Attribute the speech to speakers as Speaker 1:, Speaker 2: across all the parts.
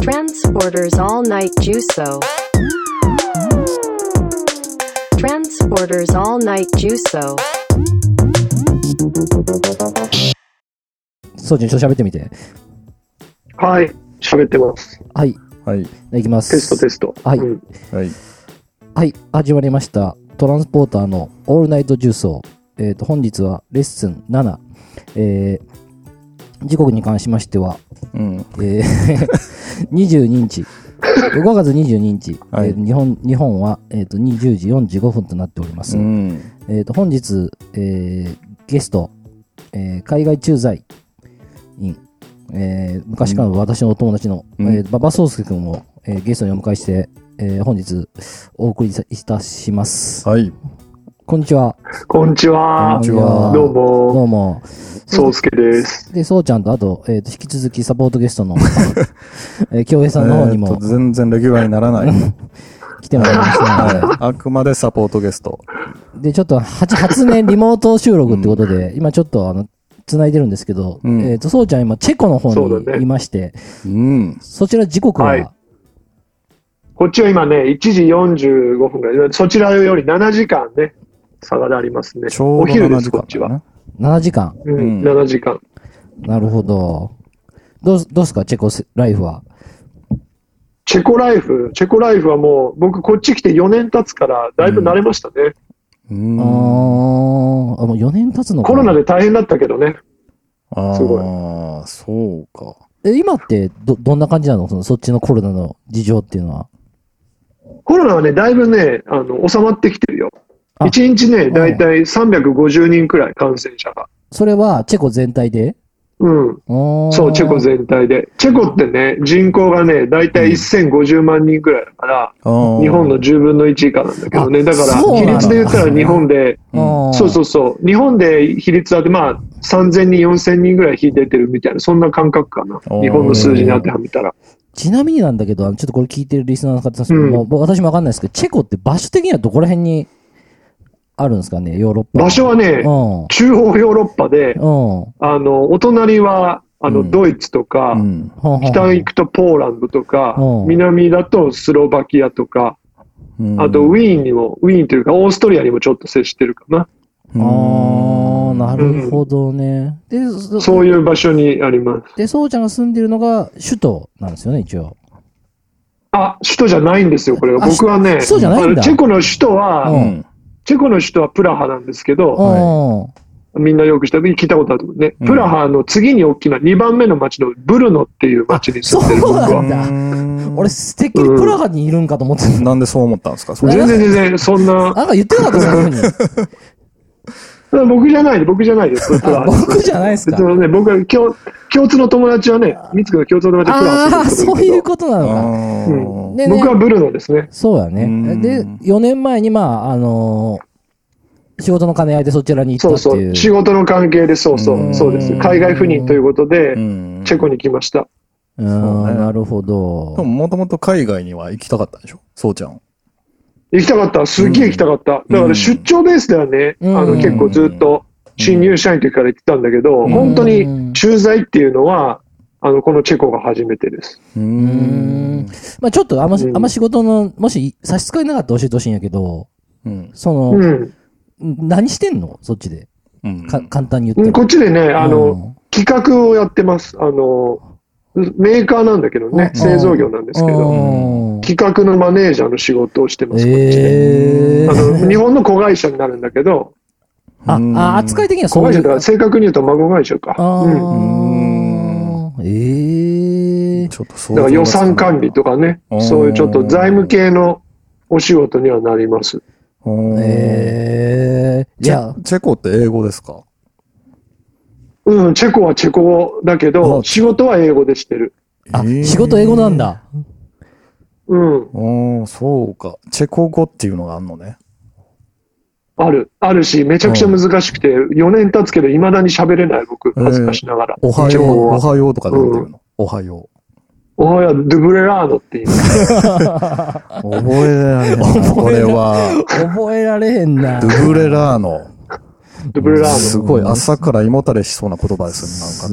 Speaker 1: Transporters All Night Juso. Transporters All Night Juso.
Speaker 2: そうちょっと喋ってみて。
Speaker 3: はい、喋ってます。
Speaker 2: はい、
Speaker 4: はい。
Speaker 2: いきます。
Speaker 3: テストテスト。
Speaker 2: はい
Speaker 3: うん
Speaker 4: はい。
Speaker 2: はい、始まりました。トランスポーターのオールナイト重奏。えっ、と、本日はレッスン7。えー時刻に関しましては、
Speaker 4: うん。
Speaker 2: えー 22日、5月22日、
Speaker 4: はい
Speaker 2: えー日本日本は、えー、と20時45分となっております。
Speaker 4: うん。
Speaker 2: えー、と本日、えーゲスト、えー海外駐在員、えー昔からの私のお友達の、
Speaker 4: うん
Speaker 2: えー馬場壮介君を、えーゲストにお迎えして、えー本日お送りさいたします。
Speaker 4: はい。
Speaker 2: こんにちは。
Speaker 3: こんにち
Speaker 4: こん
Speaker 3: は
Speaker 4: に。ち
Speaker 2: あ
Speaker 4: は。
Speaker 2: ー
Speaker 3: どう
Speaker 2: ど
Speaker 3: も、
Speaker 2: うも。
Speaker 3: そうすけです。
Speaker 2: で、そうちゃんと、あと、えーと引き続きサポートゲスト の、えー京平さんの方に
Speaker 4: えー
Speaker 2: も
Speaker 4: と全然レギュラーにならない。
Speaker 2: 来てもらいま したので、
Speaker 4: はい。あくまでサポートゲスト。
Speaker 2: で、ちょっと初、初ね、リモート収録ってことで、今ちょっと、あの、繋いでるんですけど、
Speaker 4: うん
Speaker 2: えっ、と、そうちゃん今、チェコの方
Speaker 3: そうだ
Speaker 2: に
Speaker 3: ね
Speaker 2: いまして、
Speaker 4: うん。
Speaker 2: そちら時刻は、
Speaker 3: はいこっちは今ね、1時45分ぐらい、そちらより7時間ね、差がありますね。
Speaker 4: ちょ
Speaker 3: お
Speaker 4: うど
Speaker 3: 昼
Speaker 4: 7
Speaker 3: です、
Speaker 4: 時
Speaker 3: こ
Speaker 4: 間
Speaker 3: っちは。
Speaker 4: だね。
Speaker 2: 7時間。
Speaker 3: う
Speaker 4: う
Speaker 3: ん、
Speaker 4: ん
Speaker 3: 7時間。
Speaker 2: なるほど。どうす、どうすか、チェコせライフは。
Speaker 3: チェコライフ、チェコライフはもう、僕、こっち来て4年経つから、だいぶ慣れましたね。
Speaker 4: う。
Speaker 2: うんーん、あもう4年経つのか。
Speaker 3: コロナ。で大変だったけどね。
Speaker 4: あ
Speaker 3: すごい
Speaker 4: あ、そうか。
Speaker 2: え、今って、ど、どんな感じなのその、そっちのコロナの事情っていうのは。
Speaker 3: コロナはね、だいぶね、あの収まってきてるよ。
Speaker 2: あ
Speaker 3: 1日ね、
Speaker 2: ん
Speaker 3: だいたい350人くらい感染者が。
Speaker 2: それは、チェコ全体で
Speaker 3: うん、
Speaker 2: そ
Speaker 3: そう、チェコ全体で。チェコってね、人口がね、だいたい1050万人くらいだから、
Speaker 4: あー
Speaker 3: 日本の10分の1以下なんだけどね、
Speaker 2: あ
Speaker 3: だか
Speaker 2: そう
Speaker 3: ら、
Speaker 2: なんだ
Speaker 3: 比率で言ったら日本で、
Speaker 2: 体
Speaker 3: そうそうそう、日本で比率だって、まあ、3000人、4000人ぐらい引いててるみたいな、そんな感覚かな、
Speaker 4: おー
Speaker 3: 日本の数字に当てはめたら。
Speaker 2: ちなみになんだけど、あのちょっとこれ聞いてるリスナーの方、
Speaker 3: うん
Speaker 2: もう僕私もわかんないですけど、チェコって場所的にはどこら辺にあるんですかね、ヨーロッパ。
Speaker 3: 場所はね、
Speaker 2: う
Speaker 3: 中央ヨーロッパで、
Speaker 2: ん。うん。
Speaker 3: あのお隣はあ
Speaker 4: う
Speaker 3: の
Speaker 4: ん
Speaker 3: ドイツとか、
Speaker 4: うん。
Speaker 2: ほんほんほん
Speaker 3: 北行くとポーランドとか、
Speaker 2: うん
Speaker 3: 南だとスロバキアとか、
Speaker 4: うん
Speaker 3: あとウィーンにも、ウィーンというか、オーストリアにもちょっと接してるかな、
Speaker 2: ああ、な
Speaker 4: る
Speaker 2: るほどね。で、そ
Speaker 3: そういう場所にあります。
Speaker 2: で、そうちゃんが住んでるのが首都なんですよね、一応。
Speaker 3: あ首都じゃないんですよ、これが、
Speaker 2: あ
Speaker 3: 僕はね、
Speaker 2: 首都じゃないんだ
Speaker 3: あのチェコの首都は、
Speaker 2: う
Speaker 4: うんん。
Speaker 3: チェコの首都はプラハなんですけど、
Speaker 2: は
Speaker 3: みんなよく知って聞いたことあると思うね、
Speaker 4: うん
Speaker 3: プラハの次に大きな2番目の町のブルノっていう町に住んで
Speaker 2: あ
Speaker 3: る、
Speaker 2: そ
Speaker 3: 僕
Speaker 2: うなんだ
Speaker 3: は。
Speaker 2: い。
Speaker 4: ん
Speaker 2: 俺、、てっきりプラハにいるんかと思ってた。
Speaker 4: なんでそう思ったんですかそれ
Speaker 3: 全然全然、そんな、
Speaker 2: なんか言ってなかったそのよ
Speaker 3: 僕じゃない、僕じゃないです、プ
Speaker 2: うに。
Speaker 3: ラ
Speaker 2: あ
Speaker 3: ハ。
Speaker 2: 僕じゃないです
Speaker 3: えっ
Speaker 2: か。
Speaker 3: とね、僕は共共通の友達はね、三つ君の共通の友達はプラ
Speaker 2: あ
Speaker 3: ハ
Speaker 2: あ、
Speaker 3: 住んで
Speaker 2: そ
Speaker 3: る
Speaker 2: うんい
Speaker 3: で
Speaker 2: う
Speaker 3: すけ
Speaker 2: ことなの
Speaker 4: あ
Speaker 2: か。
Speaker 4: ー
Speaker 2: でね
Speaker 3: ど、僕はブルノですね。
Speaker 2: そうやね
Speaker 4: う。ん
Speaker 2: で、4年前に、まあ、あのー仕事の兼ね合いでそちらに行
Speaker 3: そ
Speaker 2: っ
Speaker 3: う
Speaker 2: たっ
Speaker 3: そ、
Speaker 2: ていうう。
Speaker 3: 仕事の関係で、そうそうう、
Speaker 4: ん
Speaker 3: そうです。海外赴任ということで
Speaker 4: う、ん
Speaker 3: チェコに来ました。
Speaker 2: う
Speaker 4: そ
Speaker 2: ん、
Speaker 4: うね
Speaker 2: なるほど
Speaker 4: でも。もともと海外には行きたかったんでしょそうちゃん。
Speaker 3: 行きたかった、すっげえ行きたかった。だから出張ベースではね、あ
Speaker 2: うん
Speaker 3: の結構ずっと新入社員の時から行ってたんだけど、
Speaker 4: うん
Speaker 3: 本当
Speaker 2: うん
Speaker 3: に駐在っていうのは、あのこのチェコが初めてです。
Speaker 4: うー
Speaker 2: ん。まあちょっとあんま、
Speaker 3: うん
Speaker 2: あんま仕事の、もし差し支えなかったら教えてほしいんやけど、
Speaker 4: うん。
Speaker 2: そうの、
Speaker 3: ん
Speaker 2: 何してんのそっちで。
Speaker 4: うん
Speaker 2: か、簡単に言
Speaker 3: う
Speaker 2: っ
Speaker 3: ん。
Speaker 2: て
Speaker 3: こ
Speaker 2: も。
Speaker 3: っちでね、あ
Speaker 2: う
Speaker 3: の、
Speaker 2: ん
Speaker 3: 企画をやってます。あの、メーカーなんだけどね、
Speaker 2: うん
Speaker 3: 製造業なんですけど、
Speaker 2: うん
Speaker 3: 企画のマネージャーの仕事をしてます、こっちで。
Speaker 2: ええ
Speaker 3: あの日本の子会社になるんだけど、
Speaker 2: ああ、扱い的にはそ
Speaker 3: 子
Speaker 2: う
Speaker 3: 会
Speaker 2: い
Speaker 3: 社だから
Speaker 2: う。
Speaker 3: 正確に言うと孫会社か。
Speaker 2: ああ
Speaker 3: うん、だ
Speaker 2: ー、ええ
Speaker 4: ちょっとそう。
Speaker 3: から予算管理とかね
Speaker 4: うん、
Speaker 3: そういうちょっと財務系のお仕事にはなります。
Speaker 4: うん。
Speaker 2: ええい
Speaker 4: チ
Speaker 2: や
Speaker 4: ェ、チェコって英語ですか
Speaker 3: うん、チェコはチェコ語だけ
Speaker 4: あ
Speaker 3: ど、仕事は英語でしてる。
Speaker 2: あ、
Speaker 4: えー
Speaker 2: 仕事英語なんだ。
Speaker 3: うん、
Speaker 4: うん、そうか。チェコ語っていうのがあるのね。
Speaker 3: ある、あるし、めちゃくちゃ難しくて、4年経つけど、いまだに喋れない、僕、恥ずかしながら。
Speaker 4: おは
Speaker 3: チェ
Speaker 4: よ
Speaker 3: コ
Speaker 4: う
Speaker 3: 語、
Speaker 4: お
Speaker 3: は。
Speaker 4: はようとか出てるの。おはよ
Speaker 3: おはよう、ドゥブレラーノ って言います。
Speaker 4: う。覚えられないな。これは、
Speaker 2: 覚えられへんな
Speaker 4: ド。ゥブレラーノ。
Speaker 3: ドゥブレラーノ。
Speaker 4: すごい、朝から胃もたれしそうな言葉ですね、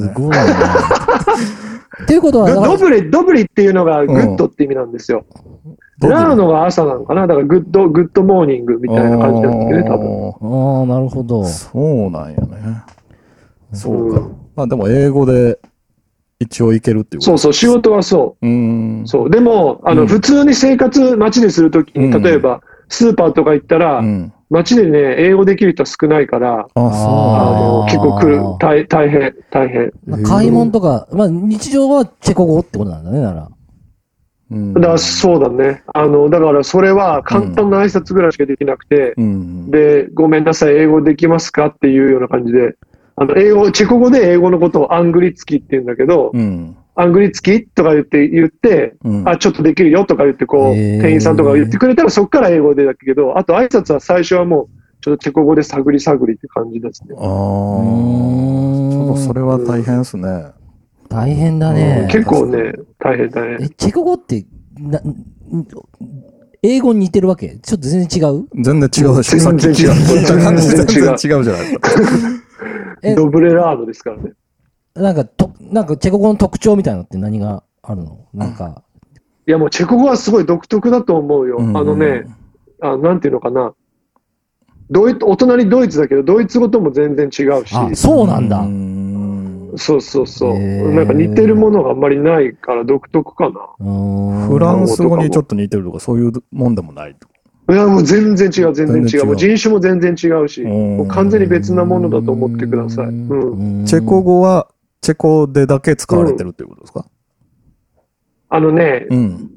Speaker 2: す
Speaker 4: なんかね。
Speaker 2: ごいな。っていうことは、だか
Speaker 3: ド
Speaker 2: ら
Speaker 3: ブレ、ドブリっていうのが
Speaker 4: ん
Speaker 3: グッドって意味なんですよ。
Speaker 4: ドブリ
Speaker 3: ラーノが朝なのかなだからグッド、グッドモーニングみたいな感じなんですけどね、多分。
Speaker 4: あー
Speaker 2: ああ、なるほど。
Speaker 4: そうなんやね。そう
Speaker 3: う
Speaker 4: か。まあでも英語で一応いけるっていうこと。
Speaker 3: そうそう、仕事はそう
Speaker 4: ん
Speaker 3: う。。そう。でも、あ
Speaker 4: う
Speaker 3: の、
Speaker 4: ん
Speaker 3: 普通に生活、街でするとき
Speaker 4: う
Speaker 3: に、
Speaker 4: ん
Speaker 3: 例えば、スーパーとか行ったら、
Speaker 4: ん。
Speaker 3: 街でね、英語できる人は少ないから、
Speaker 4: あ、
Speaker 3: あ
Speaker 4: そ
Speaker 3: の
Speaker 2: あー
Speaker 3: 結構来る、大大変、大変。
Speaker 4: う
Speaker 2: ま
Speaker 4: な
Speaker 2: あ
Speaker 4: んや。
Speaker 2: 買い物とか、まあ、日常はチェコ語ってことなんだね、なら。
Speaker 4: うん。
Speaker 3: だからそうだね。あの、だからそれは簡単な挨拶ぐらいしかできなくて、
Speaker 4: うん。
Speaker 3: で、ごめんなさい、英語できますかっていうような感じで、あの、英語、チェコ語で英語のことをアングリツキって言うんだけど、
Speaker 4: うん。
Speaker 3: アングリツキとか言って、言って、
Speaker 4: うん。
Speaker 3: あ、ちょっとできるよとか言って、こう、
Speaker 2: へー
Speaker 3: 店員さんとかが言ってくれたらそっから英語でだけど、あと挨拶は最初はもう、ちょっとチェコ語で探り探りって感じですね。
Speaker 4: ああ。ち
Speaker 2: う
Speaker 4: ょっ
Speaker 2: ー
Speaker 4: と
Speaker 2: ん。
Speaker 4: それは大変ですね。
Speaker 2: 大変だ
Speaker 4: うん
Speaker 2: ね。
Speaker 3: 結構ね、大変大変。
Speaker 2: え、チェコ語って、な、ん英語に似てるわけちょっと全然違う
Speaker 4: 全然違うでしょ。
Speaker 3: 全然違う
Speaker 4: さっき聞いた感じ
Speaker 3: 全然
Speaker 4: 全
Speaker 3: 違う
Speaker 4: 然違うじゃないですか。
Speaker 2: え
Speaker 3: ドブレラードですからね。
Speaker 2: なんか、と、なんかチェコ語の特徴みたいなのって何があるのなんか、
Speaker 3: いやもうチェコ語はすごい独特だと思うよ。
Speaker 4: うん
Speaker 3: あのね、あなんていうのかな。ドイツお隣ドイツだけど、ドイツ語とも全然違うし、
Speaker 2: あ、そうなんだ。
Speaker 4: うん
Speaker 3: そうそうそう、
Speaker 2: へー
Speaker 3: なんか似てるものがあんまりないから独特か
Speaker 2: うーん
Speaker 4: フランス語にちょっと似てるとか、そういうもんでもないと。
Speaker 3: な。いや、もう全然違う、全然違う。
Speaker 4: 全然違う
Speaker 3: もう人種も全然違うし、
Speaker 4: うん
Speaker 3: もう完全に別なものだと思ってください。うん。
Speaker 4: チェコ。語は、チェコでだけ使われてるっていうことですか
Speaker 3: あのね、
Speaker 4: うん。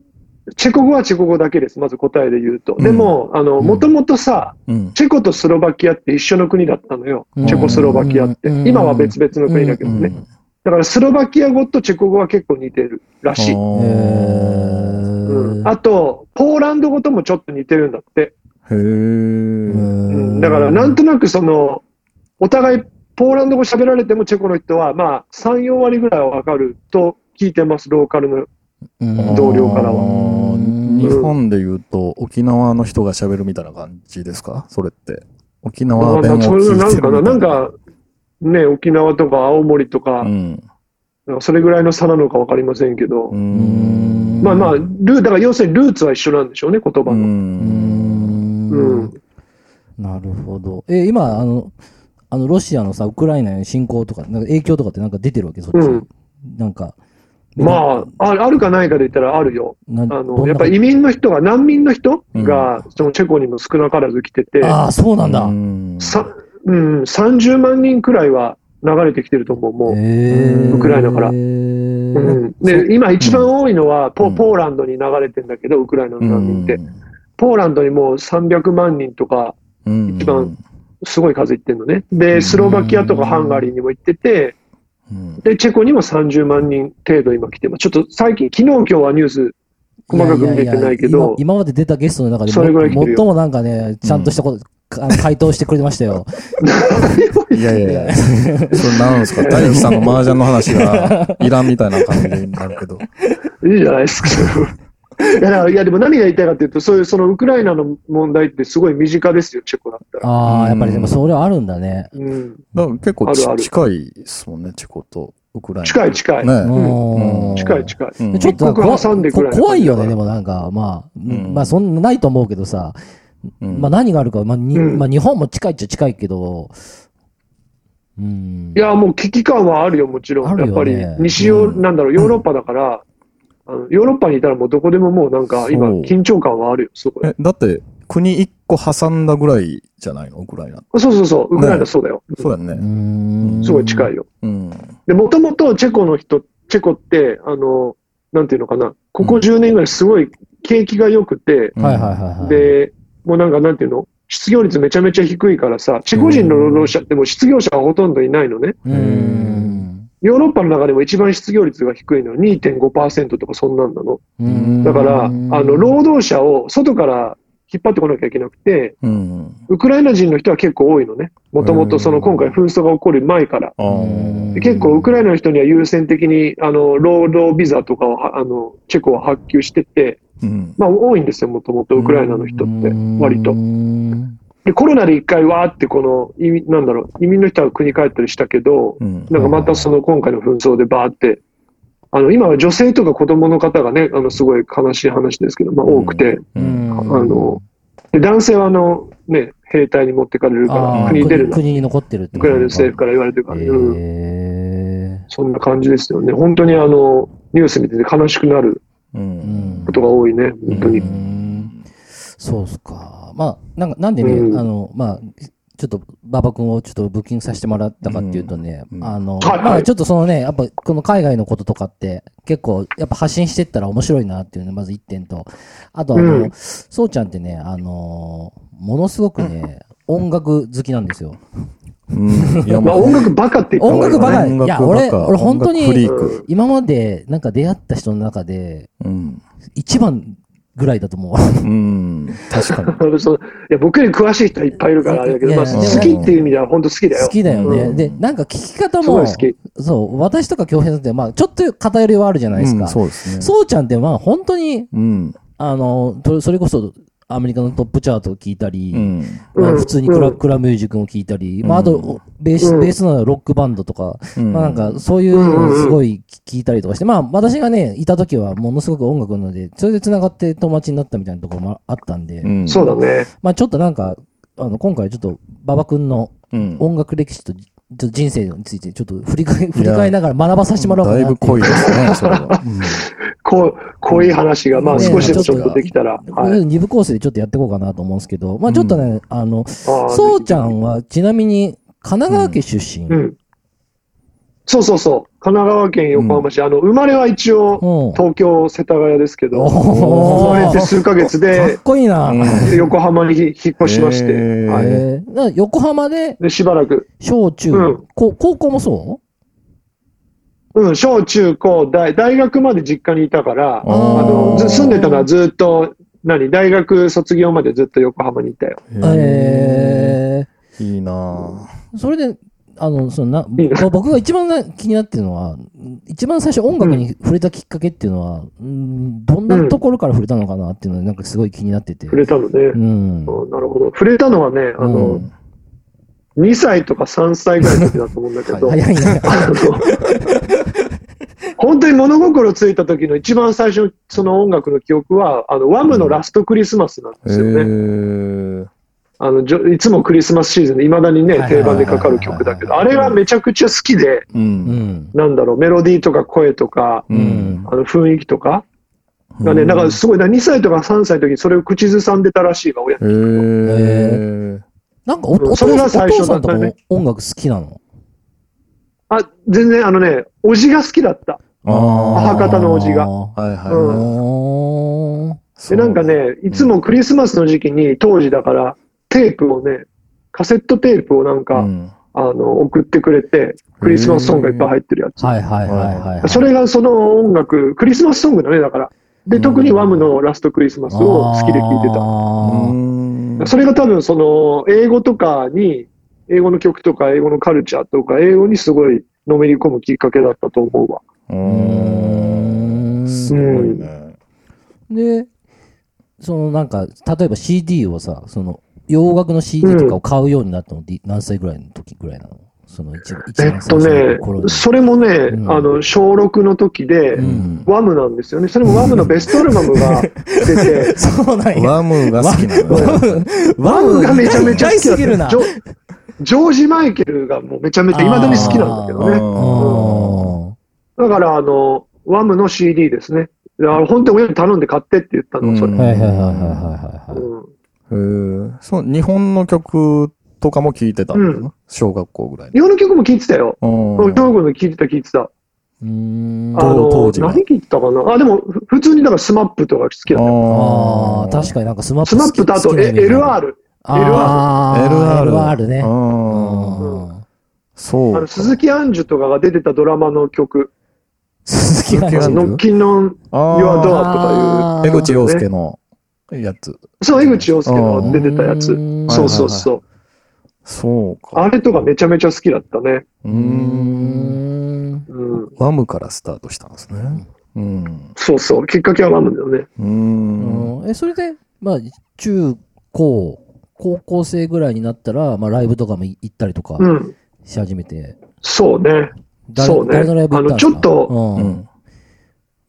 Speaker 3: チェコ語はチェコ語だけです、まず答えで言うと。
Speaker 4: うん
Speaker 3: でも、あの、
Speaker 2: うん
Speaker 3: もともとさ、
Speaker 4: うん。
Speaker 3: チェコとスロバキアって一緒の国だったのよ
Speaker 2: うん。
Speaker 3: チェコスロバキアって。
Speaker 2: うん
Speaker 3: 今は別々の国だけ
Speaker 4: う
Speaker 3: ど
Speaker 4: ん
Speaker 3: ね。だからスロバキア語とチェコ語は結構似てるらしい。
Speaker 2: へ
Speaker 4: あ
Speaker 3: うん、
Speaker 2: ー
Speaker 3: あと、ポーランド語ともちょっと似てるんだって。
Speaker 4: ーへ
Speaker 3: う
Speaker 4: ー
Speaker 3: んだから、なんとなくその、お互いポーランド語喋られてもチェコの人は、まあ、3、4割ぐらいはわかると聞いてます、ローカルの。同僚からは
Speaker 4: あー
Speaker 2: うん
Speaker 4: 日本で言うと、沖縄の人が喋るみたいな感じですかそれって。沖縄弁を
Speaker 3: まあそ
Speaker 4: 聞い
Speaker 3: れ
Speaker 4: て
Speaker 3: が
Speaker 4: るみた
Speaker 3: ないんかな、なん、か、ね、沖縄とか青森とか、
Speaker 4: うん。
Speaker 3: なんかそれぐらいの差なのかわかりませんけど、
Speaker 4: う。
Speaker 2: うんん
Speaker 3: まあまあ、ルー、だから要するにルーツは一緒なんでしょうね、言葉の。
Speaker 4: う。
Speaker 2: うんん
Speaker 3: うん
Speaker 2: なるほど。え、今、あの、あの、ロシアのさ、ウクライナへの侵攻とか、なんか影響とかってなんか出てるわけそっち。
Speaker 3: うん
Speaker 2: なんか。
Speaker 3: まあ、ああるかないかで言ったらあるよ。
Speaker 2: な、
Speaker 3: あ
Speaker 2: どん
Speaker 3: の、
Speaker 2: な
Speaker 3: やっぱ移民の人が、難民の人が、そのチェコにも少なからず来てて、
Speaker 2: ああ、そうなんだ。
Speaker 3: さうん、30万人くらいは流れてきてると思う、もう。
Speaker 2: ウ
Speaker 3: ウクライナから
Speaker 2: うん。
Speaker 3: うん、で今、一番多いのはポ、
Speaker 4: うん
Speaker 3: ポーランドに流れてんだけど、ウクライナの難民って、
Speaker 4: うん
Speaker 3: ポーランドにもう300万人とか、
Speaker 4: うん
Speaker 3: 一番すごい数行ってるのね、で、スロバキアとかハンガリーにも行ってて、
Speaker 4: うん
Speaker 3: でチェコにも30万人程度今来てます、ちょっと最近、昨日今日はニュース、細かく見れてないけ
Speaker 2: ややや
Speaker 3: ど
Speaker 2: 今、今まで出たゲストの中で
Speaker 3: それぐらい来てる
Speaker 2: 最
Speaker 3: よ
Speaker 2: もなんかね、ちゃんとしたこと、か回答してくれてました よ。
Speaker 4: いやいやいや、それなんですか大樹さんの麻雀の話がいらんみたいな感じになるけど。
Speaker 3: いいじゃないですか。いやだからいやでも何が言いたいかというと、そういうそのウクライナの問題ってすごい身近ですよ、チェコだったら。
Speaker 2: あ
Speaker 4: う
Speaker 2: あ、
Speaker 4: ん
Speaker 2: やっぱりでもそれはあるんだね。
Speaker 3: うん、
Speaker 4: だから結構ち
Speaker 3: あるある
Speaker 4: 近いですもんね、チェコとウクライナ。
Speaker 3: 近い近い、
Speaker 4: ね
Speaker 2: うん
Speaker 4: うん
Speaker 3: 近い近い。
Speaker 4: うん
Speaker 2: でちょっとなんか
Speaker 3: 一刻挟んでくらいの感じだから
Speaker 2: こ怖いよね、でもなんか、まあ、
Speaker 4: ん
Speaker 2: まあそんなないと思うけどさ、
Speaker 4: うん
Speaker 2: まあ何があるか、まあに
Speaker 3: うん
Speaker 2: まあ日本も近いっちゃ近いけど、うん。
Speaker 3: いや、もう危機感はあるよ、もちろ
Speaker 2: あ
Speaker 3: ん。
Speaker 2: るよ
Speaker 3: やっぱ
Speaker 2: ね
Speaker 3: り、西ヨ
Speaker 2: う
Speaker 3: ー、なんだろう、ヨーロッパだから、あのヨーロッパにいたらもうどこでももうなんか、今、
Speaker 4: そう
Speaker 3: 緊張感はあるよ、すごい。
Speaker 4: え、だって、国一個挟んだぐらいじゃないのウクライナ。
Speaker 3: そうそうそう、ウクライ
Speaker 4: ね
Speaker 3: ナそうだよ。
Speaker 4: そうや
Speaker 2: うん
Speaker 4: ね。
Speaker 2: ん
Speaker 3: すごい近いよ。
Speaker 4: うん。
Speaker 3: で、もともとチェコの人、チェコって、あの、なんていうのかな、ここ10年ぐらいすごい景気が良くて、
Speaker 2: はいはいはいはい。、
Speaker 3: で、もうなんか、なんていうの失業率めちゃめちゃ低いからさ、チェコ人の労働者ってもう失業者はほとんどいないのね。
Speaker 2: うん。
Speaker 3: ヨーロッパの中でも一番失業率が低いのは2.5%とかそんなんなの。
Speaker 2: うん
Speaker 3: だから、あの、労働者を外から引っ張ってこなきゃいけなくて、
Speaker 4: うん。
Speaker 3: ウクライナ人の人は結構多いのね。もともとその今回紛争が起こる前から。
Speaker 4: あ
Speaker 2: うん
Speaker 4: ー
Speaker 3: で結構ウクライナの人には優先的に、あの、労働ビザとかをは、あの、チェコは発給してて、
Speaker 4: うん。
Speaker 3: まあ多いんですよ、もともとウクライナの人って、割
Speaker 2: う
Speaker 3: と。
Speaker 2: ん
Speaker 3: で、コロナで一回わーってこの、移民なんだろう、移民の人は国帰ったりしたけど、
Speaker 4: うん。
Speaker 3: なんかまたその今回の紛争でバーってあの、今は女性とか子供の方がね、あの、すごい悲しい話ですけど、まあ多くて、
Speaker 4: うん。
Speaker 3: あの、で男性はあの、ね、兵隊に持ってかれるから、
Speaker 2: あー
Speaker 3: 国に出るな、
Speaker 2: 国に残ってるって
Speaker 3: ウ
Speaker 2: こと
Speaker 3: クライ
Speaker 2: な
Speaker 3: ナの
Speaker 2: のか
Speaker 3: 政府から言われてるから、うん
Speaker 2: へ
Speaker 3: そんな感じですよね。本当にあの、ニュース見てて悲しくなる
Speaker 4: う。
Speaker 2: ーうんん
Speaker 3: ことが多いね、本当に。
Speaker 2: うんそうっすか。まあ、なんかなんでね、
Speaker 3: うん
Speaker 2: あの、まあ、ちょっと、馬場君をちょっとブッキングさせてもらったかっていうとね、
Speaker 4: うん
Speaker 2: あの、
Speaker 3: はいはい
Speaker 2: まあ、ちょっとそのね、やっぱ、この海外のこととかって、結構、やっぱ発信してったら面白いなっていうのがまず一点と、あと、あの、
Speaker 3: うん
Speaker 2: そうちゃんってね、あの、ものすごくね、音楽好きなんですよ。
Speaker 4: うん。いや、
Speaker 3: まあ
Speaker 4: もう
Speaker 3: 音楽バカって言った方がいい
Speaker 2: 音楽バカ
Speaker 3: よね
Speaker 2: いや俺
Speaker 4: 音楽バカ
Speaker 2: 俺本当に
Speaker 4: 音楽フリーク。
Speaker 3: うん
Speaker 2: 今まで、なんか出会った人の中で、
Speaker 4: うん。
Speaker 2: 一番ぐらいだと思う。
Speaker 4: うん。確かに。
Speaker 3: そういや僕より詳しい人はいっぱいいるからあれだけ
Speaker 2: い
Speaker 3: ど、
Speaker 2: や
Speaker 3: まあ、
Speaker 2: いや
Speaker 3: 好きっていう意味では本当好きだよ。
Speaker 2: 好きだよね。
Speaker 4: うん
Speaker 2: で、なんか聞き方
Speaker 3: すご
Speaker 2: も、
Speaker 3: い好き。
Speaker 2: そう、私とか京平さんって、まあ、ちょっと偏りはあるじゃないですか。
Speaker 4: うんそうですね。
Speaker 2: そうちゃんって、まあ、本当に、
Speaker 4: うん。
Speaker 2: あの、とそれこそ、アメリカのトップチャートを聞いたり、
Speaker 4: うん。
Speaker 2: まあ
Speaker 3: うん
Speaker 2: 普通にクラ,、
Speaker 3: うん
Speaker 2: クラミュージックも聞いたり、まあ、あ
Speaker 4: う
Speaker 2: と、ベース、
Speaker 3: うん
Speaker 2: ベースのロックバンドとか、
Speaker 4: うん
Speaker 2: まあ、なんか、そういうのをすごい聞いたりとかして、まあ、私がね、いた時は、ものすごく音楽なので、それで繋がって友達になったみたいなところもあったんで、
Speaker 4: うん。
Speaker 3: そうだね。
Speaker 2: まあ、ちょっとなんか、あの、今回ちょっと、馬場くんの
Speaker 4: うん。
Speaker 2: 音楽歴史とじちょっと人生についてちょっと振り返振り返りながら学ばさせてもらおうか
Speaker 4: だい
Speaker 2: なっ
Speaker 4: ぶ
Speaker 2: ていう
Speaker 4: 濃いですね、それ は。
Speaker 3: こう、こういう話が、まあ
Speaker 2: ね
Speaker 3: 少しずつち
Speaker 2: ちょっ
Speaker 3: ょ
Speaker 2: と
Speaker 3: っとできたら。
Speaker 2: こ
Speaker 3: は
Speaker 2: れ
Speaker 3: い。
Speaker 2: 二部構成でちょっとやっていこうかなと思うんですけど、まあ
Speaker 4: うん
Speaker 2: ちょっとね、あの、
Speaker 3: ああ
Speaker 2: そうちゃんはちなみに神奈川県出身。
Speaker 3: う
Speaker 2: うん
Speaker 3: ん。そうそうそう。神奈川県横浜市、あの、生まれは一応、
Speaker 2: おー
Speaker 3: 東京世田谷ですけど、生まれて
Speaker 2: か
Speaker 3: 数ヶ月で
Speaker 2: っ、こいいな。
Speaker 4: うん
Speaker 3: 横浜に引っ越しまし
Speaker 4: へ
Speaker 3: て、
Speaker 4: ー
Speaker 3: はい
Speaker 2: えーな横浜で
Speaker 3: で、しばらく、
Speaker 2: 小中、
Speaker 3: うん
Speaker 2: こ高校もそ
Speaker 3: うん、小中高大、大学まで実家にいたから、
Speaker 2: あ
Speaker 3: あの、ず住んでたのは
Speaker 4: ら
Speaker 3: ずっと、何大学卒業までずっと横浜にいたよ。
Speaker 2: うえ
Speaker 4: いいなぁ
Speaker 2: ーそれで、あの、その
Speaker 3: いいな
Speaker 2: な、僕が一番な気になってるのは、一番最初音楽に触れたきっかけっていうのは、うんどんなところから触れたのかなっていうのはなんかすごい気になってて。
Speaker 3: 触れたのね。
Speaker 2: うん。
Speaker 3: うんなるほど。触れたのはね、あ
Speaker 2: う
Speaker 3: の、
Speaker 2: ん
Speaker 3: 2歳とか3歳ぐらいの時だと思うんだ けど、
Speaker 2: 早いね。
Speaker 3: あの本当に物心ついた時の一番最初のその音楽の記憶は、あの、ワムのラストクリスマスなんで
Speaker 4: へ
Speaker 3: すよね。
Speaker 4: ー
Speaker 3: あのじょいつもクリスマスシーズンで、いまだにね
Speaker 2: は、い
Speaker 3: 定番でかかる曲だけど、
Speaker 2: は
Speaker 3: あ
Speaker 2: いはい
Speaker 3: れ
Speaker 2: はい
Speaker 3: がめちゃくちゃ好きで、
Speaker 4: う。
Speaker 2: うんん。
Speaker 3: なんだろう、メロディーとか声とか、
Speaker 2: う
Speaker 4: うんん。
Speaker 3: あの雰囲気とかが
Speaker 4: う
Speaker 3: ね、
Speaker 4: ん
Speaker 3: だからすごいな、2歳とか3歳の時にそれを口ずさんでたらしいわ、親
Speaker 4: へー
Speaker 2: なんかお、お父さ
Speaker 3: それ
Speaker 2: ん、お
Speaker 3: が最初
Speaker 2: 父さんとか
Speaker 3: だ
Speaker 2: も
Speaker 3: ね
Speaker 2: 音楽好きなの
Speaker 3: あ、全然あのね、おじが好きだった。
Speaker 4: あ
Speaker 3: 母方のおじが
Speaker 2: あ
Speaker 4: あ。はいはい
Speaker 3: うん
Speaker 4: はい。
Speaker 2: ー
Speaker 3: で、なんかね、いつもクリスマスの時期に、当時だから、テープをね、カセットテープをなん
Speaker 4: そ
Speaker 3: か、
Speaker 4: う、うん
Speaker 3: あの、送ってくれて、クリスマスソングがいっぱい入ってるやつ。
Speaker 2: はいはいはいはいはい。
Speaker 3: それがその音楽、クリスマスソングだね、だから。で、特にワムのラストクリスマスを好きで聴いてた。
Speaker 2: あ
Speaker 4: うん
Speaker 3: それが多分その、英語とかに、英語の曲とか、英語のカルチャーとか、英語にすごいのめり込むきっかけだったと思うわ。
Speaker 4: う
Speaker 2: ー
Speaker 4: んす
Speaker 2: う
Speaker 4: ご
Speaker 2: ん
Speaker 4: いね。
Speaker 2: で、そのなんか、例えば CD をさ、その、洋楽の CD とかを買うようになったのって、何歳ぐらいの時ぐらいなのその一番、一
Speaker 3: え
Speaker 2: 番
Speaker 3: っと
Speaker 2: 最初の頃に
Speaker 3: ね、それもね、
Speaker 2: うん
Speaker 3: あの、小6の時で、
Speaker 2: うん。、
Speaker 3: ワムなんですよね。それもワムのベストアルバムが出て
Speaker 2: そうなんや。
Speaker 4: ワムが好きなの
Speaker 2: ワ
Speaker 4: ね。
Speaker 2: ム、
Speaker 3: ワムがめちゃめちゃ好
Speaker 2: 大
Speaker 3: きだ
Speaker 2: す
Speaker 3: った
Speaker 2: ぎるな。
Speaker 3: ジョジョージ・マイケルがもうめちゃめちゃ、いまだに好きなんだけどね。
Speaker 4: あ
Speaker 3: だから、あの、ワムの CD ですね。だから本当に親に頼んで買ってって言ったの、それ。
Speaker 4: う
Speaker 2: あ
Speaker 4: ん
Speaker 2: ーはいはいはいはいはいはい。
Speaker 3: うん
Speaker 4: ーへーそう、日本の曲とかも聴いてた
Speaker 3: う
Speaker 4: の小学校ぐらい
Speaker 3: 日本の曲も聴いてたよ。
Speaker 4: の。う
Speaker 3: 小
Speaker 4: ん
Speaker 3: 学校の聴いてた、聴いてた。
Speaker 2: うーん。
Speaker 3: あの
Speaker 4: 当、時は
Speaker 3: 何聴いてたかなあ、でも、ふ普通にだからスマップとか好きだった。
Speaker 2: ああ、
Speaker 4: あ
Speaker 2: 確かになんかスマップ
Speaker 3: スマップとあと、え LR。
Speaker 2: あー
Speaker 4: LR。
Speaker 2: LR ね。
Speaker 4: あー
Speaker 2: うん
Speaker 4: そ
Speaker 3: あ
Speaker 4: う
Speaker 3: の。鈴木杏樹とかが出てたドラマの曲。
Speaker 2: 鈴木
Speaker 4: 鈴木
Speaker 2: が
Speaker 4: 杏樹
Speaker 3: ノッキンの、
Speaker 4: あ
Speaker 3: 要はドア
Speaker 2: あー
Speaker 4: 江口洋介のやつ。
Speaker 3: そう、江口洋介の出てたや
Speaker 2: う
Speaker 3: つ。
Speaker 2: ーん
Speaker 3: そうそうそう。
Speaker 4: そう
Speaker 3: あ
Speaker 4: か。
Speaker 3: れとかめちゃめちゃ好きだったね。
Speaker 4: う
Speaker 2: うー
Speaker 4: ーん。
Speaker 2: ん。
Speaker 3: うん。
Speaker 4: ワムからスタートしたんですね。うん。
Speaker 3: そうそう。きっかけはワムだよね。
Speaker 4: うーん。
Speaker 2: うんえ、それで、まあ、中、高、高校生ぐらいになったら、まあ、ライブとかも行ったりとか
Speaker 3: うん。
Speaker 2: し始めて。
Speaker 3: そうね。
Speaker 2: 誰
Speaker 3: そうね
Speaker 2: 誰のライブ行ったんですか
Speaker 3: あのちょっと
Speaker 2: うん
Speaker 4: うん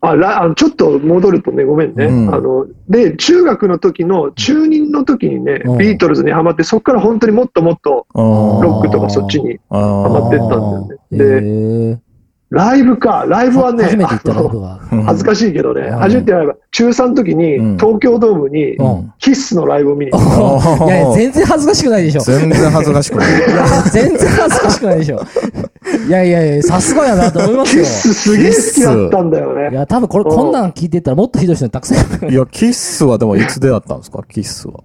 Speaker 3: あらあのちょっと戻るとね、ごめんね、
Speaker 4: うん
Speaker 3: あので中学の時の中任の時にね、
Speaker 2: うん
Speaker 3: ビートルズにはまって、そこから本当にもっともっとロックとかそっちに、
Speaker 4: あー
Speaker 3: ハマってったんだよねで
Speaker 2: ね。
Speaker 3: ライブか、ライブはね、
Speaker 2: 初めて行った
Speaker 3: あの
Speaker 2: ライブ は。
Speaker 4: うん
Speaker 3: 恥ずかしいけどね、
Speaker 2: うん
Speaker 3: 初めてライブ、中3の時に
Speaker 4: うん
Speaker 3: 東京ドームに
Speaker 2: うん
Speaker 3: キッスのライブを見 に行っ
Speaker 4: ー
Speaker 2: いやいや、全然恥ずかしくないでしょ。
Speaker 4: 全然恥ずかしくない。
Speaker 2: いや全然恥ずかしくないでしょ。いやいやいや、さすがやなと思いま
Speaker 3: た、
Speaker 2: す
Speaker 3: キ
Speaker 2: よ
Speaker 3: ッ。スすげえ好きだったんだよ
Speaker 2: い
Speaker 3: ね。
Speaker 2: や、多分これ、こんなん聞いてたらもっとひどい人たくさんいる。
Speaker 4: いや、キッスはでもいつ出会ったんですかキッスは。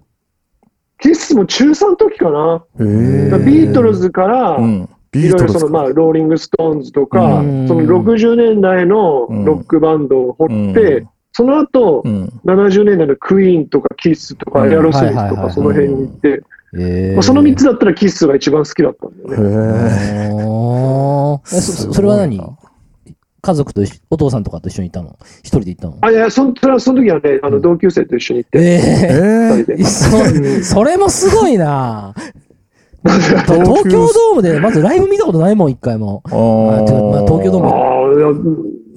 Speaker 3: キッスも中3の時かな、
Speaker 4: へ
Speaker 3: だからビートルズから、
Speaker 4: うん。
Speaker 3: い
Speaker 4: ビー
Speaker 3: ろ
Speaker 4: ト
Speaker 3: いろ
Speaker 4: ルズ
Speaker 3: その、ま
Speaker 4: か。
Speaker 3: あ、ローリング・ストーンズとか、
Speaker 2: うん
Speaker 3: その60年代の
Speaker 4: うん
Speaker 3: ロックバンドを掘っ
Speaker 4: う
Speaker 3: て
Speaker 4: ん、
Speaker 3: その後
Speaker 4: う、ん。
Speaker 3: 70年代のクイーンとかキッスと
Speaker 4: う
Speaker 3: か
Speaker 4: ん
Speaker 3: エアロスミ
Speaker 2: はい
Speaker 3: ス
Speaker 2: はい
Speaker 3: と
Speaker 2: はいはい
Speaker 3: かその辺に行って、
Speaker 2: え
Speaker 3: まあ、その3つだったらキッスが一番好きだったんだよね。
Speaker 4: へ
Speaker 2: そ
Speaker 4: え。
Speaker 2: そそれは何
Speaker 4: すごいな
Speaker 2: 家族と一緒お父さんとかと一緒にいたの一人で行ったの
Speaker 3: あ、いやいや、そんそれはその時はね、あの同級生と一緒に行って、
Speaker 2: え
Speaker 3: 二
Speaker 4: ええ
Speaker 3: 人
Speaker 2: え
Speaker 3: で。
Speaker 2: そそれもすごい な東京ドームでまずライブ見たことないもん、一回も。
Speaker 4: あー
Speaker 2: あてかまあ東京ドー
Speaker 3: あ
Speaker 2: ム
Speaker 3: あ、い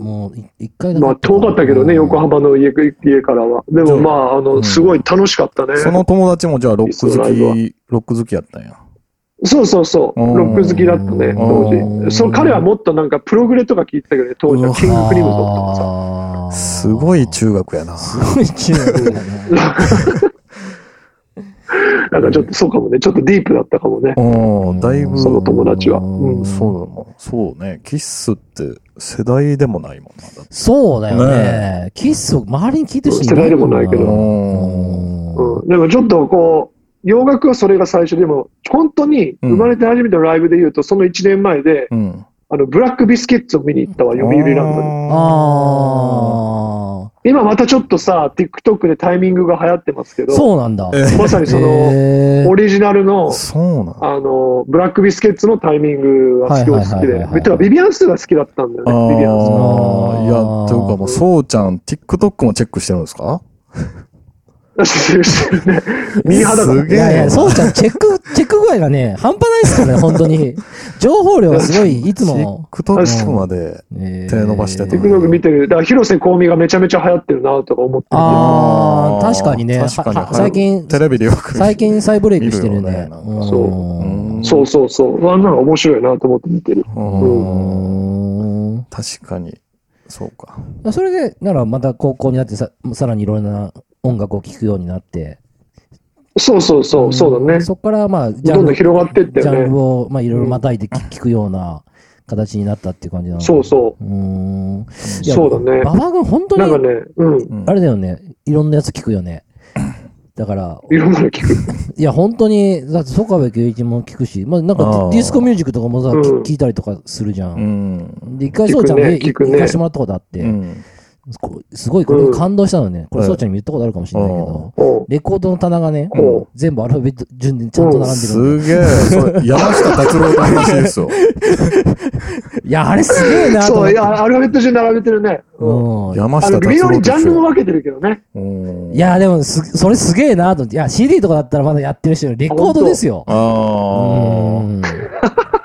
Speaker 3: や
Speaker 2: もうい一回だけ
Speaker 3: まあ遠かったけどね、横。浜の家家からは。でもまあ、あ
Speaker 4: う
Speaker 3: の、
Speaker 4: ん
Speaker 3: すごい楽しかったね。
Speaker 4: その友達もじゃあロック
Speaker 3: キッスのライブ
Speaker 4: 好
Speaker 3: は
Speaker 4: き、ロック好きやったんや。
Speaker 3: そうそうそう、
Speaker 4: うん
Speaker 3: ロック好きだったね、
Speaker 2: う
Speaker 3: 当
Speaker 2: ん
Speaker 3: 時。そう彼はもっとなんかプログレとか聞いてたけどね、当時は、キングクリムゾンとかさ。
Speaker 2: あー
Speaker 4: すごい中学やな。
Speaker 2: すごい中学だな。
Speaker 3: なんかちょっとそうかもね、ちょっとディープだったかもね、
Speaker 4: うん、だいぶ。
Speaker 3: その友達は。
Speaker 2: うん
Speaker 3: うん
Speaker 4: そうだもん。そうね。キッスって世代でもないもんな。だって
Speaker 2: そうだよね。キッスを周りに聞いてる人
Speaker 3: 世代でもないけど
Speaker 2: ど。
Speaker 3: うんでもちょっとこう、洋楽はそれが最初でも、本当に生まれて初めてのライブで言うと、その1年前で、
Speaker 4: うん。
Speaker 3: あの、ブラックビスケッツを見に行ったわ、読売ランドに。
Speaker 2: あ
Speaker 3: 今またちょっとさ、TikTok でタイミングが流行ってますけ
Speaker 2: あ。
Speaker 3: ど、
Speaker 2: そうなんだ。
Speaker 4: え
Speaker 3: まさにその、
Speaker 2: へー
Speaker 3: オリジナルの、
Speaker 4: そうなんだ。
Speaker 3: あの、ブラックビスケッツのタイミングがすごい好
Speaker 2: はいは
Speaker 3: き
Speaker 2: いはいはい
Speaker 3: で
Speaker 2: はい、
Speaker 3: てかビビアンスが好きだったんだ
Speaker 4: あ
Speaker 3: よね、ビビアンス。
Speaker 4: あ
Speaker 2: あー
Speaker 4: ー、いや、というかもう、そうちゃん、TikTok もチェックしてるんですか
Speaker 3: ミーハーだから
Speaker 4: すげ
Speaker 2: い
Speaker 4: えな。
Speaker 2: やいや、そうちゃん、チェック、 チェック具合がね、半端ないですからね、本当 に。情報量がすごい、いつも。
Speaker 4: TikTok まで。
Speaker 2: 手
Speaker 4: 手伸ばしてて
Speaker 3: テクノログ見てる。だから広瀬香美がめちゃめちゃ流行ってるなとか思ってて。
Speaker 2: あー、
Speaker 4: あー
Speaker 2: 確かにね。
Speaker 4: 確かに
Speaker 2: はは最近、
Speaker 4: テレビでよく。
Speaker 2: 最。近再ブレイクしてる
Speaker 4: 見るよ
Speaker 2: ね
Speaker 4: ね。なんか
Speaker 2: ん
Speaker 3: そう
Speaker 4: うん
Speaker 3: そうそうそう。あんなの面白いなと思って見てる。
Speaker 4: うん。
Speaker 2: うん
Speaker 4: 確かに。そうか。
Speaker 2: それで、ならまた高校になってさ、さらにいろんな音楽を聴くようになって。
Speaker 3: そうそうそう、
Speaker 2: ん
Speaker 3: そうだね。
Speaker 2: そこから、まあ、ジャン
Speaker 3: どんどん
Speaker 2: ル、ジ
Speaker 3: 広がってった
Speaker 2: ャ
Speaker 3: よ
Speaker 2: ン
Speaker 3: ね。
Speaker 2: ルを、まあ、いろいろまたいで聴くような形になったっていう感じなの。。
Speaker 3: そうそう
Speaker 2: うん。
Speaker 3: う。
Speaker 2: いや
Speaker 3: そうだね
Speaker 2: 馬。場君、本当
Speaker 3: なんか
Speaker 2: に、
Speaker 3: ね、うん。
Speaker 4: うん
Speaker 2: あれだよね。いろんなやつ聞くよね。だから、
Speaker 3: いろんなの聞く。
Speaker 2: いや、本当に、だって、曽我部圭一も聞くし、まあ、なん
Speaker 4: あ
Speaker 2: か
Speaker 4: ー
Speaker 2: ディディスコミュージックとかもさ、き
Speaker 3: うん
Speaker 2: 聞いたりとかするじゃ。
Speaker 4: うんん。
Speaker 2: で、一回、そうちゃん
Speaker 3: 聞くね
Speaker 2: ね、い
Speaker 3: 聞くね
Speaker 2: 行かしてもらったことあって、
Speaker 4: うん
Speaker 2: こうすごい、これ感動したのね。これ、
Speaker 4: はい
Speaker 2: そうちゃんにも言ったことあるかもしれないけど、
Speaker 3: おう
Speaker 2: レコードの棚がね
Speaker 3: ほう、
Speaker 2: 全部アルファベット順でちゃんと並んでるの。
Speaker 4: すげえ。それ山下達郎の話で すよ。
Speaker 2: いや、あれすげえなと
Speaker 3: そ
Speaker 2: 思っ
Speaker 3: う、い
Speaker 2: て。
Speaker 3: や、アルファベット順に並べてるね。うん
Speaker 2: うん
Speaker 4: 山
Speaker 3: あ
Speaker 4: 下
Speaker 3: の、微
Speaker 4: 達
Speaker 3: 妙
Speaker 4: 郎
Speaker 3: に
Speaker 4: で
Speaker 3: ジャン
Speaker 4: す
Speaker 3: ルも
Speaker 4: よ。
Speaker 3: 分けてるけどね。
Speaker 4: うん
Speaker 2: いや、でもす、それすげえなと思って。いや、CD とかだったらまだやってる人よレコードですよ。う
Speaker 4: あ
Speaker 2: ん。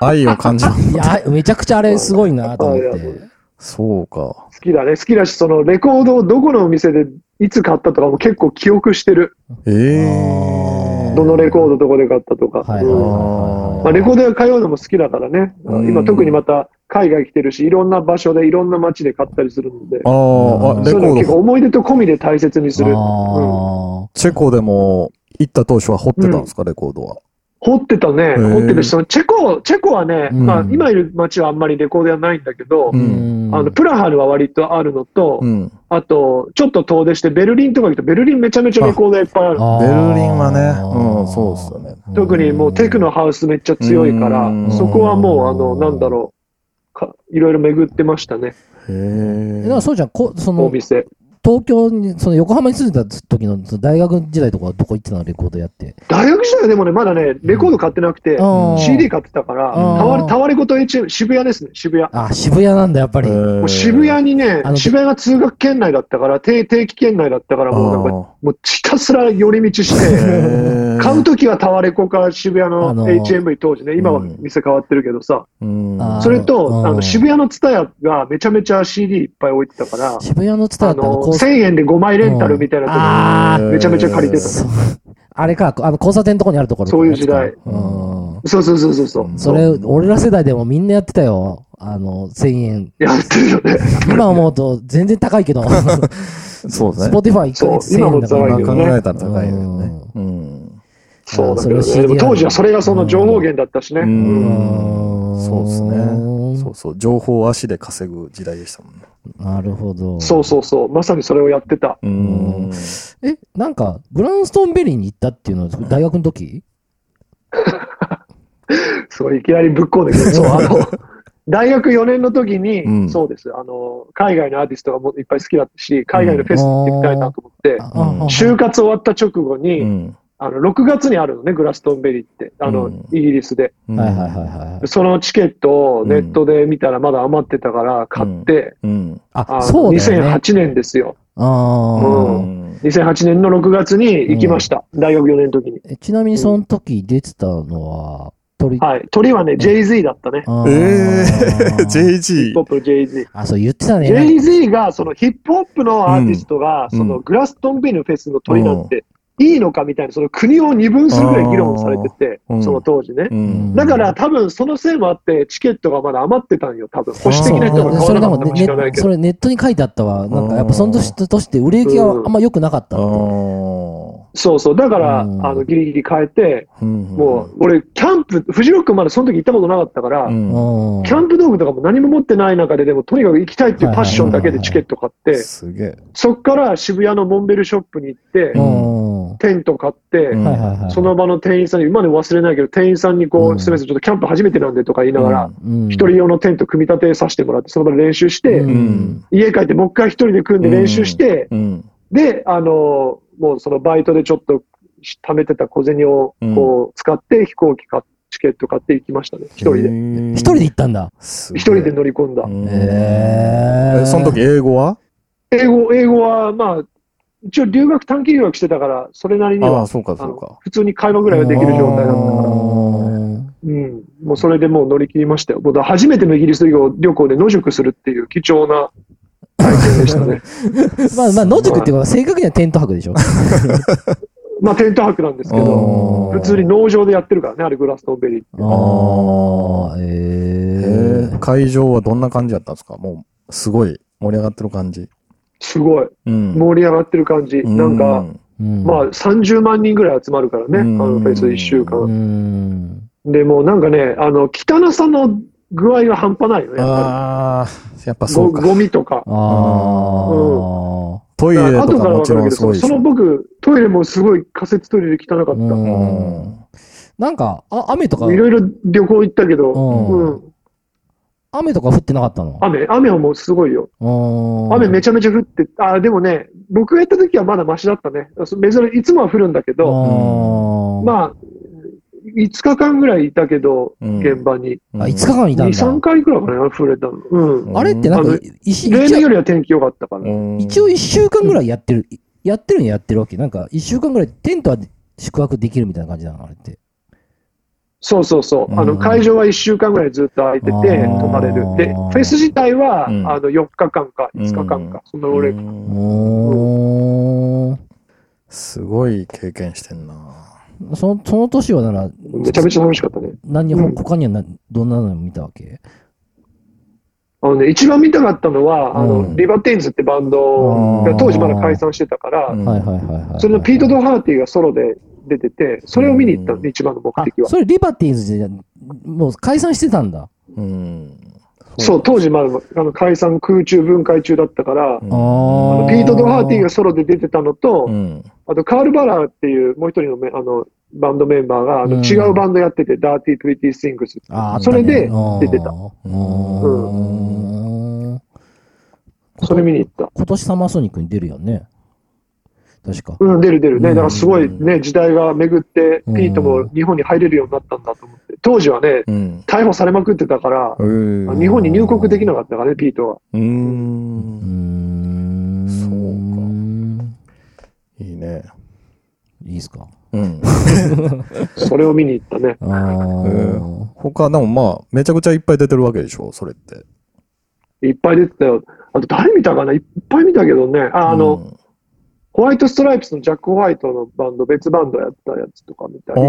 Speaker 4: あ、愛を感じる。
Speaker 2: いや、めちゃくちゃあれすごいなと思っ
Speaker 3: あい
Speaker 2: て。
Speaker 4: そうか
Speaker 3: 好。きだね。好きだし、そのレコードをどこのお店でいつ買ったとかも結構記憶してる。
Speaker 4: え
Speaker 2: あ
Speaker 4: え
Speaker 2: ー
Speaker 3: どのレコードどこで買ったとか。
Speaker 2: はいはいはい
Speaker 3: うん
Speaker 2: はい
Speaker 3: ま
Speaker 2: は
Speaker 3: あ、
Speaker 2: い。
Speaker 3: レコード屋通うのも好きだからね、
Speaker 4: うん
Speaker 3: 今、特にまた海外来てるし、いろんな場所でいろんな街で買ったりするので、
Speaker 4: あ
Speaker 2: う
Speaker 4: ー
Speaker 2: ん
Speaker 4: あ、
Speaker 3: そ
Speaker 4: レ
Speaker 3: ういうの
Speaker 4: コ
Speaker 3: 結
Speaker 4: ー
Speaker 3: 構
Speaker 4: ド、
Speaker 3: 思い出と込みで大切にする、うん
Speaker 2: ああ。
Speaker 4: チェコでも行った当初は掘ってたんですか、レコードは。
Speaker 3: 掘ってたね、
Speaker 4: ー
Speaker 3: 掘ってたし、そのチェコチェコはね、
Speaker 2: うん
Speaker 3: まあ、今いる街はあんまりレコード屋ないんだけど、
Speaker 4: うん
Speaker 3: あのプラハルは割とあるのと、
Speaker 4: うん。
Speaker 3: あと、ちょっと遠出して、ベルリンとか行くと、ベルリンめちゃめちゃレコード屋いっぱいある。
Speaker 2: あー
Speaker 4: ベルリンはねうんそうっすよね
Speaker 3: 特にもうテクノハウスめっちゃ強いから
Speaker 4: うん、
Speaker 3: そこはもう、あの、なんだろうか、いろいろ巡ってましたね、
Speaker 4: へ
Speaker 2: えだから
Speaker 4: え。
Speaker 2: そうじゃん、こそ
Speaker 3: お
Speaker 2: の、
Speaker 3: 店。
Speaker 2: 東京に、その横浜に住んでた時のその大学時代とかはどこ行ってたのレコードやって。
Speaker 3: 大学時代はでもね、まだね、レコード買ってなくて、
Speaker 2: あー
Speaker 3: CD 買ってたから、タ
Speaker 2: あー
Speaker 3: ワレタワレコと HM、渋谷ですね、渋谷。
Speaker 2: あ、渋谷なんだ、やっぱり。
Speaker 3: もう渋谷にね
Speaker 2: あの、
Speaker 3: 渋谷が通学圏内だったから、定定期圏内だったから、もうなんか、
Speaker 4: か、
Speaker 3: もうひたすら寄り道して、買うときはタワレコか渋谷
Speaker 2: あの
Speaker 3: の
Speaker 2: ー
Speaker 3: HMV 当時ね、今は店変わってるけどさ、
Speaker 4: うん
Speaker 2: あー
Speaker 3: それと、
Speaker 2: うん
Speaker 3: あの渋谷のツタヤがめちゃめちゃ CD いっぱい置いてたから、
Speaker 2: 渋谷のツタだ
Speaker 3: あ
Speaker 2: ったの
Speaker 3: の
Speaker 2: 交
Speaker 3: 1000
Speaker 2: 差
Speaker 3: 円で5枚レンタルみたい
Speaker 2: うんあ
Speaker 3: な
Speaker 2: ー
Speaker 3: めちゃめちゃ借りてた
Speaker 2: そうあれか、あの交差点のとこにあるところ
Speaker 3: そういう時代
Speaker 2: うん。
Speaker 3: とこ。そうそうそうそうそう。
Speaker 2: それ、俺ら世代でもみんなやってたよ。あの、1000円。
Speaker 3: やってるよね。
Speaker 2: 今思うと全然高い けど、ス
Speaker 4: そうですね
Speaker 2: ポ。ティファイ1ヶ月1000円だか
Speaker 3: そう
Speaker 2: ら
Speaker 3: 今も
Speaker 4: 今
Speaker 3: 高いよ
Speaker 4: 考
Speaker 3: ね
Speaker 4: えたら高いよね。うん。
Speaker 3: そ
Speaker 2: あ
Speaker 3: うだけど
Speaker 2: ーそれ
Speaker 3: ね。でも
Speaker 2: CD
Speaker 3: 当時はそれがその情報源だったしね。
Speaker 4: う
Speaker 3: うん
Speaker 4: ん。そうです
Speaker 2: う
Speaker 4: ね。
Speaker 2: ん
Speaker 4: そうそう。情報を足で稼ぐ時代でしたもんね。
Speaker 2: なるほど。
Speaker 3: そうそうそう。まさにそれをやってた。
Speaker 4: うん。
Speaker 2: え、なんか、ブラウンストーンベリーに行ったっていうのは、大学の時
Speaker 3: すごい、いきなりぶっこんでく る。そう、あの、大学4年の時に、
Speaker 4: うん
Speaker 3: そうです。あの、海外のアーティストがもいっぱい好きだったし、海外のフェス行ってみたいなと思って、
Speaker 4: うん
Speaker 3: 就活終わった直後に、
Speaker 4: うん。
Speaker 3: あの、6月にあるのね、グラストンベリーって、あの、
Speaker 4: うん
Speaker 3: イギリスで。
Speaker 2: はいはいはいはい。
Speaker 3: そのチケットをネットで見たらまだ余ってたから買って、
Speaker 4: い。うん。
Speaker 3: あ
Speaker 2: あ、
Speaker 3: の
Speaker 2: そうだよね。
Speaker 3: 2008年ですよ。
Speaker 2: あ
Speaker 3: う
Speaker 2: ー
Speaker 4: ん。
Speaker 3: 2008年の6月に行きました。大学4年の時に。
Speaker 2: えちなみにその時出てたのは、鳥、
Speaker 3: はい。鳥はね、JZ だったね。
Speaker 2: あー
Speaker 4: え え JG
Speaker 3: ポップの JZ。
Speaker 2: あ、そう言ってたね。
Speaker 3: JZ が、そのヒップホップのアーティストが、
Speaker 4: うん
Speaker 3: そのグラストンビルフェスの鳥なんて、いいのかみたいな、その国を二分するぐらい議論されてて
Speaker 4: あーう、ん
Speaker 3: その当時ね
Speaker 4: う。ん
Speaker 3: だから多分そのせいもあって、チケットがまだ余ってたんよ、多分。保守的な人が買
Speaker 2: それ
Speaker 3: わな
Speaker 2: で
Speaker 3: か
Speaker 2: も
Speaker 3: ったかもしれない
Speaker 2: ね、
Speaker 3: け
Speaker 2: そ
Speaker 3: ど。
Speaker 2: れネットに書いてあったわ。なんか、やっぱその年として売れ行きがあんま良くなかった
Speaker 4: あ
Speaker 2: って。
Speaker 4: ー
Speaker 3: そうそう。だから、あ
Speaker 2: うん
Speaker 3: の、ギリギリ変えて、
Speaker 4: うん
Speaker 3: もう、俺、キャンプ、フジロックまだその時行ったことなかったから、
Speaker 4: う
Speaker 2: う
Speaker 4: ん
Speaker 2: ん
Speaker 3: キャンプ道具とかも何も持ってない中で、でもとにかく行きたいっていうパッションだけでチケット買って、
Speaker 4: すげえ。
Speaker 3: そっから渋谷のモンベルショップに行って
Speaker 2: う、ん。は
Speaker 3: テント買って
Speaker 4: う
Speaker 2: い
Speaker 4: ん、
Speaker 2: はいはい。
Speaker 3: その場の店員さんに、今でも忘れないけど、店員さんにこ
Speaker 2: う
Speaker 3: う、
Speaker 2: ん
Speaker 3: すみません、ちょっとキャンプ初めてなんでとか言いながら、
Speaker 2: うん、
Speaker 3: 一人用のテント組み立てさせてもらって、その場で練習して
Speaker 2: う、ん
Speaker 3: 家帰ってもう一回一人で組んで練習して、
Speaker 4: うん。
Speaker 3: で、あの、もうそのバイトでちょっと貯めてた小銭をこう使って、飛行機買っチケット買って行きましたね、一人で。
Speaker 4: で
Speaker 2: 一人で行ったんだ。
Speaker 4: 一
Speaker 3: 一人で乗り込んだ。
Speaker 2: え
Speaker 4: えその時英語は
Speaker 3: 英語、英語は、まあ、一応留学短期留学してたから、それなりに
Speaker 4: ああ、
Speaker 3: は、
Speaker 4: そうか、そ
Speaker 3: あ
Speaker 4: う
Speaker 3: の
Speaker 4: か。
Speaker 3: 普通に会話ぐらいはできる状態だったから。
Speaker 2: ら。
Speaker 3: うん、もうそれでもう乗り切りましたよ。もうだから初めてのイギリス旅行で野宿するっていう貴重な体験でした ね。
Speaker 2: まあまあ、野宿っていうか、正確にはテント泊で しょ。
Speaker 3: まあテント泊なんですけど、
Speaker 2: うん
Speaker 3: 普通に農場でやってるからね、あれグラストンベリーって。
Speaker 2: ああ、え
Speaker 4: え
Speaker 2: え
Speaker 4: ー会場はどんな感じだったんですかもう、すごい盛り上がってる感じ。
Speaker 3: すごい、
Speaker 4: うん。
Speaker 3: 盛り上がってる感じ。
Speaker 4: う
Speaker 3: なんか、、
Speaker 2: うん
Speaker 3: まあ、30万人ぐらい集まるからね、あ
Speaker 4: うん
Speaker 3: のフェス1週
Speaker 2: う
Speaker 3: 間。
Speaker 2: ん。
Speaker 3: でもうなんかね、あの、汚さの具合が半端ないよね、やっぱ
Speaker 4: ああ、やっぱ
Speaker 3: り。
Speaker 4: そ
Speaker 3: ゴ
Speaker 4: うか。
Speaker 3: ゴミとか。
Speaker 2: ああ。
Speaker 4: トイ
Speaker 3: だ
Speaker 4: レ
Speaker 3: から
Speaker 4: と
Speaker 3: 後
Speaker 4: か
Speaker 3: から
Speaker 4: も
Speaker 3: わ
Speaker 4: ち
Speaker 3: か
Speaker 4: ろ
Speaker 3: る
Speaker 4: ん
Speaker 3: け
Speaker 4: す
Speaker 3: ど、
Speaker 4: ごいで
Speaker 3: そ
Speaker 4: す
Speaker 3: の
Speaker 4: ね。
Speaker 3: 僕、トイレもすごい仮設トイレで汚かった。
Speaker 2: うんなんか、あ雨とか
Speaker 3: い、ろいろ旅行行ったけど、
Speaker 2: うん
Speaker 3: うん、
Speaker 2: 雨とか降ってなかったの
Speaker 3: 雨、雨はもうすごいよ。雨め
Speaker 2: 雨
Speaker 3: ちゃめちゃ降って、あ、でもね、僕が行った時はまだマシだったね。そ珍いつもは降るんだけど、
Speaker 2: あ
Speaker 3: まあ、5日間ぐらいいたけど、
Speaker 4: うん
Speaker 3: 現場に。
Speaker 2: あ、5日間いた
Speaker 3: 2、
Speaker 2: ん
Speaker 3: 3
Speaker 2: だ。
Speaker 3: 回くらいかな、降れたの。うん。
Speaker 2: あれってなん
Speaker 3: あ
Speaker 2: か
Speaker 3: の、
Speaker 2: 一
Speaker 3: 例年
Speaker 2: 一
Speaker 3: よ
Speaker 2: 応
Speaker 3: りは天気良かったから。
Speaker 2: 一応一週間ぐらいやってる、やってるんやってるわけ。なんか、一週間ぐらいテントは宿泊できるみたいな感じなの、あれって。
Speaker 3: そうそうそう。あ
Speaker 4: う
Speaker 3: の、
Speaker 4: ん
Speaker 3: 会場は1週間ぐらいずっと空いてて、
Speaker 2: あー
Speaker 3: 泊まれる。で、フェス自体は、
Speaker 4: うん
Speaker 3: あの、4日間か5日間か、そんな俺、
Speaker 2: おー
Speaker 4: すごい経験してんな。
Speaker 2: そのその年はなら、
Speaker 3: めちゃめちゃ楽しかったね。
Speaker 2: 何、
Speaker 3: うん
Speaker 2: 他にはなどんなの見たわけ
Speaker 3: あのね、一番見たかったのは、あ
Speaker 4: う
Speaker 3: の
Speaker 4: ん、
Speaker 3: リバティーンズってバンド
Speaker 4: うん
Speaker 3: が当時まだ解散してたから、
Speaker 4: うん
Speaker 2: はいはいはいはいはい。
Speaker 3: それのピート・ド・ハーティーがソロで出てて、それを見に行ったのね、一番の目
Speaker 2: あ
Speaker 3: 的、は。
Speaker 2: それリバティーズで、もう解散してたんだ。
Speaker 4: うん。
Speaker 3: そう、当時まだあの解散空中分解中だったから、
Speaker 4: うん
Speaker 2: あ
Speaker 3: あの
Speaker 2: ー
Speaker 3: ピート・ド・ハーティーがソロで出てたのと
Speaker 4: う、ん。
Speaker 3: あとカール・バラーっていうもう一人のめあのバンドメンバーがあの
Speaker 2: うん
Speaker 3: 違うバンドやってて、ダーティー・プリティ・スイングス。
Speaker 2: あーあったね
Speaker 3: それで
Speaker 2: うん
Speaker 3: 出てた
Speaker 2: うん
Speaker 3: それ見に行った。
Speaker 2: 今年サマーソニックに出るよね。確か。
Speaker 3: うん、出る出る
Speaker 2: う
Speaker 3: ね。
Speaker 2: ん
Speaker 3: だからすごいね、時代が巡って、
Speaker 2: うん
Speaker 3: ピートも日本に入れるようになったんだと思って。当時はね、
Speaker 4: うん。
Speaker 3: 逮捕されまくってたから、
Speaker 4: うー
Speaker 3: 日本に入国できなかったからね、ピートは。
Speaker 4: うー
Speaker 2: うー
Speaker 4: ん。
Speaker 2: ん。
Speaker 4: そいいね。
Speaker 2: いいですか。
Speaker 4: うん。
Speaker 3: それを見に行ったね。
Speaker 2: ああ、
Speaker 4: うん他、でもまあ、めちゃくちゃいっぱい出てるわけでしょ、それって。
Speaker 3: いっぱい出てたよ。あと誰見たかないっぱい見たけどね。ああの、ホワイトストライプスのジャック・ホワイトのバンド、別バンドやったやつとか見たり。
Speaker 4: うん、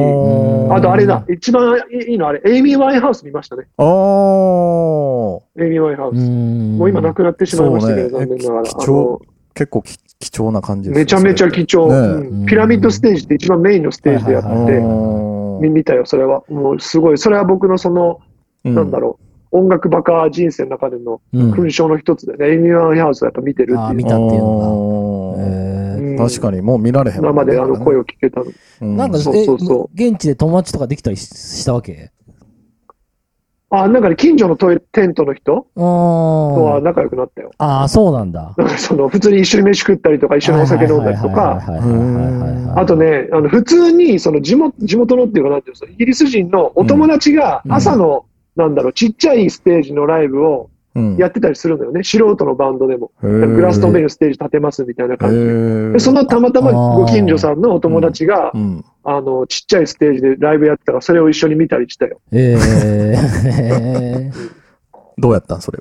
Speaker 4: あー
Speaker 3: あとあれだ、一番いいのあれ、エイミー・ワインハウス見ましたね。
Speaker 4: あー
Speaker 3: エイミー・ワインハウ
Speaker 2: う
Speaker 3: ス。
Speaker 2: ん。
Speaker 3: もう今なくなってしまいましたけど、
Speaker 4: そうね
Speaker 3: 残念ながら。
Speaker 4: 貴
Speaker 3: あの
Speaker 4: 重結構き貴重な感じですね
Speaker 3: めちゃめちゃ貴重、
Speaker 4: ね
Speaker 3: うんピラミッドステージって一番メインのステージでやって、
Speaker 2: はいはいは
Speaker 4: え
Speaker 2: い
Speaker 3: 見に行ったよ、それは。もうすごい。それは僕のその、
Speaker 4: うん
Speaker 3: なんだろう、音楽バカ人生の中での
Speaker 2: うん。
Speaker 3: 勲章の一つでね、エイミー・ワインハウスをやっぱ見てる
Speaker 2: あー
Speaker 3: ってい
Speaker 2: 見
Speaker 3: う
Speaker 2: たっていう
Speaker 4: の
Speaker 2: えー
Speaker 3: うん。
Speaker 4: 確かにもう見られへん
Speaker 3: 生であの声
Speaker 4: を、
Speaker 3: を聞けたの。
Speaker 4: う
Speaker 2: なんか、
Speaker 3: そう
Speaker 2: え
Speaker 3: そうそう
Speaker 2: 現地で友達とかできたりししたわけ
Speaker 3: あ、なんかね、近所のトイレテントの人
Speaker 2: あ
Speaker 3: とは
Speaker 2: ー
Speaker 3: 仲良くなったよ。
Speaker 2: あー、そうなんだ。
Speaker 3: なんかその、普通に一緒に飯食ったりとか、一緒にお酒飲んだりとか、
Speaker 2: はいはいはいはいはいはいはい
Speaker 3: あと、ね、あの普通にその地元地元のっていうか、なんていうんですか、イギリス人のお友達が
Speaker 2: うん
Speaker 3: 朝の、なんだろう、ちっちゃいステージのライブを
Speaker 4: うん、
Speaker 3: やってたりするのよね、素人のバンドでも。グラストベルステージ立てますみたいな感じで。
Speaker 4: ル
Speaker 3: でそのたまたま
Speaker 2: あー
Speaker 3: ご近所さんのお友達が、
Speaker 4: うん、
Speaker 3: あの、ちっちゃいステージでライブやってたから、それを一緒に見たりしたよ。
Speaker 2: えー
Speaker 4: どうやったんそれ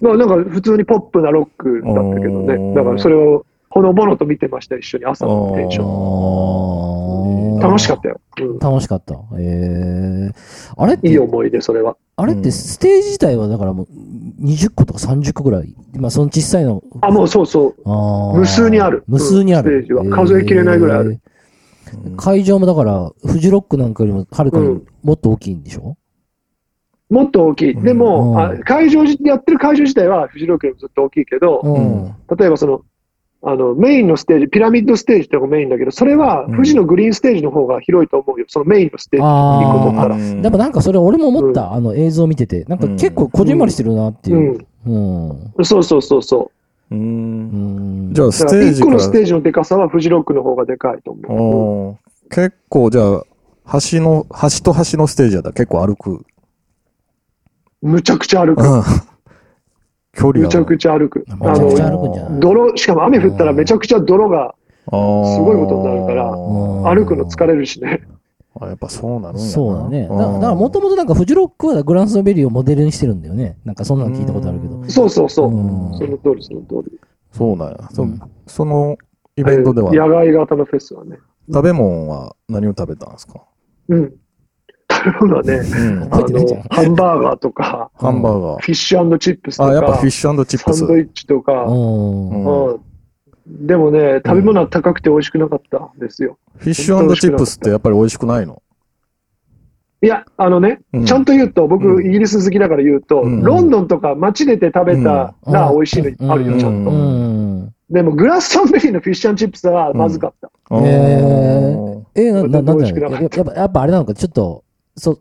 Speaker 3: まあなんか普通にポップなロックだったけど
Speaker 4: お
Speaker 3: ね。
Speaker 4: ー
Speaker 3: だからそれをほのぼのと見てました、一緒に朝のテンション。
Speaker 4: おー
Speaker 3: 楽しかったよ。うん
Speaker 2: 楽しかった。えーあれって
Speaker 3: いい思い出、それは。
Speaker 2: あれっ
Speaker 4: う
Speaker 2: て
Speaker 4: ん
Speaker 2: ステージ自体はだからもう20個とか30個ぐらい。まあその小さいの。
Speaker 3: あ、もうそうそう。
Speaker 2: あー
Speaker 3: 無数にある
Speaker 2: 無数にある。
Speaker 3: うんステージは数え切れないぐらいある
Speaker 2: えー。会場もだから、フジロックなんかよりもはるか
Speaker 3: う
Speaker 2: に
Speaker 3: ん
Speaker 2: もっと大きいんでしょ、
Speaker 3: もっと大きい。で
Speaker 2: うん
Speaker 3: も、あ会場じ、やってる会場自体はフジロックよりもずっと大きいけど、
Speaker 2: うん、
Speaker 4: うん
Speaker 3: 例えばその、あの、メインのステージ、ピラミッドステージってのがメインだけど、それは
Speaker 4: うん
Speaker 3: 富士のグリーンステージの方が広いと思うよ。そのメインのステージ。
Speaker 2: あ
Speaker 3: 一個
Speaker 2: ー
Speaker 3: 取ったら
Speaker 2: でもなんかそれ俺も思った、あの映像見てて、なんか結構こじんまりしてるなっていう。うん。うん
Speaker 3: うん。そうそうそうそう。
Speaker 4: うん
Speaker 2: うん
Speaker 4: じゃあ
Speaker 3: だ
Speaker 4: ス
Speaker 3: か
Speaker 4: テ
Speaker 3: ら
Speaker 4: ー
Speaker 3: 一
Speaker 4: ジ
Speaker 3: 個
Speaker 4: か
Speaker 3: の
Speaker 4: ら
Speaker 3: ステージのでかさはフジロックの方がでかいと思う。
Speaker 4: おー結構じゃあ橋の橋と橋のステージやったら結構歩く、
Speaker 3: むちゃくちゃ歩
Speaker 4: う
Speaker 3: く。
Speaker 4: ん、距離
Speaker 3: むちゃくちゃ歩く。あ
Speaker 2: めちゃくちゃ
Speaker 3: の、
Speaker 2: 歩くんじゃない
Speaker 3: 泥、しかも雨降ったらめちゃくちゃ泥が
Speaker 4: すご
Speaker 3: ごいことになるから
Speaker 2: うん
Speaker 3: 歩くの疲れるしね。
Speaker 4: あやっぱそうなるんやな
Speaker 2: そうだね。だ
Speaker 4: ん
Speaker 2: だからもともとなんかフジロックはグランストベリーをモデルにしてるんだよね。なんかそんなの聞いたことあるけど。
Speaker 4: ん
Speaker 3: そうそうそう。
Speaker 2: うん
Speaker 3: その通り、その通り。
Speaker 4: そうなんや、そ
Speaker 2: うん
Speaker 4: そのイベントでは
Speaker 3: 野外型のフェスはね。
Speaker 4: 食べ物は何を食べたんですか、
Speaker 3: うん。食べ物はね、
Speaker 4: うん
Speaker 3: あ
Speaker 2: 覚えてないじゃん
Speaker 3: の、ハンバーガーとか、
Speaker 4: ハンバーガー
Speaker 3: フィッシュチップスとか、
Speaker 4: あやっぱフィッシュチップス
Speaker 3: サンドイッチとか、
Speaker 2: うん
Speaker 4: うん
Speaker 3: うんでもね、食べ物は高くて美味しくなかったんですよ。
Speaker 4: フィッシュチップスってやっぱり美味しくないの
Speaker 3: いや、あのね、
Speaker 4: うん
Speaker 3: ちゃんと言うと、僕、
Speaker 4: うん
Speaker 3: イギリス好きだから言うと、
Speaker 4: うん
Speaker 3: ロンドンとか街出て食べたら
Speaker 2: うん
Speaker 3: 美味しいのある
Speaker 2: う
Speaker 3: よ、
Speaker 2: ん
Speaker 3: ちゃんと。
Speaker 2: うん。
Speaker 3: でも、グラストンベリーのフィッシュチップスはまずかった。
Speaker 4: へ
Speaker 2: え
Speaker 4: ー
Speaker 2: えー、な、ななん
Speaker 3: 美
Speaker 2: だ
Speaker 3: 味しくな
Speaker 2: ろ
Speaker 3: か
Speaker 2: う
Speaker 3: っ
Speaker 2: ややっぱ、やっぱあれなのか、ちょっと、そう、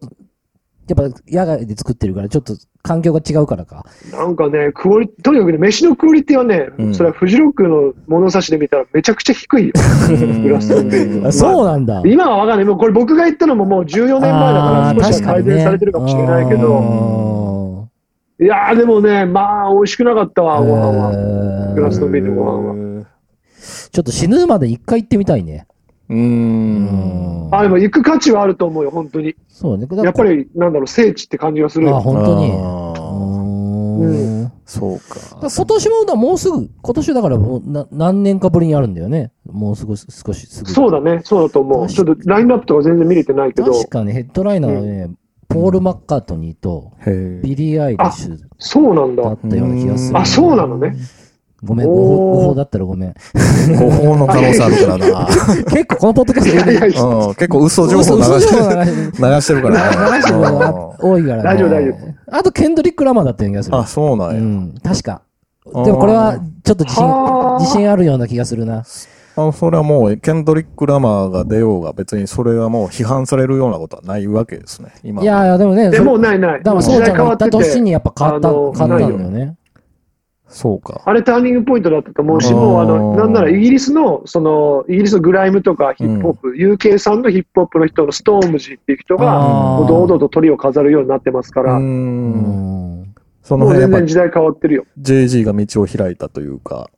Speaker 2: やっぱ野外で作ってるから、ちょっと環境が違うからか。
Speaker 3: なんかね、クオリとにかくね、飯のクオリティはね、
Speaker 4: うん
Speaker 3: それはフジロックの物差しで見たらめちゃくちゃ低い よ。
Speaker 4: うん
Speaker 3: グラストンベリー
Speaker 2: あそうなんだ。
Speaker 3: 今はわかんない。もうこれ僕が言ったのももう14年前だ
Speaker 2: あ
Speaker 3: か
Speaker 2: ー
Speaker 3: ら少し
Speaker 2: 確
Speaker 3: は
Speaker 2: か
Speaker 3: 改
Speaker 2: にね
Speaker 3: 善されてるかもしれないけ
Speaker 2: う
Speaker 3: ど、
Speaker 2: ん
Speaker 3: いやーでもね、まあ美味しくなかったわ、ご飯は。
Speaker 2: えー
Speaker 3: グラストンベリーのご飯は
Speaker 4: は
Speaker 2: ちょっと死ぬまで一回行ってみたいね。
Speaker 4: うーん
Speaker 3: あ、でも行く価値はあると思うよ、本当に。
Speaker 2: そうね。
Speaker 3: やっぱり、なんだろう、聖地って感じがする
Speaker 2: あ
Speaker 3: よ。
Speaker 2: 本当に。
Speaker 4: に
Speaker 2: うん
Speaker 4: そう
Speaker 2: だか
Speaker 4: から
Speaker 2: 今年もだもうすぐ、今年だからもうな何年かぶりにあるんだよね。もう少し、少しすぐ。
Speaker 3: そうだね、そうだと思う。
Speaker 2: 確
Speaker 3: ちょっとラインナップとか全然見れてないけど、
Speaker 2: 確かね、ヘッドライナーはね、ポール・マッカートニーと
Speaker 4: へー
Speaker 2: ビリー・アイリッシュ
Speaker 3: そうなん
Speaker 2: だ
Speaker 3: だ
Speaker 2: っ。たような気がする。
Speaker 3: あ、そうなのね。
Speaker 2: ごめん、誤報
Speaker 3: おー
Speaker 2: 誤報だったらごめん。
Speaker 4: 誤報の可能性あるからな
Speaker 2: 結構このポッドキャスト
Speaker 3: いやいやいや、
Speaker 4: うん結構嘘情報
Speaker 2: 嘘
Speaker 4: 流
Speaker 2: 嘘
Speaker 4: し
Speaker 2: 情
Speaker 4: て
Speaker 2: 報
Speaker 4: る
Speaker 2: 流 してる
Speaker 4: 流してるから
Speaker 2: 流してるのが
Speaker 4: ね
Speaker 2: 多いからね。
Speaker 3: 大丈夫大丈
Speaker 2: あと、ケンドリック・ラマーだったような気
Speaker 4: あ
Speaker 2: が
Speaker 4: そうな
Speaker 2: する。
Speaker 4: ん
Speaker 2: う
Speaker 4: や
Speaker 2: ん、確か。でもこれはちょっと自信
Speaker 3: は、ー
Speaker 2: 自信あるような気がするな。
Speaker 4: あそれはもう、ケンドリック・ラマーが出ようが、別にそれはもう批判されるようなことはないわけですね、今。
Speaker 2: いやいや、でもね、
Speaker 3: で
Speaker 2: それ
Speaker 3: もうないな
Speaker 2: だ
Speaker 3: い。
Speaker 2: から、
Speaker 3: もう
Speaker 2: そう
Speaker 3: 時
Speaker 2: ちゃ
Speaker 3: 代
Speaker 2: ん
Speaker 3: 変
Speaker 2: が行
Speaker 3: わ
Speaker 2: っ
Speaker 3: って
Speaker 2: た年
Speaker 3: て。
Speaker 2: にやっぱ変わった、
Speaker 3: あの
Speaker 2: 変わったんだよね。
Speaker 4: そうか。
Speaker 3: あれターニングポイントだったと思うし、
Speaker 4: あー
Speaker 3: もうあの、なんならイギリスの、その、イギリスのグライムとかヒップホップ、UK 産のヒップホップの人のストームジーっていう人が、
Speaker 2: あー
Speaker 3: もう堂々と鳥を飾るようになってますか
Speaker 4: う。
Speaker 3: ら、
Speaker 2: うんん
Speaker 4: その
Speaker 3: もう
Speaker 4: 辺
Speaker 3: 全
Speaker 4: やっぱ
Speaker 3: 然時代変わってるよ。
Speaker 4: JG が道を開いたというか、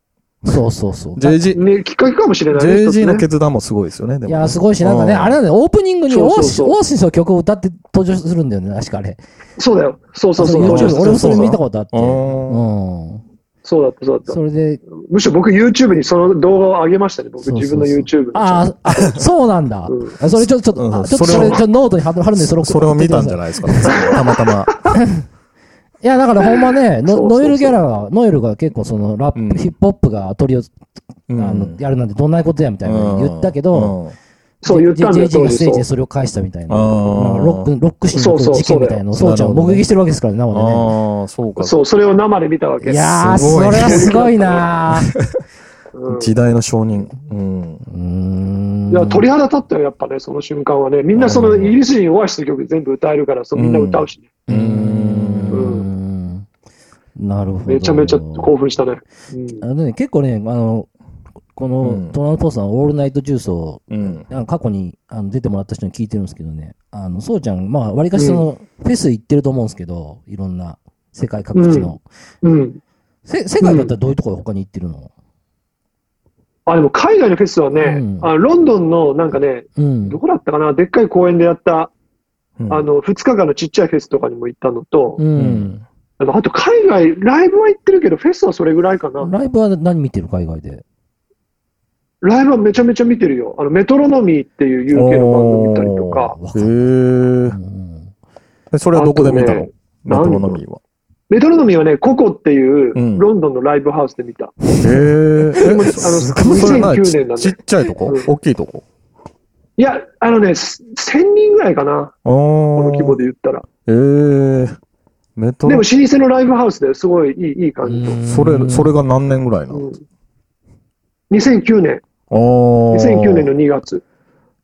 Speaker 2: そうそうそう。
Speaker 4: JG、
Speaker 3: ね、きっかけかもしれないね。一つ
Speaker 4: JG の
Speaker 3: ね
Speaker 4: 決断もすごいですよね、でもね。
Speaker 2: いや、すごいし、なんかね、
Speaker 4: う
Speaker 2: あれなんだよ、オープニングに
Speaker 3: そう
Speaker 2: オ
Speaker 3: そ
Speaker 2: ー
Speaker 3: う
Speaker 2: シ
Speaker 3: そう
Speaker 2: オーシスの曲を歌って登場するんだよね、確かあれ。
Speaker 3: そうだよ。そうそうそう。
Speaker 2: あ
Speaker 3: 登場
Speaker 2: の
Speaker 3: し
Speaker 2: YouTube
Speaker 3: た
Speaker 2: 俺もそれ見たことあって。う
Speaker 4: うん
Speaker 2: ん。
Speaker 3: そうだった、そうだった。
Speaker 2: それで、
Speaker 3: むしろ僕 YouTube にその動画を上げましたね、僕
Speaker 2: そうそう
Speaker 3: 自
Speaker 2: そう
Speaker 3: 分の YouTube に。
Speaker 2: ああ、そうなんだ
Speaker 3: うん。
Speaker 2: あそれちょっと、ちょ
Speaker 4: うん
Speaker 2: っと、ちょっと
Speaker 4: そ
Speaker 2: そ
Speaker 4: れ
Speaker 2: れ、
Speaker 4: を
Speaker 2: ちょっとノートに貼る貼るんで、それを
Speaker 4: それを見たんじ
Speaker 2: ない
Speaker 4: ゃないですか、たま たま。
Speaker 2: いや、だからほんまね、
Speaker 3: そ
Speaker 2: ノ
Speaker 3: うそうそう
Speaker 2: ノエル・ギャラが、ノエルが結構そのラップ、
Speaker 4: うん
Speaker 2: ヒップホップが鳥を、
Speaker 4: う
Speaker 2: あ
Speaker 4: ん
Speaker 2: の、やるなんてどんなことやみたいな言ったけど、、
Speaker 4: うん
Speaker 3: そう言ったんだよ、
Speaker 2: JG
Speaker 3: 当
Speaker 2: がステ
Speaker 3: 時
Speaker 2: ージ
Speaker 3: そ
Speaker 2: で
Speaker 3: う。
Speaker 2: それを返したみたいな。
Speaker 4: あ
Speaker 2: なんか
Speaker 4: ー
Speaker 2: ロック、ロック史の
Speaker 3: そうそう
Speaker 2: 事件みたいなのを、
Speaker 4: そう
Speaker 2: そう
Speaker 4: だ
Speaker 2: ちゃ
Speaker 4: よ
Speaker 2: んを目撃してるわけですからね、生でね。
Speaker 4: ああ、そうか。
Speaker 3: そう、それを生で見たわけ。
Speaker 2: いやー、
Speaker 4: すごい
Speaker 2: それはすごいなー
Speaker 3: うん
Speaker 4: 時代の証人。うん。
Speaker 2: うーん。
Speaker 3: いや、鳥肌立ったよ、やっぱね、その瞬間はね。みんなそのイギリス人オアシスの曲全部歌えるから、そうみんな歌うしね。
Speaker 2: うー。
Speaker 3: うん
Speaker 2: なるほど。
Speaker 3: めちゃめちゃ興奮したね。うん
Speaker 2: あのね、結構ね、あの、こ
Speaker 4: う
Speaker 2: の
Speaker 4: ん
Speaker 2: トランスポーさん、オールナイトジュースを
Speaker 4: うん。
Speaker 2: あの過去にあの出てもらった人に聞いてるんですけどね、あの、そうちゃん、まあ、わりかしその、フェス行ってると思うんですけど、いろんな、世界各地の。
Speaker 3: うん。
Speaker 2: せ世界だったらどういうところ他に行ってるの
Speaker 3: あ、でも海外のフェスはね、
Speaker 2: うん
Speaker 3: あロンドンのなんかね、
Speaker 2: うん。
Speaker 3: どこだったかな、でっかい公園でやった、
Speaker 4: うん
Speaker 3: あ、の、2日間のちっちゃいフェスとかにも行ったのと、
Speaker 2: う。
Speaker 4: うんん。
Speaker 3: あのあと海外、ライブは行ってるけど、フェスはそれぐらいかな。
Speaker 2: ライブは何見てる海外で。
Speaker 3: ライブはめちゃめちゃ見てるよ。あの、メトロノミーっていう UK のバンド見たりとか、
Speaker 2: わかる。
Speaker 4: へえ
Speaker 2: う。ん
Speaker 4: えそれはどこで見たの
Speaker 3: あとね
Speaker 4: メトロノミーは。
Speaker 3: メトロノミーはね、ココっていう
Speaker 4: うん
Speaker 3: ロンドンのライブハウスで見た。
Speaker 4: へえ。え、
Speaker 3: もあの
Speaker 4: それは
Speaker 3: 2009
Speaker 4: 何
Speaker 3: 年なんだ
Speaker 4: ちちっちゃいとこ
Speaker 3: うん
Speaker 4: 大きいとこ
Speaker 3: いや、あのね、す1000人ぐらいかな、
Speaker 4: ああ。こ
Speaker 3: この規模で言ったら。
Speaker 4: ええ。メト
Speaker 3: でも、
Speaker 4: ロ
Speaker 3: 老舗のライブハウスですごいいいいい感じと。
Speaker 4: それ、それが何年ぐらいな
Speaker 3: う
Speaker 4: の
Speaker 3: ん2009年、
Speaker 4: ああ。2009
Speaker 3: 2009年の2月。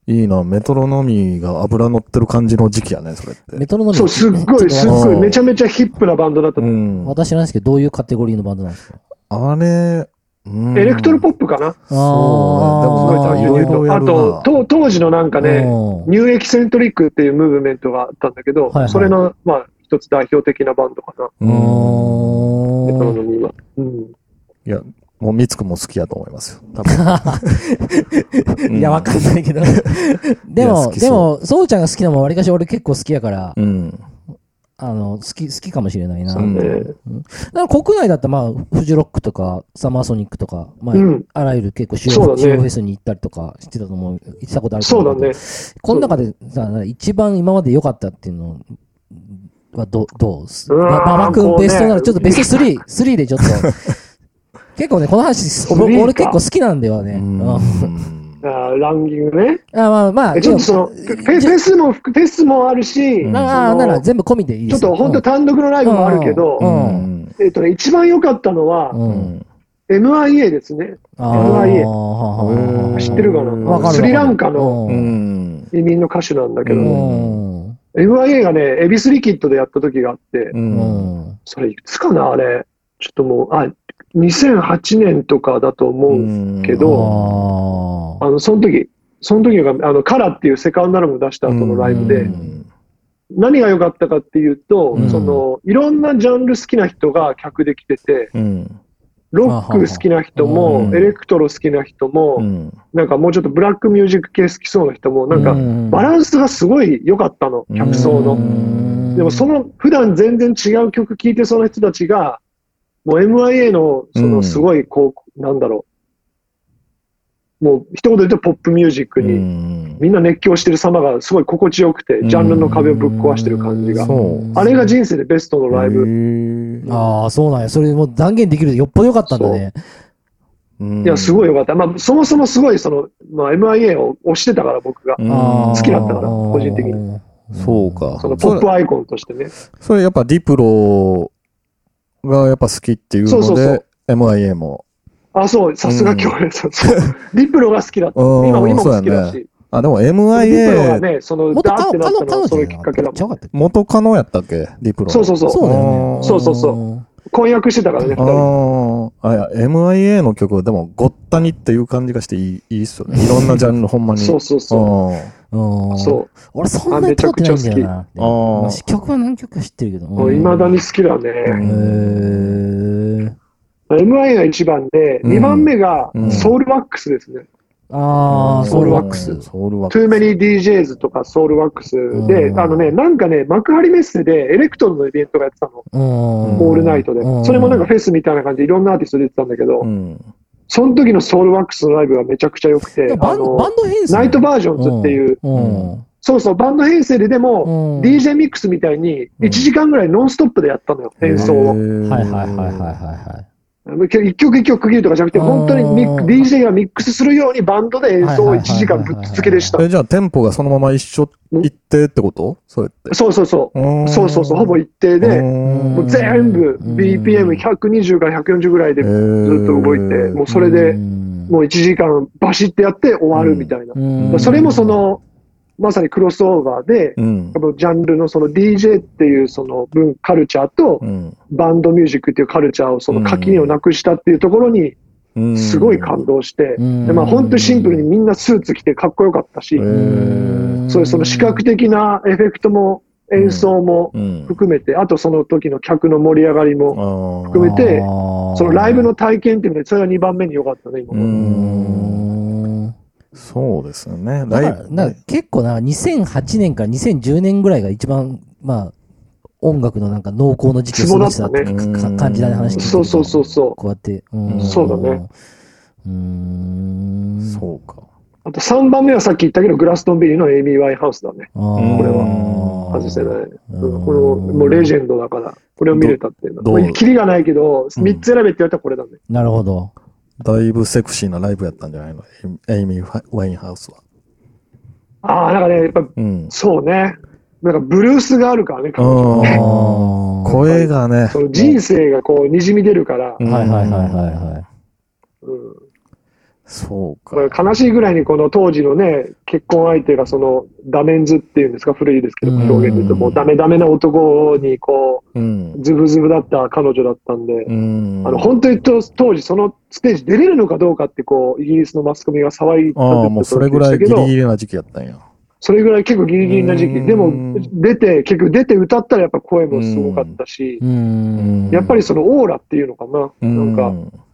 Speaker 4: いいな、メトロノミーが油乗ってる感じの時期やね、それって。
Speaker 2: メトロノミー
Speaker 3: そう、すっご
Speaker 2: ちょ
Speaker 3: い、
Speaker 2: と
Speaker 3: すっ
Speaker 2: わ
Speaker 3: ごい、
Speaker 4: うん
Speaker 3: めちゃめちゃヒップなバンドだった
Speaker 4: う。ん。
Speaker 2: 私なんですけど、どういうカテゴリーのバンドなんですか
Speaker 4: あれ、うん
Speaker 3: エレクトロポップかな、
Speaker 2: あ
Speaker 4: そうねでも
Speaker 2: ー
Speaker 4: すごい
Speaker 3: 単純に言うと
Speaker 4: ろいろや
Speaker 3: あ
Speaker 4: るな
Speaker 3: とと、当時のなんかね、
Speaker 2: うん
Speaker 3: ニューエキセントリックっていうムーブメントがあったんだけど、
Speaker 2: はいはい
Speaker 3: それの、まあ、一つ代表的なバンドかな、
Speaker 4: うん。
Speaker 3: メトロ
Speaker 2: うん
Speaker 3: ノミーは。うん
Speaker 4: いや、もうミツくんも好きやと思いますよ。多分
Speaker 2: いや、わかんないけど。で
Speaker 4: いや
Speaker 2: も、
Speaker 4: 好きそ
Speaker 2: で
Speaker 4: う
Speaker 2: も、そうちゃんが好きなもん、わりかし俺結構好きやから、
Speaker 4: うん。
Speaker 2: あの、好き、好きかもしれないな。
Speaker 3: そうね
Speaker 2: なんか国内だったら、まあ、フジロックとか、サマーソニックとか、まあ、
Speaker 3: うん
Speaker 2: あらゆる結構主
Speaker 3: そう
Speaker 2: 要、
Speaker 3: だね
Speaker 2: 主要フェスに行ったりとかしてたと思う、行ってたことあると
Speaker 3: そう
Speaker 2: 思
Speaker 3: だ
Speaker 2: うけど
Speaker 3: ね。。
Speaker 2: この中でさ、一番今まで良かったっていうのは、ど、どうす
Speaker 3: うわー
Speaker 2: 馬場
Speaker 3: も
Speaker 2: 君
Speaker 3: うね
Speaker 2: ベストなら、ちょっとベスト3、3でちょっ と。結構ね、この話、
Speaker 3: スリー
Speaker 2: 俺
Speaker 3: か
Speaker 2: 俺結構好きなんだよね。うんあ
Speaker 4: うん
Speaker 3: あーランキングね。
Speaker 2: まあまあ、
Speaker 3: えちょっとその、フェフェスも、フェスもあるし、
Speaker 4: うん
Speaker 3: その
Speaker 2: ああ、なら全部込みでいい
Speaker 3: ち
Speaker 2: で
Speaker 3: ょっ
Speaker 2: すよ
Speaker 3: と本当単独のライブもあるけど
Speaker 2: う、ん
Speaker 3: えっとね、一番良かったのは、
Speaker 2: うん。うん。
Speaker 3: MIA ですね。
Speaker 2: あ
Speaker 3: え
Speaker 2: あ、
Speaker 3: 知ってるかな
Speaker 2: わかる。
Speaker 3: スリランカの
Speaker 2: う。
Speaker 4: うんん。
Speaker 3: 移民の歌手なんだけ
Speaker 2: う
Speaker 3: ど、
Speaker 2: ん。
Speaker 3: MIA がね、エビスリキッドでやった時があって、
Speaker 4: う。
Speaker 2: うんん。
Speaker 3: それいつかな、あれ。ちょっともう、あ、2008年とかだと思う。
Speaker 4: うん
Speaker 3: け
Speaker 2: あ
Speaker 3: どあの、その時、その時が、あの、カラっていうセカンドアルバム出した後のライブ
Speaker 2: う
Speaker 3: で
Speaker 2: ん、
Speaker 3: 何が良かったかっていうと、
Speaker 4: うん
Speaker 3: その、いろんなジャンル好きな人が客で来てて、
Speaker 4: うん。
Speaker 3: ロック好きな人
Speaker 2: あは
Speaker 3: も
Speaker 4: は、うん
Speaker 3: エレクトロ好きな人
Speaker 4: う
Speaker 3: も、
Speaker 4: ん。
Speaker 3: なんかもうちょっとブラックミュージック系好きそうな人も、なんか、
Speaker 2: か
Speaker 3: バランスがすごい良かったの、客層の。でもそ
Speaker 2: の、
Speaker 3: の普段全然違う曲聴いてそうな人たちが、もう MIA のそ
Speaker 4: うん
Speaker 3: のすごいこう、なんだろう、もう一言で言うとポップミュージック
Speaker 4: う
Speaker 3: に、
Speaker 4: ん
Speaker 3: みんな熱狂してる様がすごい心地よくて
Speaker 4: う、ん
Speaker 3: ジャンルの壁をぶっ壊してる感じが
Speaker 4: そ。う
Speaker 3: あれが人生でベストのライブ。
Speaker 4: ブ
Speaker 2: ああ、そうなんや。それもう断言できるよっぽど良かったんだね。
Speaker 3: いや、すごい良かった。まあ、そもそもすごい、その、まあ、MIA を推してたから、僕が。
Speaker 2: あー
Speaker 3: 好きだったから個人的に。
Speaker 2: うん
Speaker 4: そうか
Speaker 3: そのポップアイコンとしてね。
Speaker 4: それやっぱディプロがやっぱ好きっていうので、
Speaker 3: そうそうそう
Speaker 4: MIA も。
Speaker 3: あ、そう、さすが京平さん。そうディプロが好きだった。
Speaker 4: うん
Speaker 3: 今も今
Speaker 4: そう
Speaker 3: も
Speaker 4: や
Speaker 3: 好きだ
Speaker 4: ね。
Speaker 3: し。
Speaker 4: あ、でも
Speaker 3: ディプロが
Speaker 4: MIA、
Speaker 3: ね、その、
Speaker 2: 元
Speaker 3: ダーっ
Speaker 2: カ
Speaker 3: てな
Speaker 2: ノ
Speaker 3: ったの
Speaker 2: 彼
Speaker 3: はそ
Speaker 2: 女じ
Speaker 3: れき
Speaker 2: ゃ
Speaker 3: っ
Speaker 2: なか
Speaker 3: か
Speaker 2: った
Speaker 3: けだもん
Speaker 2: 違うかったっけ
Speaker 4: 元カノやったっけディプロ。
Speaker 3: そうそうそう。
Speaker 2: そうだよね。
Speaker 3: そうそうそう
Speaker 2: うん。
Speaker 3: 婚約してたからね、二人。
Speaker 4: ああ、あ、いや、MIA の曲はでも、ごったにっていう感じがしていい、いいっす よね。いろんなジャンル、ほんまに。
Speaker 3: そうそ
Speaker 4: そ
Speaker 3: うそ
Speaker 2: うん
Speaker 3: う。そ
Speaker 2: 俺そんなに通ってないんだよな。
Speaker 4: あめちゃくちゃ好き
Speaker 2: 私曲は何曲か知ってるけど。
Speaker 3: う。いまだに好きだね。
Speaker 2: へー。
Speaker 3: MI が一番で、
Speaker 4: うん
Speaker 3: 二番目が
Speaker 4: うん
Speaker 3: ソウルワックスですね。
Speaker 2: ああ、
Speaker 3: ソウルワックス
Speaker 4: ソウルワック
Speaker 3: トゥーメリー DJs とかソウルワックスで、
Speaker 2: うん
Speaker 3: あのね、なんかね、幕張メッセでエレクトロンのイベントがやってたの。
Speaker 2: うん。
Speaker 3: オ
Speaker 2: オ
Speaker 3: ールナイトで。それもなんか、フェスみたいな感じでいろんなアーティスト出てたんだけど、
Speaker 4: ス。うん。
Speaker 3: その時のソウルワックスのライブがめちゃくちゃ良くて、
Speaker 2: バ
Speaker 3: あ
Speaker 2: ンド、バ
Speaker 3: の、
Speaker 2: ンド編成
Speaker 3: ナイトバージョンズっていう、
Speaker 2: うん。
Speaker 3: そうそう、バンド編成ででも、
Speaker 2: うん。
Speaker 3: DJ ミックスみたいに
Speaker 4: ん
Speaker 3: 1時間ぐらいノンストップでやったのよ、演奏を。
Speaker 2: は
Speaker 4: はい
Speaker 2: はいはいはいはいはい。
Speaker 3: 一曲一曲区切るとかじゃなくて、本当にミック
Speaker 2: うん
Speaker 3: DJ がミックスするようにバンドで演奏を1時間ぶっつけでした。
Speaker 4: え、じゃあ、テンポがそのまま一緒、一定ってことそれって。
Speaker 3: そうそうそ
Speaker 4: ー
Speaker 3: う。 そうそうそう、ほぼ一定
Speaker 4: う
Speaker 3: で、
Speaker 4: ーん
Speaker 3: もう全部
Speaker 2: うん
Speaker 3: BPM120 から140ぐらいでずっ
Speaker 4: ず
Speaker 3: と動いて、もうそれでも
Speaker 2: も
Speaker 3: う1時間バシってやって終わるみたいな。
Speaker 4: ん
Speaker 3: それもそ、の、まさにクロスオーバーで、
Speaker 4: うん
Speaker 3: こ。のジャンルのその DJ っていうその文、カルチャーと
Speaker 4: うん
Speaker 3: バンドミュージックっていうカルチャーをその垣根をなくしたっていうところに
Speaker 4: うん
Speaker 3: すごい感動して、
Speaker 2: うん
Speaker 3: でまあ本当にシンプルにみんなスーツ着てかっこよかったし、
Speaker 4: へー
Speaker 3: そういうその視覚的なエフェクトも演奏も
Speaker 4: うん。
Speaker 3: 含めて、あとその時の客の盛り上がりも、
Speaker 4: 含
Speaker 3: 含めてそ
Speaker 2: そ
Speaker 3: のライブの体験っていうので、それが2番目に良かったね、今。
Speaker 2: うん。
Speaker 4: そうですよね。
Speaker 2: だか
Speaker 4: ライ
Speaker 2: ら
Speaker 4: ブ。
Speaker 2: なんか結構な、2008年から2010年ぐらいが一番、まあ、音楽のなんか濃厚な時期を過ごしたって
Speaker 4: ツボだったね
Speaker 2: かか感じだね、話聞いてると
Speaker 3: そうそうそうそう。
Speaker 2: こうやって。
Speaker 4: うん
Speaker 3: そうだね。
Speaker 2: うーん。
Speaker 4: そうか。
Speaker 3: あと3番目はさっき言ったけど、グラストンビリーのエイミー・ワインハウスだね。
Speaker 2: あー
Speaker 4: うん
Speaker 3: これは外せない。うんこの、もうレジ
Speaker 2: ェン
Speaker 3: ェンドだから、これを見れたっていうの
Speaker 4: ど
Speaker 3: は。
Speaker 4: う
Speaker 3: まあキリがないけど、
Speaker 4: うん
Speaker 3: 3つ選べって言われたらこれだね。
Speaker 2: なるほど。
Speaker 4: だいぶセクシーなライブやったんじゃないのエイミー・ワインハウスは。
Speaker 3: ああ、なんかね、やっぱ、
Speaker 4: うん。
Speaker 3: そうね。なんかブルースがあるからね、彼女
Speaker 4: あー
Speaker 2: こ
Speaker 4: 声がね。
Speaker 3: その人生がこう、にじみ出るから、
Speaker 4: うん
Speaker 2: はいはいはいはいはい。
Speaker 3: うん
Speaker 4: そうか
Speaker 3: こ。れ悲しいぐらいにこの当時のね、結婚相手がそのダメンズっていうんですか、古いですけど、
Speaker 2: うん
Speaker 3: 表現で言うと、もうダメダメな男にこ
Speaker 4: うん
Speaker 3: う、。ズブズブだった彼女だったんで、
Speaker 4: うん。
Speaker 3: あの本当にと当時そのステージ出れるのかどうかってこう、イギリスのマスコミが騒いだ
Speaker 4: ああ、もうそれぐらいギリギリな時期やったんや。
Speaker 3: それぐらい結構ギリギリな時
Speaker 4: う
Speaker 3: 期。
Speaker 4: ん
Speaker 3: でも、出て、結局出て歌ったらやっぱ声もすごかったし
Speaker 2: う、ーん。
Speaker 3: やっぱりそのオーラっていうのかな。なんか、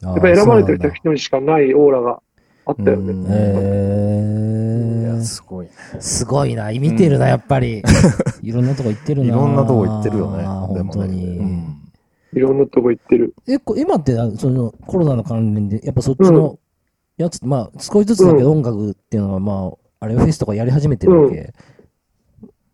Speaker 3: やっぱ選ばれて
Speaker 2: た
Speaker 3: る人にしかないオーラがあったよね。
Speaker 4: い
Speaker 2: え
Speaker 4: や、すごい。
Speaker 2: すごいな。見てるな、やっぱり。 いろんなとこ行ってる
Speaker 4: い
Speaker 2: な。
Speaker 4: ろんなとこ行ってるよね。で
Speaker 2: 本
Speaker 4: も
Speaker 2: 当
Speaker 4: ね。う
Speaker 2: に。
Speaker 4: ん
Speaker 3: いろんなとこ行ってる。
Speaker 2: え、こ今って、あそのコロナの関連で、やっぱそっちのやつ、まあ、少しずつだけど音楽っていうのは、まあ、あれフェスとかやり始めてるわけ。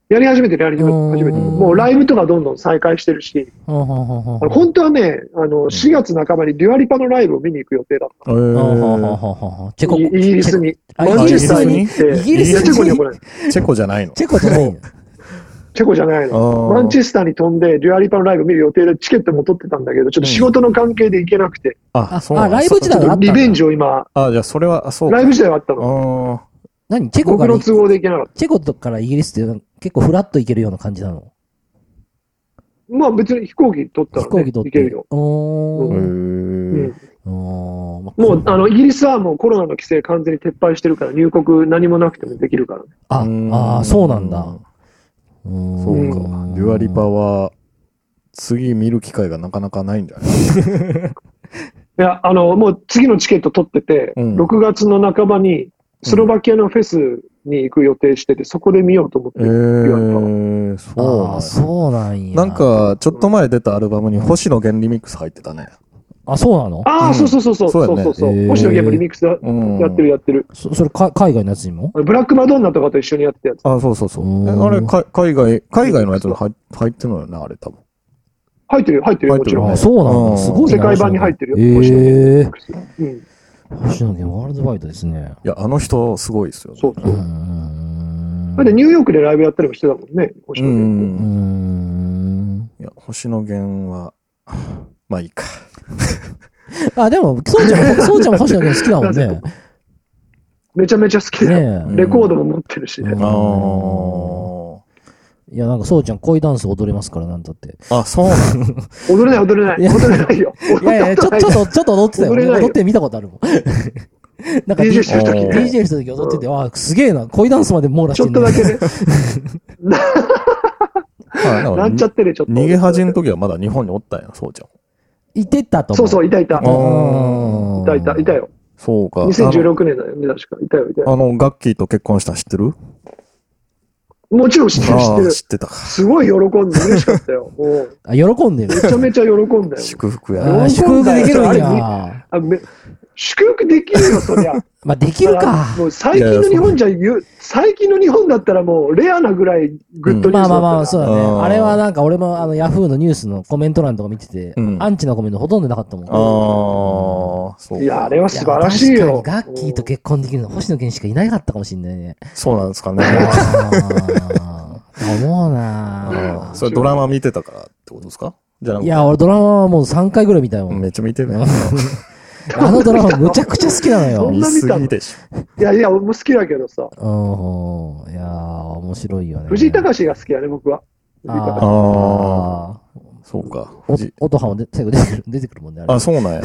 Speaker 3: やり始めてる、やり始めて
Speaker 2: うん
Speaker 3: る、始めてる。もうライブとかどんどん再開してるし、
Speaker 2: ほんほんほんほん
Speaker 3: あの本当はね、あの、4月半ばにデュアリパのライブを見に行く予定だっ
Speaker 4: えー
Speaker 2: ほんチェ
Speaker 3: た。
Speaker 2: コ、
Speaker 3: イイギリスに。
Speaker 2: あ
Speaker 3: マンチェスターに
Speaker 4: イギリ
Speaker 3: 行って、
Speaker 2: イギリスに
Speaker 3: いやチェコには来ない。
Speaker 4: チェコじゃないの
Speaker 2: チェコチェコじゃないの
Speaker 3: チェコじゃないの。マ
Speaker 4: マ
Speaker 3: ンチェスターに飛んで、デュアリパのライブ見る予定でチケットも取ってたんだけど、ちょっと仕事の関係で行けなくて、
Speaker 4: あ、そう
Speaker 2: あ
Speaker 4: なんだ
Speaker 2: ライブ時代
Speaker 4: そ
Speaker 2: はあったんだ
Speaker 3: リベンジを今、
Speaker 4: あ、じゃあそれは、あそうか。
Speaker 3: ライブ時代はあったの。
Speaker 4: ああ。
Speaker 2: 何チェコ
Speaker 3: 僕
Speaker 2: から
Speaker 3: の、都合で行けなかっ
Speaker 2: チェコとからイギリスって結構フラッと行けるような感じなの
Speaker 3: た。まあ別に飛行機取ったら、
Speaker 2: 飛
Speaker 3: ね、
Speaker 2: 行機取っ
Speaker 3: 行け
Speaker 2: て。
Speaker 3: るよ。
Speaker 2: お
Speaker 4: へ
Speaker 2: ー
Speaker 4: ー
Speaker 2: おーまあ
Speaker 3: もう、あの、イギリスはもうコロナの規制完全に撤廃してるから、入国何もなくてもできるからね。
Speaker 2: あ、
Speaker 4: うん
Speaker 2: あーそうなんだ。そ
Speaker 4: そうう
Speaker 3: か
Speaker 4: か
Speaker 3: う。
Speaker 4: デュアリパは、次見る機会がなかなかないんじゃない
Speaker 3: いや、あの、もう次のチケット取ってて、
Speaker 4: うん
Speaker 3: 6月の半ばに、スロバキアのフェスに行く予定してて、そこで見ようと思って
Speaker 4: ええ
Speaker 3: る。
Speaker 4: ー、そう
Speaker 2: あ
Speaker 4: なん
Speaker 2: あ、
Speaker 4: や
Speaker 2: そうなんや。
Speaker 4: なん、か、ちょっと前出たアルバムに星野源リミックス入ってたね。
Speaker 2: あ、そうなの
Speaker 3: ああ、
Speaker 4: うん
Speaker 3: そうそうそうそう、
Speaker 4: そう
Speaker 3: そう
Speaker 4: やね
Speaker 3: そうそう。
Speaker 2: へー
Speaker 3: 星野源もリミックスだ
Speaker 4: うん
Speaker 3: やってるやってる。
Speaker 2: そそれか、海外のやつにも
Speaker 3: ブラックマドンナとかと一緒にやってたやつ。
Speaker 4: あ、そうそうそうう。
Speaker 2: ん
Speaker 4: えあれ、か海外、海外のやつに入入ってるのよね、あれ多分。
Speaker 3: 入ってるよ、入ってるよ、
Speaker 4: 入っ
Speaker 3: も
Speaker 4: て
Speaker 3: ち
Speaker 4: る
Speaker 3: ろ
Speaker 4: よ
Speaker 3: ん。
Speaker 2: あ、そうなん
Speaker 4: う
Speaker 2: だ。
Speaker 4: ん
Speaker 2: すごいな
Speaker 3: 世界版に入ってるよ星野
Speaker 2: ええ。
Speaker 3: うん、
Speaker 2: 星野源ワールドワイドですね。
Speaker 4: いや、あの人、すごいですよね。
Speaker 3: そうそうう。
Speaker 2: ーん
Speaker 3: だってニューヨークでライブやったりもしてたもんね、星
Speaker 4: う。
Speaker 3: 野源って。
Speaker 2: うんん。
Speaker 4: いや、星野源は、 まあいいか。
Speaker 2: あ、でも、そうちゃんも、そうちゃんも星野源好き だもんね。
Speaker 3: めちゃめちゃ好きで、
Speaker 2: ねえ。
Speaker 3: レコードも持ってるしね。
Speaker 2: うん
Speaker 4: あ
Speaker 2: いや、なんか、そうちゃん、恋ダンス踊れますから、なんだって。
Speaker 4: あ、そうなん
Speaker 3: 踊れない、踊れない
Speaker 2: い。や
Speaker 3: 踊れないよ。
Speaker 2: いやいや、ちょ、ちょっ
Speaker 3: っ
Speaker 2: と、ちょっと踊ってたよ。
Speaker 3: 踊れないよ
Speaker 2: 俺踊って見たことあるもん。 なんか、
Speaker 3: DJ してる時ね
Speaker 2: DJ してる時踊ってて、あ、すげえな、恋ダンスまで網羅し
Speaker 3: ち
Speaker 2: て
Speaker 3: ょっ
Speaker 2: ん
Speaker 3: と
Speaker 2: ね
Speaker 3: だけね。
Speaker 4: だ。あ
Speaker 3: な
Speaker 4: だ
Speaker 3: んち
Speaker 4: か
Speaker 3: ゃ
Speaker 4: ら
Speaker 3: ってね、ちょっと。
Speaker 4: 逃げ恥の時はまだ日本におったんや、そうちゃん。
Speaker 2: いてたと思。、
Speaker 3: そううそうう、いたいた。
Speaker 4: あ
Speaker 3: いたいた、いた。よ。
Speaker 4: そうか。
Speaker 3: 2016年だよね、確か。いたよ、いた
Speaker 4: あの。
Speaker 3: よ。
Speaker 4: あの、ガッキーと結婚したん知ってる
Speaker 3: もちろん知ってる、知って
Speaker 4: ああ、
Speaker 3: る。
Speaker 4: 知ってたか。
Speaker 3: すごい喜んで、嬉しかったよ。もう
Speaker 2: あ、喜んでる
Speaker 3: め。ちゃめちゃ喜ん だよ。
Speaker 4: 祝福や
Speaker 2: あ
Speaker 4: な。
Speaker 2: ー祝福できるん
Speaker 3: あれ
Speaker 2: や。
Speaker 3: あめ祝福できるよ、そりゃ。
Speaker 2: まあ、できるか。
Speaker 3: もう最近の日本じゃ言う、最近の日本だったらもうレアなぐらいグッドニュ
Speaker 2: ま
Speaker 3: ー
Speaker 2: あ
Speaker 3: スだった
Speaker 2: まあま
Speaker 3: ら
Speaker 2: あ、そうだね。
Speaker 4: うん
Speaker 2: あれはなんか俺もあのヤフーのニュースのコメント欄とか見てて
Speaker 4: う、ん
Speaker 2: アンチのコメントほとんどなかったもん。
Speaker 4: ああ、そう
Speaker 3: いや、あれは素晴らしい
Speaker 2: や
Speaker 3: よ。
Speaker 2: 確かにガッキーと結婚できるの星野源しかいなかったかもしんないね。
Speaker 4: そうなんです か
Speaker 2: あ
Speaker 4: ね。
Speaker 2: ーと思う
Speaker 4: あ
Speaker 2: な
Speaker 4: あそれドラマ見てたからってことですかじゃあ
Speaker 2: ぁ。いや、俺ドラマはもう3回ぐらい見たよ。
Speaker 4: めっちゃ見てるやん。
Speaker 2: あのドラマむちゃくちゃ好きなの
Speaker 3: そ
Speaker 2: よ。
Speaker 3: ん
Speaker 4: 見
Speaker 3: な見た
Speaker 4: す
Speaker 3: の
Speaker 4: ぎでし
Speaker 3: いやいや、俺も好きだけどさ。
Speaker 2: うん。いやー、面白いよね。
Speaker 3: 藤井隆が好きやね、僕は。藤井
Speaker 4: ょ。
Speaker 3: 隆
Speaker 4: ああ、
Speaker 2: あー。
Speaker 4: そうか。
Speaker 2: お音羽もで最後出てくる、出てくるもんね。あれ
Speaker 4: あ、そうなんや。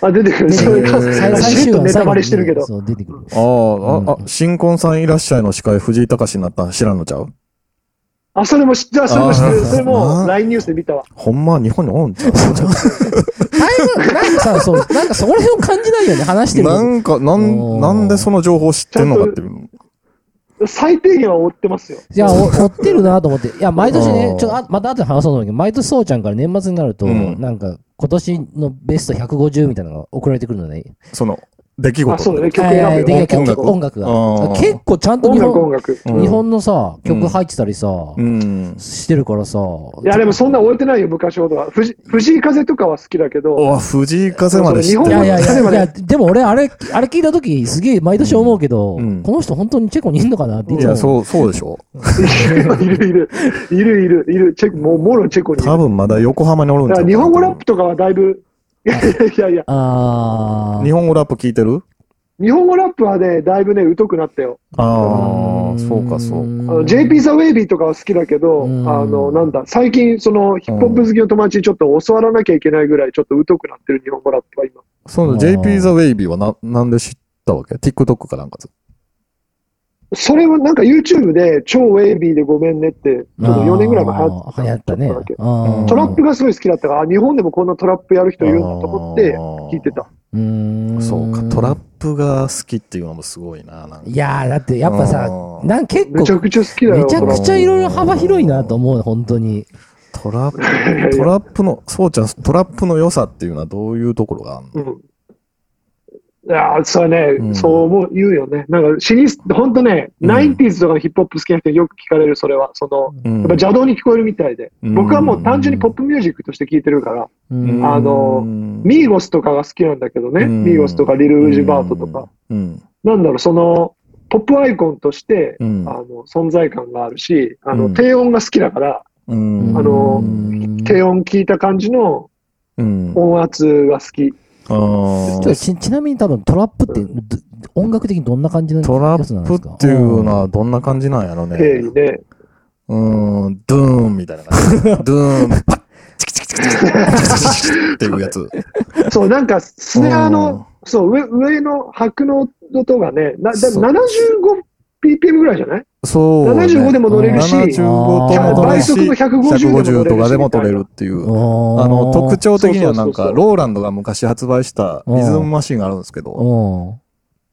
Speaker 3: あ、出てくる。
Speaker 2: 出て
Speaker 3: そ
Speaker 2: く
Speaker 3: れ
Speaker 2: る
Speaker 3: か
Speaker 4: へー
Speaker 2: 最
Speaker 3: シュッとネタバレしてるけど。
Speaker 2: そう、出てくる。
Speaker 4: ああ、あ、あ、新婚さんいらっしゃいの司会、藤井隆になったん知らんのちゃう
Speaker 3: あ、それも知ってる、それも知って
Speaker 4: あ
Speaker 3: る。
Speaker 4: ー
Speaker 3: それも LINE ニュースで見たわ。
Speaker 4: ほんま日本におんちゃう
Speaker 2: だいぶ、なんかさ、そう、なんかそこら辺を感じないよね、話してる。
Speaker 4: なんか、なん、
Speaker 2: おー
Speaker 4: なんでその情報知ってんのかっていう。
Speaker 3: 最低限は追ってますよ。
Speaker 2: いや、お追ってるなと思って。いや、毎年
Speaker 4: う
Speaker 2: ね
Speaker 4: ん、
Speaker 2: ちょっとあ、また後で話そうと思うんだけど、毎年そうちゃんから年末になると、
Speaker 4: うん
Speaker 2: なんか、今年のベスト150みたいなのが送られてくるのね。
Speaker 4: その、出来事。
Speaker 3: あ、そうだね、曲
Speaker 2: はいはいはい
Speaker 3: 選ぶ
Speaker 2: で
Speaker 3: よ。
Speaker 2: 結
Speaker 4: 音楽
Speaker 2: 局音楽が
Speaker 4: うん。
Speaker 2: 結構ちゃんと
Speaker 3: 音
Speaker 2: 日
Speaker 3: 楽、
Speaker 2: 本
Speaker 3: 音、楽。
Speaker 4: うん
Speaker 2: 日本のさ、
Speaker 4: うん
Speaker 2: 曲入ってたりさ、
Speaker 4: うん。
Speaker 2: してるからさ。
Speaker 3: いや、でもそんな追えてないよ、昔ほどは。藤藤井風とかは好きだけど、
Speaker 4: お藤井風まで知っ
Speaker 3: そう
Speaker 2: い
Speaker 4: て
Speaker 2: や
Speaker 3: そう
Speaker 4: る
Speaker 2: いやい
Speaker 3: 例
Speaker 2: や、
Speaker 3: えば
Speaker 2: い
Speaker 3: ね
Speaker 2: やでも俺、あれ、あれ聞いたとき、すげえ毎年思うけど、
Speaker 4: うん
Speaker 2: この人本当にチェコにいんのかなってい
Speaker 4: い
Speaker 2: つ
Speaker 4: や、
Speaker 2: も
Speaker 4: そう、そうでしょ。
Speaker 3: いるいる、いるいる、いる、チェコ、もう、もろチェコにいる。
Speaker 4: 多分まだ横浜におるん
Speaker 3: だ
Speaker 4: ち
Speaker 3: か
Speaker 4: ゃう
Speaker 3: ら日本語ラップとかはだいぶ、いやいやいやいや、
Speaker 2: あ
Speaker 4: 日本語ラップ聞いてる
Speaker 3: 日本語ラップはね、だいぶね、疎くなったよ。
Speaker 4: ああ、そうか、そう。
Speaker 3: あ
Speaker 2: う
Speaker 3: の
Speaker 2: ん
Speaker 3: JP ザ・ウェイビーとかは好きだけど、あ
Speaker 2: うん
Speaker 3: の、なんだ、最近、その、ヒップホップ好きの友達にちょっと教わらなきゃいけないぐらい、ちょっと疎くなってる日本語ラップは今。
Speaker 4: その JP ザ・ウェイビーはな、なんで知ったわけ ?TikTok かなんかず
Speaker 3: それはなんか YouTube で、超ウェイビーでごめんねって、
Speaker 2: あ
Speaker 3: その4年ぐらい前流行
Speaker 2: ー流行
Speaker 3: っ
Speaker 2: って
Speaker 3: た
Speaker 2: たね。
Speaker 3: ちょっとだけ
Speaker 2: うん
Speaker 3: トラップがすごい好きだったから、あ日本でもこんなトラップやる人いるんだと思って、聞いてた。
Speaker 2: うーん
Speaker 4: そうか、トラップが好きっていうのもすごいな、なんか
Speaker 2: いやー、だってやっぱさ
Speaker 4: う、ん
Speaker 2: なん結構、
Speaker 3: め
Speaker 2: め
Speaker 3: ち
Speaker 2: ち
Speaker 3: ゃくちゃ好きだよ、
Speaker 2: ゃ
Speaker 3: トラ
Speaker 2: く
Speaker 3: ッ
Speaker 2: ちゃいろいろ幅広いなと思う、本当に。
Speaker 4: トラッ
Speaker 3: プ
Speaker 4: プ、トラップの、そうちゃん、トラップの良さっていうのはどういうところがあるの
Speaker 3: うんいやーそれね、
Speaker 4: うん
Speaker 3: そう思う、言うよね。なんか、シリス、本当ね、
Speaker 4: うん
Speaker 3: ナインティーズとかのヒップホップ好きな人によく聞かれる、それは。その、
Speaker 4: うん
Speaker 3: やっぱ邪道に聞こえるみたいで。
Speaker 4: うん
Speaker 3: 僕はもう単純にポップミュージックとして聞いてるから、
Speaker 2: うん
Speaker 3: あの
Speaker 4: ミ
Speaker 3: ミーゴスとかが好きなんだけどね、
Speaker 4: うん
Speaker 3: ミーゴスとかリル・ウジバートとか、。
Speaker 4: うん。
Speaker 3: なんだろう、その、ポップアイコンとして、
Speaker 4: うん
Speaker 3: あの存在感があるし、あの、
Speaker 4: うん
Speaker 3: 低音が好きだから、
Speaker 4: うん。
Speaker 3: あの
Speaker 2: うん
Speaker 3: 低音聞いた感じの
Speaker 4: うん。
Speaker 3: 音圧が好き。
Speaker 4: あ
Speaker 2: ち
Speaker 4: ー
Speaker 2: ょっとちちなみに多分トラップって、ど音楽的にどんな感じの
Speaker 4: トラ
Speaker 2: やつなんで
Speaker 4: ッ
Speaker 2: す
Speaker 4: プ
Speaker 2: か
Speaker 4: っていうのはどんな感じなんやろね。
Speaker 3: 定義で、
Speaker 4: うーん、ドゥーンみたいな感じ。ドゥーン、パッ、チキチキチキチキチキチキチキっていうやつ。
Speaker 3: そう、なんか、スネアの、そう、上、上の拍の音がね、な、だ
Speaker 4: そう
Speaker 3: 75ppm ぐらいじゃない
Speaker 4: そう、ね。
Speaker 3: 75でも乗れるし
Speaker 4: 75とも乗れるし、
Speaker 3: 倍速の150でも乗れるし
Speaker 4: とかでも取れるっていう。あの、特徴的にはなん
Speaker 3: そうそうそう
Speaker 4: か、
Speaker 3: そう
Speaker 4: ローランドが昔発売したリズムマシンがあるんですけど、
Speaker 2: 徴。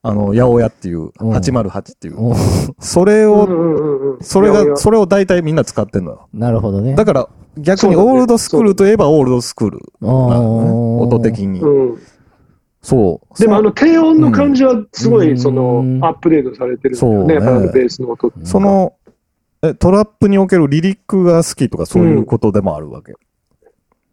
Speaker 4: あの、八百屋っていう、
Speaker 2: うん
Speaker 4: 808っていう。
Speaker 2: うん
Speaker 4: それ
Speaker 3: うん
Speaker 4: を、
Speaker 3: うんうんうん。
Speaker 4: それ
Speaker 3: いやいや
Speaker 4: が、それを大体みんな使ってんのよ。
Speaker 2: なるほどね。
Speaker 4: だから、逆に
Speaker 3: そうだね
Speaker 4: オールドスクールといえばオールドスクール
Speaker 2: ら、
Speaker 4: なのね。音的に。
Speaker 3: うん。
Speaker 4: そう。
Speaker 3: でもあの低音の感じはすご
Speaker 2: う
Speaker 3: い
Speaker 2: ん
Speaker 3: その
Speaker 2: うん
Speaker 3: アップデートされてるんだよね、
Speaker 4: そうね
Speaker 3: バンドベースの音って。
Speaker 4: その、えトラップにおけるリリックが好きとかそういうことでもあるわけ。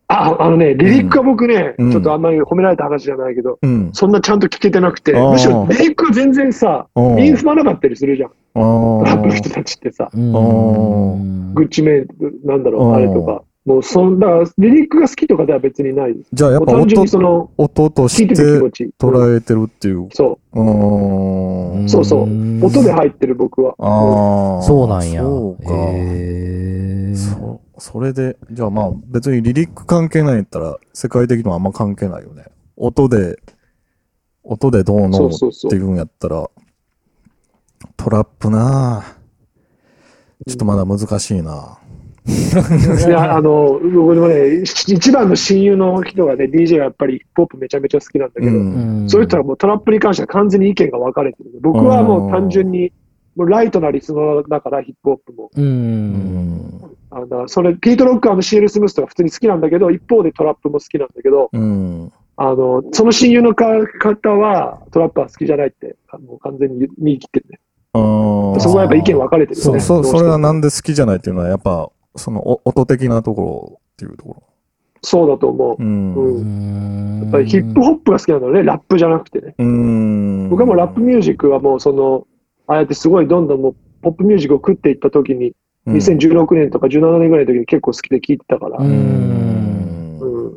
Speaker 3: あ、あのね、リリックは僕ね、
Speaker 4: うん
Speaker 3: ちょっとあんまり褒められた話じゃないけど、
Speaker 4: うん。
Speaker 3: そんなちゃんと聞けてなくて、
Speaker 4: あー
Speaker 3: むしろリリックは全然さ、
Speaker 4: うん
Speaker 3: インフマなかったりするじゃん、
Speaker 4: あ
Speaker 3: トラップの人
Speaker 4: ー
Speaker 3: たちってさ、
Speaker 2: うん、
Speaker 4: あー
Speaker 2: うん
Speaker 3: グッチメイなんだろう、
Speaker 4: うん
Speaker 3: あれとか。もうそんだからリリックが好きとかでは別にないです。
Speaker 4: じゃあやっ
Speaker 3: もう
Speaker 4: ぱ
Speaker 3: 単純
Speaker 4: 音
Speaker 3: にその
Speaker 4: 音と
Speaker 3: 聴
Speaker 4: し
Speaker 3: いて
Speaker 4: て
Speaker 3: る気持ち。うん
Speaker 4: 捉えてるっていう。
Speaker 3: そう
Speaker 4: ーん。
Speaker 3: そうそう音で入ってる僕は。
Speaker 4: ああ。
Speaker 2: そうなんや。
Speaker 4: そうか。
Speaker 2: へー
Speaker 4: そそれで、じゃあまあ別にリリック関係ないんやったら世界的にはあんま関係ないよね。音で、音でどう
Speaker 3: そ
Speaker 4: の
Speaker 3: うそうそう
Speaker 4: っていうんやったら、トラップなあちょっとまだ難しいな、
Speaker 3: いや、あの、僕もね、し一番の親友の人がね、DJ がやっぱりヒップホップめちゃめちゃ好きなんだけど、
Speaker 4: うん
Speaker 2: うん
Speaker 3: そういう人はもうトラップに関しては完全に意見が分かれてる。僕はもう単純に、もうライトなリスナーだから、ヒップホップも。
Speaker 2: う。
Speaker 4: うんん。
Speaker 3: あだからそれ、ピート・ロッカーのシール・スムースとか普通に好きなんだけど、一方でトラップも好きなんだけど、
Speaker 4: うん。
Speaker 3: あの、その親友のか方は、トラップは好きじゃないって、あの完全に見切ってるね。
Speaker 4: あー
Speaker 3: そこはやっぱ意見分かれてるよ
Speaker 4: そ
Speaker 3: ね。
Speaker 4: う、そ
Speaker 3: ど
Speaker 4: う、
Speaker 3: しても
Speaker 4: それはなんで好きじゃないっていうのはやっぱ、そのお音的なところっていうとこ
Speaker 3: そうだと思う。
Speaker 4: ろ。うん。
Speaker 3: うん
Speaker 2: や
Speaker 3: やっぱりヒップ
Speaker 2: ッ
Speaker 3: ホップが好きなんだろうね、ラップじゃなくてね。
Speaker 4: うん。
Speaker 3: 僕はもうラップミュージックはもうその、ああやってすごいどんどんもうポップミュージックを食っていった時に、
Speaker 4: うん
Speaker 3: 2016年とか17年ぐらいの時に結構好きで聴いてたから、
Speaker 2: う
Speaker 3: うんん
Speaker 2: ん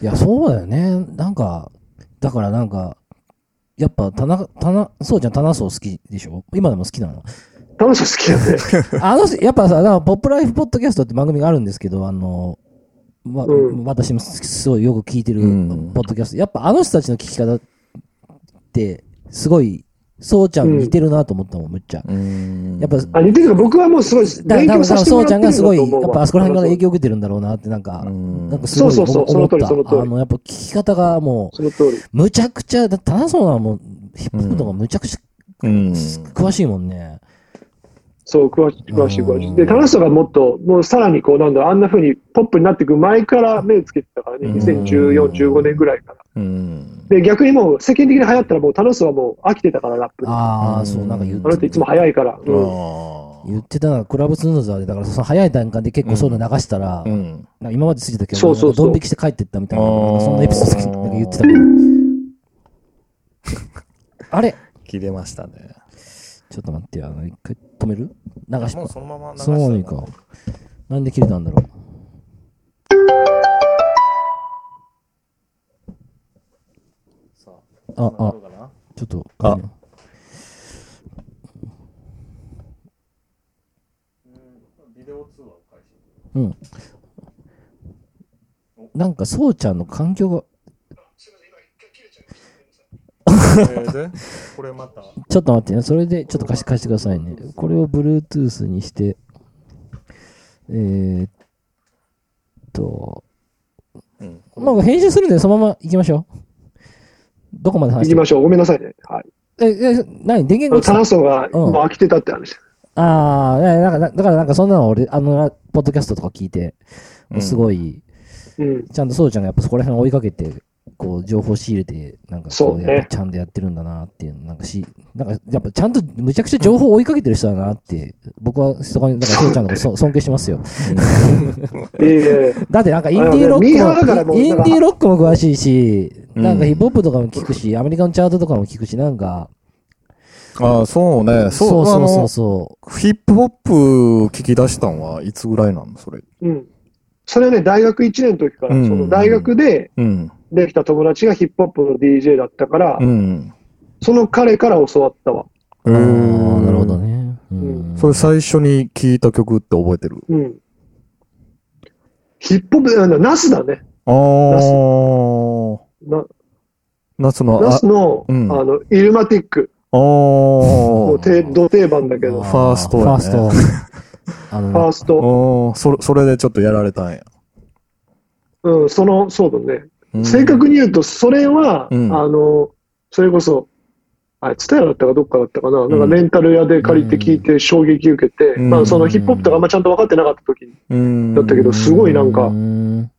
Speaker 2: いや、そうだよね。なんか、だからなんか、やっぱ、田中、田中、そうじゃん、田中好きでしょ今でも好き なの。
Speaker 3: 楽しく好きだね。
Speaker 2: あの、やっぱさ、なんかポップライフポッドキャストって番組があるんですけど、あの、ま
Speaker 3: うん
Speaker 2: 私もすごいよく聞いてる
Speaker 4: うん
Speaker 2: ポッドキャスト、やっぱあの人たちの聞き方って、すごい、そうちゃんに似てるなと思ったもん、むっちゃ。
Speaker 4: うん
Speaker 2: やっぱ、
Speaker 3: あ似てるけど僕はもうすごい
Speaker 2: だ
Speaker 3: 勉
Speaker 2: 多
Speaker 3: 強
Speaker 2: 分、多
Speaker 3: さ
Speaker 2: 分
Speaker 3: せても
Speaker 2: そ
Speaker 3: ら
Speaker 2: う
Speaker 3: っ
Speaker 2: ち
Speaker 3: て
Speaker 2: ゃん
Speaker 3: る
Speaker 2: が
Speaker 3: だ
Speaker 2: す
Speaker 3: と
Speaker 2: ごい、や
Speaker 3: 思う
Speaker 2: っ
Speaker 3: わ
Speaker 2: ぱあそこら辺から影響受けてるんだろうなって、なんか、なんかす
Speaker 4: う
Speaker 2: ごい
Speaker 3: そうそうそう
Speaker 2: 思っ
Speaker 3: その通り
Speaker 2: た。
Speaker 3: その通り
Speaker 2: あの、やっぱ聞き方がもう、
Speaker 3: その通り。
Speaker 2: むちゃくちゃ、だって田中さんはもう、ヒップホップとかむちゃくちゃ
Speaker 4: うん。
Speaker 2: 詳しいもんね。
Speaker 3: そう、詳しい、詳しい、詳し
Speaker 2: うん
Speaker 3: い。で、楽しさがもっと、もうさらにこう、なんだろうあんな風にポップになっていく前から目つけてたからね、
Speaker 4: うん
Speaker 3: 2014、15年ぐらいから。
Speaker 4: うん。
Speaker 3: で、逆にもう世間的に流行ったらもう楽しさはもう飽きてたから、ラップに。
Speaker 2: あ
Speaker 3: あ
Speaker 4: う
Speaker 2: あ、
Speaker 4: ん
Speaker 2: そう、なんか言っ
Speaker 3: の人
Speaker 2: て
Speaker 3: いつも早いから。
Speaker 4: あ
Speaker 3: うん
Speaker 4: ー
Speaker 2: 言ってたのは、クラブツーザーで、だからその早い段階で結構そういうの流したら、
Speaker 4: うん。
Speaker 2: なんか今までついてたけど、
Speaker 3: そうそうそう
Speaker 2: なんかドン引きして帰ってったみたいな、
Speaker 4: あー
Speaker 2: なんかそんなエピソードなんか言ってたけど。あれ
Speaker 4: 切れましたね。
Speaker 2: ちょっと待ってよ、あの、一回止める流し
Speaker 4: もうそのまま流した
Speaker 2: そのままでいいか。なんで切れたんだろう。あ、あ、ちょっと、
Speaker 4: あ
Speaker 2: うん。なんか、そうちゃんの環境が、
Speaker 4: で これまた。
Speaker 2: ちょっと待ってね、それでちょっと貸し貸してくださいね。これを Bluetooth にして、えー、っと、
Speaker 4: うん。
Speaker 2: まあ、編集するんで、そのまま行きましょう。どこまで話
Speaker 3: 行
Speaker 2: し
Speaker 3: き
Speaker 2: て
Speaker 3: ましょう。ごめんなさいね。はい。
Speaker 2: え、え、何電源が
Speaker 3: あの
Speaker 2: 落ち
Speaker 3: タ
Speaker 2: た
Speaker 3: ナソが
Speaker 2: うん
Speaker 3: もう飽きてたって話。
Speaker 2: ああ、いやいやなんか、だからなんかそんなの俺、あの、ポッドキャストとか聞いて、
Speaker 4: うん
Speaker 2: すごい、
Speaker 3: うん。
Speaker 2: ちゃんとそうちゃんがやっぱそこら辺追いかけて、こう、情報仕入れて、なんか
Speaker 3: そうね
Speaker 2: やっぱちゃんとやってるんだなっていう、なんかし、なんかやっぱちゃんとむちゃくちゃ情報を追いかけてる人だなって、僕はそこに、だからそうちゃんのこと そ尊敬してますよ。
Speaker 3: いえいえ。
Speaker 2: だってなんかインディーロ
Speaker 3: あのねミーハーだか
Speaker 2: ッ
Speaker 3: ら
Speaker 2: ク
Speaker 3: も
Speaker 2: も、
Speaker 3: う
Speaker 2: インディーロックも詳しいし、
Speaker 4: うん
Speaker 2: なんかヒップホップとかも聞くし、アメリカのチャートとかも聞くし、なんか、
Speaker 4: ああ、そうね。そう、
Speaker 2: そうそうそ
Speaker 4: あ
Speaker 2: うそう。
Speaker 4: の、ヒップホップ聞き出したんはいつぐらいなのそれ。
Speaker 3: うん。それはね、大学1年の時から、
Speaker 4: うん
Speaker 3: その大学で
Speaker 4: うん。
Speaker 3: できた友達がヒップホップの DJ だったから、
Speaker 4: うん。
Speaker 3: その彼から教わったわ。
Speaker 2: あ
Speaker 4: え
Speaker 2: ーなるほど。ね。うん
Speaker 4: それ最初に聞いた曲って覚えてる
Speaker 3: うん。ヒップホップ、あのナスだね。
Speaker 4: ああ。
Speaker 3: な
Speaker 4: 夏の、
Speaker 3: ナ
Speaker 4: あ
Speaker 3: スの、
Speaker 4: うん
Speaker 3: あの、イルマティック。
Speaker 4: あ
Speaker 3: もう
Speaker 4: ー。
Speaker 3: 定、ど定番だけど、
Speaker 2: あ
Speaker 3: フ
Speaker 4: ファーストや
Speaker 2: フ
Speaker 4: ね
Speaker 2: ァースト。あ
Speaker 3: ァ
Speaker 2: の
Speaker 3: ー、スト。
Speaker 4: おーそれ、それでちょっとやられたんや。
Speaker 3: うん、その、そうだね。
Speaker 4: うん
Speaker 3: 正確に言うと、それは、
Speaker 4: うん
Speaker 3: あの、それこそ、あれ、ツタヤだったかどっかだったかな、なん
Speaker 4: うん
Speaker 3: かレンタル屋で借りて聞いて衝撃受けて、
Speaker 4: うん
Speaker 3: まあそのヒップホップとかあんまちゃんと分かってなかった時に、
Speaker 4: うん
Speaker 3: だったけどすごいなんか
Speaker 2: うん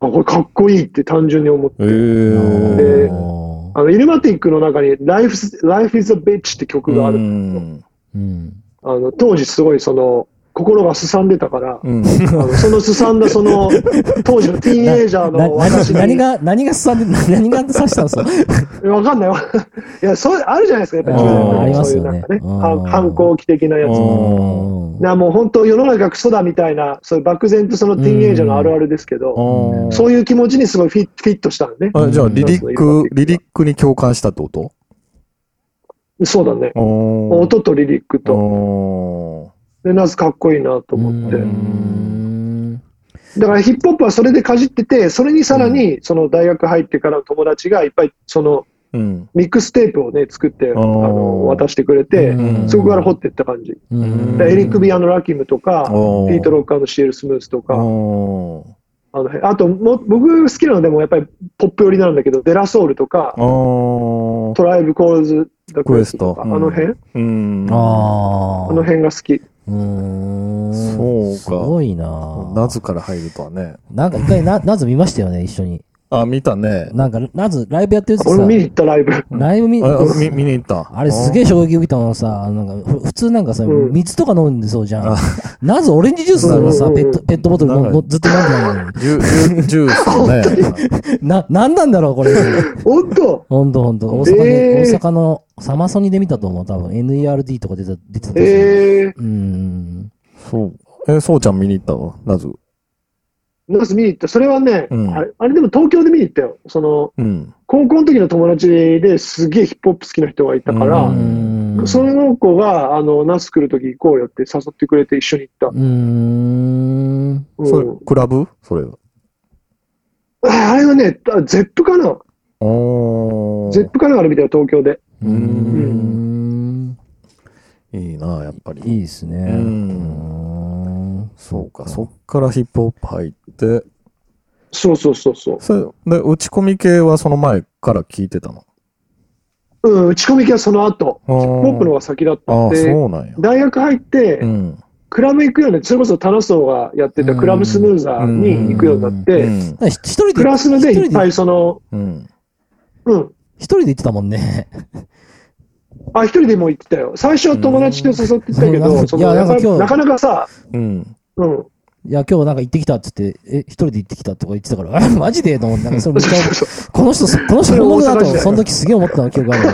Speaker 3: あ、これかっこいいって単純に思って。
Speaker 4: えー
Speaker 3: で
Speaker 2: おー
Speaker 3: あの、イルマティックの中に Life is, Life is a Bitch って曲がある。
Speaker 4: うん
Speaker 2: うん
Speaker 3: あの、当時すごいその、心がすさんでたから、
Speaker 4: うん。
Speaker 3: あのそのすさんだ その、当時のティーンエイジャー
Speaker 2: な
Speaker 3: の私に
Speaker 2: 何が、何がさんで、何が刺したんですか
Speaker 3: わかんないわ。 いや、そう、あるじゃないですか、やっぱり中学
Speaker 4: あー
Speaker 3: の
Speaker 4: あり
Speaker 3: 時
Speaker 2: ま
Speaker 3: そう
Speaker 2: す
Speaker 3: い
Speaker 2: よ
Speaker 3: うな
Speaker 2: ね
Speaker 3: んかね、
Speaker 2: うん
Speaker 3: 反反抗期的なやつ。
Speaker 4: うん
Speaker 3: なもう本当世の中クソだみたいな、そういう漠然とそのティーンエイジャーのあるあるですけど、
Speaker 4: ああ。
Speaker 3: そういう気持ちにすごいフィッフィットしたのね。
Speaker 4: あじゃあ、リリッ
Speaker 3: うん
Speaker 4: ク、リリックに共感したってこと
Speaker 3: そうだね。
Speaker 4: お
Speaker 3: 音とリリックと。
Speaker 4: お
Speaker 3: で、なぜかっこいいな
Speaker 2: う
Speaker 3: と思って。
Speaker 2: ん
Speaker 3: だからヒップホップはそれでかじってて、それにさらに、その大学入ってからの友達がいっぱい、その
Speaker 4: うん。
Speaker 3: ミックステープをね、作って、あ
Speaker 4: ー
Speaker 3: の、渡してくれて、
Speaker 4: うん
Speaker 3: そこから掘っていった感じ。
Speaker 2: うん
Speaker 3: だからエリック・ビアのラキムとか、
Speaker 4: おー
Speaker 3: ピート・ロッカーのシエル・スムースとか、
Speaker 4: おー
Speaker 3: あの辺あとも、僕好きなのでもやっぱりポップ寄りなんだけど、デラソウルとか、
Speaker 4: おー
Speaker 3: トライブ・コールズ・ダクエストとか、
Speaker 4: クエストうん
Speaker 3: あの辺、
Speaker 4: うん。
Speaker 2: ああ。
Speaker 3: あの辺が好き。
Speaker 2: うん。
Speaker 4: そうか
Speaker 2: すごいな
Speaker 4: なずから入るとはね。
Speaker 2: なんか一回な、なず見ましたよね、一緒に。
Speaker 4: あ、見たね。
Speaker 2: なんか、なずライブやってるやつ
Speaker 3: 俺
Speaker 2: さ
Speaker 3: も見、に行ったライブ。
Speaker 2: ライブ見、
Speaker 4: あ、あ見、見に行った。
Speaker 2: あれすげえ衝撃受けたのはさ、なんかふ普通なんかさ、
Speaker 3: うん
Speaker 2: 水とか飲んでそうじゃん
Speaker 4: あ。
Speaker 2: なぜオレンジジュースだから
Speaker 3: う
Speaker 2: さ、
Speaker 3: ん
Speaker 2: ペット、ペットボトル
Speaker 4: な
Speaker 2: の
Speaker 4: んか
Speaker 2: ずっと飲んでないのに。
Speaker 4: ジュジュジュースのね。
Speaker 2: な、なんなんだろう、これ。
Speaker 3: おっと
Speaker 2: ほんとほんと。大阪に、
Speaker 3: えー
Speaker 2: 大阪のサマソニで見たと思う、多分。NERD とか出てた、出てたと思う。
Speaker 3: えー、
Speaker 2: うーん。
Speaker 4: そう。え、そうちゃん見に行ったわ。なず。
Speaker 3: ナス見に行った。それはね、
Speaker 4: うん
Speaker 3: あれ、あれでも東京で見に行ったよ。その、
Speaker 4: うん。
Speaker 3: 高校の時の友達ですげえヒップホップ好きな人がいたから、
Speaker 2: う
Speaker 4: うん
Speaker 2: ーん。
Speaker 3: その子が、あの、ナス来る時行こうよって誘ってくれて一緒に行った。
Speaker 2: うーん。
Speaker 3: うん
Speaker 4: それ、クラブそれは。
Speaker 3: ああれはね、あゼップかな
Speaker 4: お
Speaker 3: ゼッ
Speaker 4: ー
Speaker 3: プかなあれ見たよ、東京で。
Speaker 2: うーん。
Speaker 4: いいな、やっぱり。
Speaker 2: いいですね。
Speaker 4: う
Speaker 2: うんーん
Speaker 4: そうか、そっからヒップホップ入って、
Speaker 3: そうそうそうそう。
Speaker 4: それで、打ち込み系はその前から聞いてたの。
Speaker 3: うん、打ち込み系はその後。
Speaker 4: あー
Speaker 3: ヒップホップの方が先だっ
Speaker 4: あ
Speaker 3: た
Speaker 4: あ、
Speaker 3: んで、
Speaker 4: そうなんや。
Speaker 3: 大学入って、
Speaker 4: うん。
Speaker 3: クラブ行くようになって、それこそタナソーがやってたクラブスヌーザーに行くようになっ
Speaker 4: う
Speaker 3: て、
Speaker 4: ん
Speaker 2: だから一人で、
Speaker 3: クラスので
Speaker 2: 一
Speaker 3: い
Speaker 2: 人
Speaker 3: っぱ
Speaker 2: で
Speaker 3: い、その、
Speaker 4: うん。
Speaker 3: うん。
Speaker 2: 一人で行ってたもんね。
Speaker 3: あ、一人でも行ってたよ。最初は友達と誘ってたけ
Speaker 2: うんうん
Speaker 3: ど、その
Speaker 2: いや
Speaker 3: や
Speaker 2: なんか
Speaker 3: っぱり
Speaker 2: 今日
Speaker 3: なかなかさ、
Speaker 4: うん。
Speaker 3: うん。
Speaker 2: いや、今日なんか行ってきたって言って、え、一人で行ってきたとか言ってたから、あ マジでと思って、なんかそ れめっちゃこの人、この人本物だと、その時すげえ思ったの、記憶あるわ。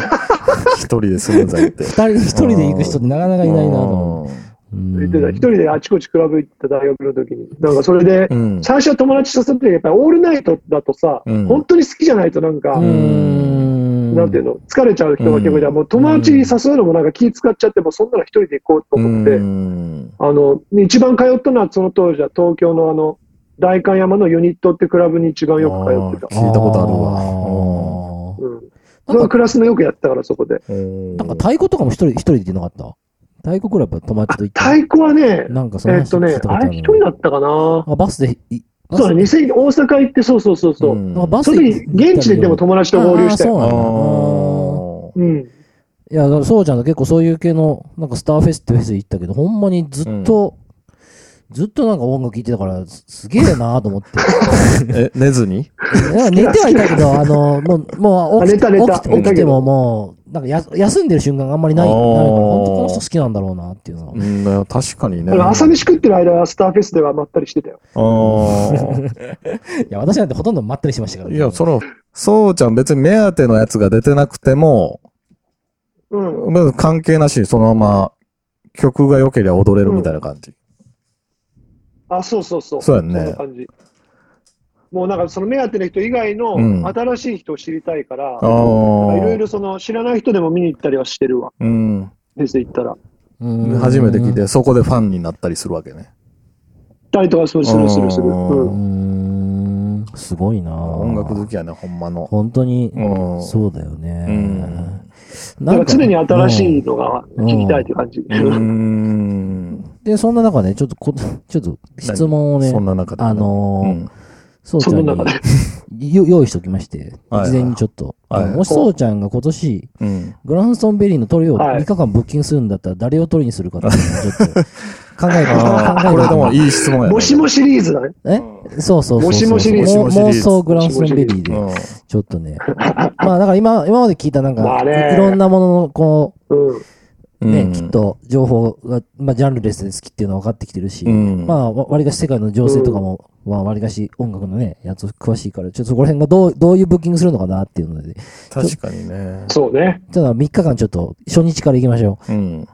Speaker 4: 一人で住むぜって。
Speaker 2: 二人、一人で行く人ってなかなかいないなと思って。
Speaker 3: 言ってた。一人であちこちクラブ行った大学の時に。なんかそれで
Speaker 4: う、ん。
Speaker 3: 最初は友達と誘ってたけどやっぱりオールナイトだとさ、
Speaker 4: うん
Speaker 3: 本当に好きじゃないとなんか、
Speaker 2: うーん。
Speaker 3: なんていうの、疲れちゃう人が結構いた、
Speaker 4: うん
Speaker 3: もう友達に誘うのもなんか気使っちゃって、もうそんなの一人で行こうと思って、
Speaker 4: うん。
Speaker 3: あの、一番通ったのはその当時は東京のあの、代官山のユニットってクラブに一番よく通って
Speaker 4: あ
Speaker 3: た。
Speaker 4: 聞いたことあるわ
Speaker 2: わ。
Speaker 3: うん。それはクラスのよくやってたからそこで。
Speaker 2: なんか太鼓とかも一人、一人で行ってなかった太鼓クラブは友達と行って。
Speaker 3: 太鼓はね、
Speaker 2: なんかそ
Speaker 3: え
Speaker 2: の
Speaker 3: っとね、あれ一人だったかな
Speaker 2: あ、バスで、いバス
Speaker 3: そうだね、2000大阪行って、そうそうそうそう。
Speaker 4: うん
Speaker 2: なんかバス
Speaker 3: その時、現地ででも友達と合流した
Speaker 2: あー
Speaker 3: よ。
Speaker 2: そうなんだ。
Speaker 4: あ
Speaker 3: うん。
Speaker 2: いや、だからそうちゃんと結構そういう系の、なんかスターフェスってフェス行ったけど、ほんまにずっと、ずっとなんか音楽聴いてたから、すすげえなと思って。
Speaker 4: ーえ、寝ずに
Speaker 2: いや寝てはい たけど、あの、もう、もう起きて
Speaker 3: あ寝た
Speaker 2: 起き
Speaker 3: 寝た
Speaker 2: 起きてももう、なんかや休んでる瞬間があんまりない、
Speaker 4: あ
Speaker 2: ない
Speaker 4: ー
Speaker 2: から、本当この人好きなんだろうなっていうの は。
Speaker 4: うん、いや確かにね
Speaker 3: だ。から朝飯食ってる間はスターフェスではまったりしてたよ。
Speaker 4: あ
Speaker 2: い
Speaker 4: ー
Speaker 2: や、私なんてほとんどまったりしてましたから、
Speaker 4: いや、その、そうちゃん別に目当てのやつが出てなくても、
Speaker 3: うん。
Speaker 4: まず関係なしにそのまま曲が良ければ踊れるみたいな感じ。
Speaker 3: あ、そうそうそう。
Speaker 4: そうやんね
Speaker 3: そんな感じ。もうなんかその目当ての人以外
Speaker 4: うん
Speaker 3: の新しい人を知りたいから、
Speaker 4: ああ
Speaker 3: なんかいろい
Speaker 4: ー。
Speaker 3: ろその知らない人でも見に行ったりはしてるわ。
Speaker 4: うん。
Speaker 3: フェス行ったら。行っ
Speaker 2: うん
Speaker 4: 初めて聞い。て、そこでファンになったりするわけね。
Speaker 3: たりとかするするするする。
Speaker 4: あ
Speaker 2: う
Speaker 3: う
Speaker 4: ー
Speaker 3: ん
Speaker 2: ん、すごいな
Speaker 4: 音楽好きやね、ほんまの。
Speaker 2: 本当に、
Speaker 4: うん
Speaker 2: そうだよね。
Speaker 4: うん
Speaker 3: だから常に新
Speaker 2: い
Speaker 3: しいのが聞きたいという感じ。
Speaker 4: うーん。
Speaker 2: で、そんな中ね、ちょっとこ、 ちょっと質問をね
Speaker 4: そ、んな中でね。
Speaker 2: あの
Speaker 4: う
Speaker 2: ー
Speaker 4: ん
Speaker 2: そうちゃ
Speaker 3: そ
Speaker 2: ん
Speaker 3: の
Speaker 2: に
Speaker 3: 中で。
Speaker 2: よ 用意しておきまして、
Speaker 4: はいはい
Speaker 2: 事前にちょっと、
Speaker 4: はい
Speaker 2: あのもしそうちゃんが今年、
Speaker 4: うん。
Speaker 2: グランストンベリーの鳥を
Speaker 3: はい
Speaker 2: 3日間ブッキングするんだったら誰を鳥にするかっていうのをちょっと 考えて、考え
Speaker 4: ああ、
Speaker 2: て
Speaker 4: これでもいい質問や ね。
Speaker 3: もしもシリーズだね。
Speaker 2: えそうそうそうそう。
Speaker 3: もしもシリー
Speaker 4: ズ
Speaker 2: も
Speaker 4: もしも
Speaker 2: 妄
Speaker 4: シリーズ
Speaker 2: 想グランストンベリーで、
Speaker 4: うん
Speaker 2: ちょ っとね。まあだから今、今まで聞いたなん
Speaker 3: ま
Speaker 2: か、
Speaker 3: あね
Speaker 2: いろんなものの、こう、
Speaker 3: うん。
Speaker 2: ね、
Speaker 4: うん
Speaker 2: きっと情報が、まあ、ジャンルレスで好きっていうのは分かってきてるし、
Speaker 4: うん
Speaker 2: まあ、わ割りかし世界の情勢とかも、まあ、割りかし音楽のね、やつ詳しいから、ちょっとそこら辺がどう、どういうブッキングするのかなっていうので、
Speaker 4: 確かにね。
Speaker 3: そうね。
Speaker 2: ただ3日間ちょっと初日から行きましょ
Speaker 4: うん。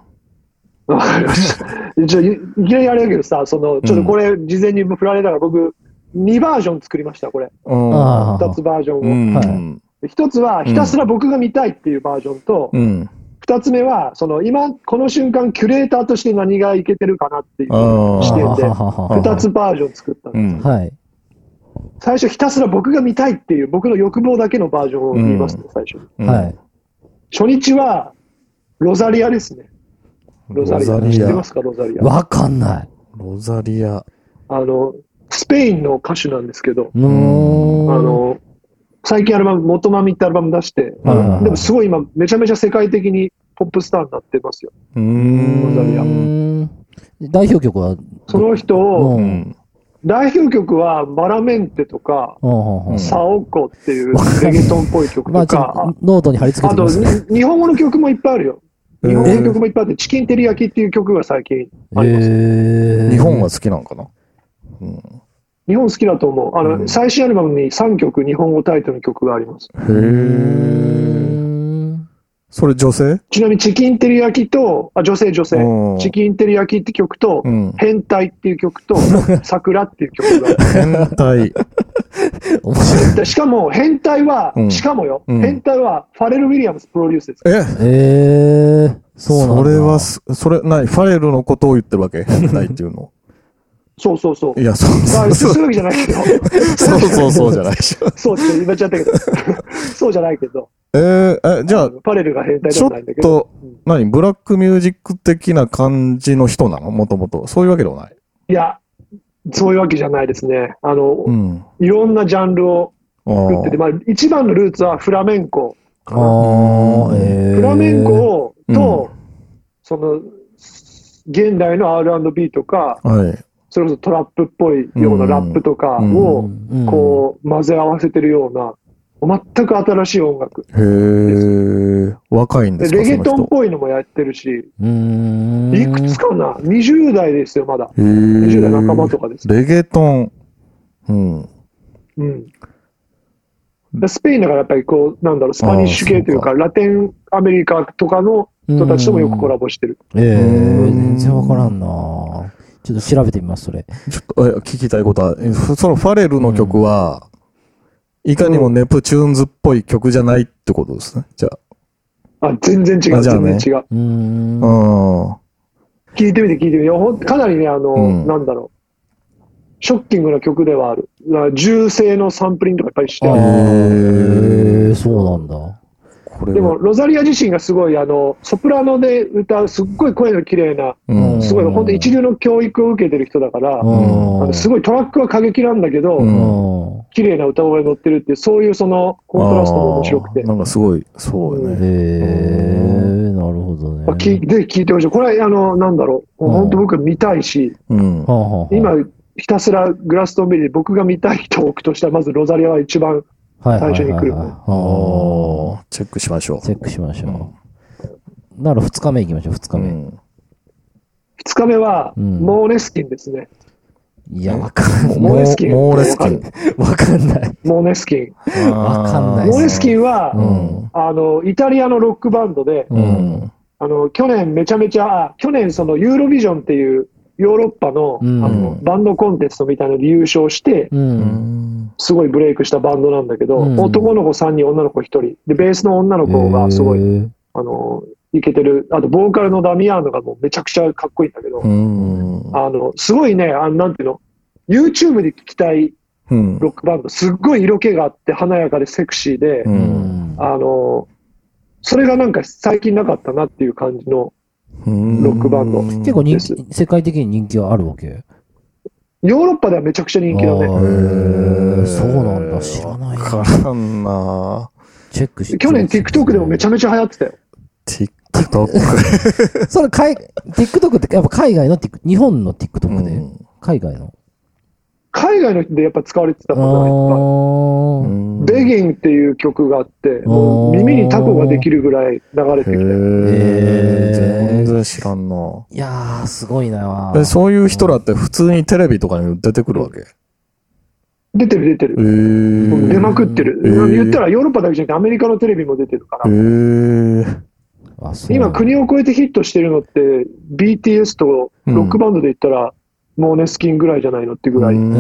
Speaker 3: わかりました。じゃあ、いいきなりあれだけどさ、その、ちょっとこれ、事前に振られたから、僕、2バージョン作りました、これ。
Speaker 2: う。
Speaker 4: あ
Speaker 2: あ
Speaker 3: 2つバージョンを。
Speaker 4: うん。
Speaker 2: はい
Speaker 3: で一つは、ひたすら僕が見たいっていうバージョンと、
Speaker 4: うん。
Speaker 3: 二つ目は、その今、この瞬間、キュレーターとして何がいけてるかなっていう、
Speaker 4: あ
Speaker 3: 視
Speaker 4: あ。
Speaker 3: 点で
Speaker 2: ははは
Speaker 4: あ
Speaker 2: は
Speaker 3: 二つバージョン作ったの、
Speaker 4: うん。
Speaker 2: はい。
Speaker 3: 最初、ひたすら僕が見たいっていう、僕の欲望だけのバージョンを見ますね、最初。
Speaker 4: うん
Speaker 2: は。い。
Speaker 3: 初日は、ロザリアですね。ロザリア。知ってますか、ロザリア。
Speaker 2: わかんない。
Speaker 4: ロザリア。
Speaker 3: あの、スペインの歌手なんですけど、
Speaker 2: うーん。
Speaker 3: あの、最近アルバム、元マミってアルバム出して、
Speaker 2: はいはいはい
Speaker 3: でもすごい今、めちゃめちゃ世界的にポップスターになってますよ。
Speaker 4: うー
Speaker 3: ロザリア
Speaker 2: うー
Speaker 4: ん。
Speaker 2: ん代表曲は、
Speaker 3: その人を、
Speaker 2: う
Speaker 4: うんん。
Speaker 3: 代表曲は、バラメンテとか、
Speaker 2: うんうんうん
Speaker 4: ん
Speaker 3: サオコっていうレゲトンっぽい曲
Speaker 2: まあ、
Speaker 3: と
Speaker 2: ちょ
Speaker 3: か
Speaker 2: っ、とノートに貼り付
Speaker 3: あ
Speaker 2: けて
Speaker 3: と
Speaker 2: みます
Speaker 3: に、日本語の曲もいっぱいあるよ。
Speaker 4: えー
Speaker 3: 日本語の曲もいっぱいあって、チキンテリヤキっていう曲が最近あります。
Speaker 2: えー
Speaker 4: 日本は好きなんかなうん。
Speaker 3: 日本好きだと思う。あの、最新アルバムに3曲日本語タイトルの曲があります。
Speaker 4: へえ。それ女性
Speaker 3: ちなみにチキンテリヤキと、あ、女性女性
Speaker 4: うん。
Speaker 3: チキンテリヤキって曲と
Speaker 4: う、ん。
Speaker 3: 変態っていう曲 と、桜っていう曲がある
Speaker 4: 変態。
Speaker 2: 面白い。
Speaker 3: でしかも、変態は
Speaker 4: う、ん
Speaker 3: しかもよ、
Speaker 4: うん
Speaker 3: 変態はファレル・ウィリアムスプロデュースです。
Speaker 4: え
Speaker 2: えー、そうなんだ。
Speaker 4: それはす、それ、なに、ファレルのことを言ってるわ け変態っていうの。
Speaker 3: そうそうそう
Speaker 4: い。や、そう
Speaker 3: ま
Speaker 4: そ
Speaker 3: あ、
Speaker 4: う
Speaker 3: そ
Speaker 4: そう
Speaker 3: いう
Speaker 4: う。
Speaker 3: わけじゃないけど。
Speaker 4: そうそうそうじゃないでしょ。
Speaker 3: そうですね、言っちゃったけど。 そうじゃないけど。
Speaker 4: えー、え、じゃあ、
Speaker 3: パレルが変態で
Speaker 4: ちょ
Speaker 3: はないんだ
Speaker 4: っ
Speaker 3: けど。
Speaker 4: と、何ブラックミュージック的な感じの人なのもともと。そういうわけではない。
Speaker 3: いや、そういうわけじゃないですね。あの、
Speaker 4: うん。
Speaker 3: いろんなジャンルを
Speaker 4: あ
Speaker 3: 作ってて、
Speaker 4: ー
Speaker 3: まあ、一番のルーツはフラメンコ。
Speaker 2: あー、えー。
Speaker 3: フラメンコを
Speaker 4: うん
Speaker 3: と、その、現代の R&B とか、
Speaker 4: はい。
Speaker 3: それこそトラップっぽいような
Speaker 4: うん
Speaker 3: ラップとか
Speaker 2: う
Speaker 3: を、
Speaker 2: ん、こ
Speaker 3: こう、混ぜ合わせてるような、全く新しい音楽。
Speaker 4: へー。若いんで
Speaker 3: です
Speaker 4: か
Speaker 3: レゲトンっ
Speaker 4: そ
Speaker 3: ぽいのもやってるし、
Speaker 2: うーん。
Speaker 3: いくつかな ?20 代ですよ、まだ。
Speaker 4: の人。
Speaker 3: 20代
Speaker 4: へ
Speaker 3: 半ば
Speaker 4: ー。
Speaker 3: とかです。
Speaker 4: レゲトン。うん。
Speaker 3: うん、でスペインだからやっぱりこう、なんだろう、スパニッシュ系という
Speaker 4: あ
Speaker 3: か、ラテンアメリカとかの人たちともよくコラボしてる。
Speaker 2: えー、
Speaker 4: うん
Speaker 2: 全然わからんなちょっと調べてみます、それ。
Speaker 4: ちょっと、え聞きたいことは、えふそのファレルの曲は、いかにもネプチューンズっぽい曲じゃないってことですね。じゃあ。
Speaker 3: あ、全然違う、
Speaker 4: あじゃあ
Speaker 3: 全
Speaker 4: ね
Speaker 3: 然違う。
Speaker 2: うーん。
Speaker 4: うん。
Speaker 3: 聞いてみて聞いてみてほん、かなりね、あの、
Speaker 4: うん
Speaker 3: なんだろう、ショッキングな曲ではある。だから銃声のサンプリングとかいっぱいして
Speaker 2: あ
Speaker 3: ある。
Speaker 2: ーえー、そうなんだ。
Speaker 4: これは
Speaker 3: でも、、ロザリア自身がすごい、あの、ソプラノで歌う、すっごい声の綺麗な、
Speaker 4: うん。
Speaker 3: すごい、本当一流の教育を受けてる人だから、
Speaker 2: うん
Speaker 3: あのすごいトラックは過激なんだけど、
Speaker 4: うん
Speaker 3: 綺麗な歌声が乗ってるっていう、そういうそのコントラストも面白くて
Speaker 4: あー、なんかすごい、そうよ
Speaker 2: え
Speaker 4: ね。
Speaker 2: ー、なるほどね。
Speaker 3: まあ、きぜひ聞いてほしい。これ、あの、なんだろう、
Speaker 2: うん
Speaker 3: 本当僕見たいし、
Speaker 4: うん。
Speaker 2: はあはあはあ
Speaker 3: 今、ひたすらグラストンベリーで僕が見たい人を置くとしたら、まずロザリアは一番、
Speaker 2: 最
Speaker 3: 最初に来る
Speaker 2: あ
Speaker 4: チェックしましょ
Speaker 2: あ、チェックしましょう。なら2日目行きましょう、2日
Speaker 4: う。
Speaker 2: 目。
Speaker 4: ん
Speaker 3: 2日目は、
Speaker 2: うん
Speaker 3: モーネスキンですね。
Speaker 2: いや、わかんない。
Speaker 3: モーレスキン
Speaker 4: モーレスキ
Speaker 3: わ
Speaker 4: ン。
Speaker 2: わかんない。
Speaker 3: モーネスキン。
Speaker 2: わかんない
Speaker 3: モーネスキ
Speaker 4: ン。
Speaker 3: ンは、
Speaker 2: うん。
Speaker 3: あの、イタリアのロックバンドで、
Speaker 2: う。
Speaker 4: うんん。
Speaker 3: あの、去年めちゃめちゃ、あ去年そのユーロビジョンっていうヨーロッパの,、
Speaker 2: うん
Speaker 3: あのバンドコンテストみたいなので優勝して、
Speaker 2: う。
Speaker 4: うんん。
Speaker 3: すごいブレイクしたバンドなんだけど、
Speaker 2: うん
Speaker 3: 男の子3人、女の子1人。で、ベースの女の子がすごい
Speaker 2: えー
Speaker 3: あの、いけてる。あと、ボーカルのダミアーノがもうめちゃくちゃかっこいいんだけど、
Speaker 4: うん。
Speaker 3: あの、すごいね、あの、なんていうの、YouTube で聞きたい
Speaker 4: うん。
Speaker 3: ロックバンド、すっごい色気があって、華やかでセクシーで、
Speaker 4: う。
Speaker 2: うんん。
Speaker 3: あの、それがなんか最近なかったなっていう感じの、ロ
Speaker 4: ロ
Speaker 3: ックバンド
Speaker 2: 結構人
Speaker 3: で
Speaker 2: 気
Speaker 3: す、
Speaker 2: 世界的に人気はあるわけ
Speaker 3: ヨーロッパではめちゃくちゃ人気だ
Speaker 2: あ
Speaker 3: ね。
Speaker 2: ーへーそうなんだ知らないな
Speaker 4: わからんな
Speaker 2: チェックして。
Speaker 3: 去年 TikTok でもめちゃめちゃ流行ってたよ。
Speaker 4: TikTok。
Speaker 2: それ、海 TikTok ってやっぱ海外の Tik- 日本の TikTok で。海外の。
Speaker 3: 海外の人でやっぱ使われてた
Speaker 2: あ
Speaker 3: ことがいっ
Speaker 2: ー
Speaker 3: ぱいベギンっていう曲があって、もう耳にタコができるぐらい流れて
Speaker 4: へ
Speaker 3: きて、
Speaker 4: え
Speaker 2: へー
Speaker 4: 全然知らんない
Speaker 2: やー、すごいな
Speaker 4: えそういう人らって普通にテレビとかに出てくるわけへ
Speaker 3: 出てる出てる。
Speaker 4: ー
Speaker 3: 出まくってる。
Speaker 4: へー
Speaker 3: 言ったらヨーロッパだけじゃなくてアメリカのテレビも出てるから
Speaker 4: へ。ー
Speaker 2: あそう
Speaker 3: 今国を越えてヒットしてるのって BTS とロックバンドで言ったら、モーネスキンぐらいじゃないのってぐらい。
Speaker 4: う
Speaker 2: えー、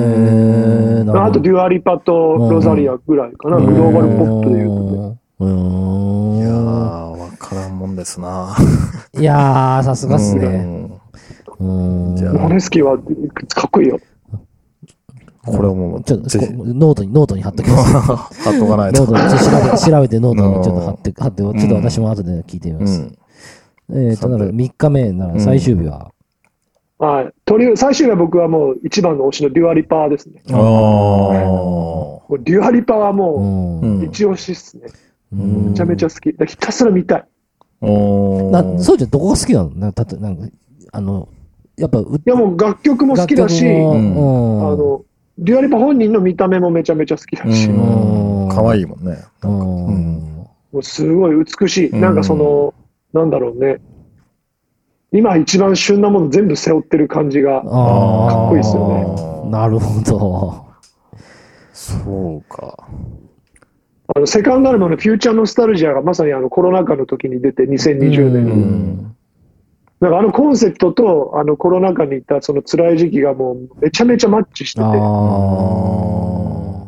Speaker 2: なるほど
Speaker 3: あとデュアリパとロザリアぐらいかな。
Speaker 4: う
Speaker 3: グ
Speaker 4: ん
Speaker 3: ローバルポップで言うとね。
Speaker 2: うーん
Speaker 4: いやー
Speaker 2: う
Speaker 4: わからんもんですな
Speaker 2: ーん。いやー、さすがっす
Speaker 4: う
Speaker 2: ね。
Speaker 4: ん
Speaker 2: うーん。
Speaker 4: じゃ
Speaker 3: モーネスキンはかっこいいよ。
Speaker 4: これはもう
Speaker 2: ちょっ と
Speaker 4: ぜひ
Speaker 2: こノートに、ノートに貼っとき ます。
Speaker 4: 貼っとかない
Speaker 2: ノー
Speaker 4: と
Speaker 2: トにちょっと調べ調べてノートにちょっと貼って、貼って、ちょっと私も後で聞いてみ
Speaker 4: う
Speaker 2: ます。
Speaker 4: ん
Speaker 2: えっと、なので3日目なら最終日は、
Speaker 3: はい。とりあえず最終日は僕はもう一番の推しのデュアリパですね。
Speaker 4: ああ
Speaker 3: もうデュアリパは
Speaker 2: う
Speaker 3: も
Speaker 2: ん。
Speaker 4: う
Speaker 2: うん
Speaker 3: うん一押しっすね。
Speaker 4: ん
Speaker 3: めちゃめちゃ好き。だからひたすら見たい。
Speaker 4: お
Speaker 2: な
Speaker 4: ー
Speaker 2: そうじゃんどこが好きなのなたとなんか、あの、やっぱ、う
Speaker 3: いやもう楽曲も好きだし、
Speaker 2: 楽曲もう
Speaker 3: あ
Speaker 2: ん
Speaker 3: の、デュアリパ本人の見た目もめちゃめちゃ好きだし、も
Speaker 4: うん
Speaker 2: うん
Speaker 4: 可愛いもんね。
Speaker 2: うん
Speaker 3: うすごい美しい。
Speaker 4: うん
Speaker 3: なんかその、なんだろうね。今一番旬なもの全部背負ってる感じが。
Speaker 2: あー
Speaker 3: かっこいいっすよ
Speaker 4: ね
Speaker 2: なるほ ど。
Speaker 4: そうか。
Speaker 3: あの、セカンドアルバムのフューチャーノスタルジアがまさにあのコロナ禍の時に出て2020年
Speaker 2: う
Speaker 3: に。
Speaker 2: ん
Speaker 3: なんかあのコンセプトとあのコロナ禍にいたその辛い時期がもうめちゃめちゃマッチして
Speaker 2: あ
Speaker 3: て、
Speaker 2: あ。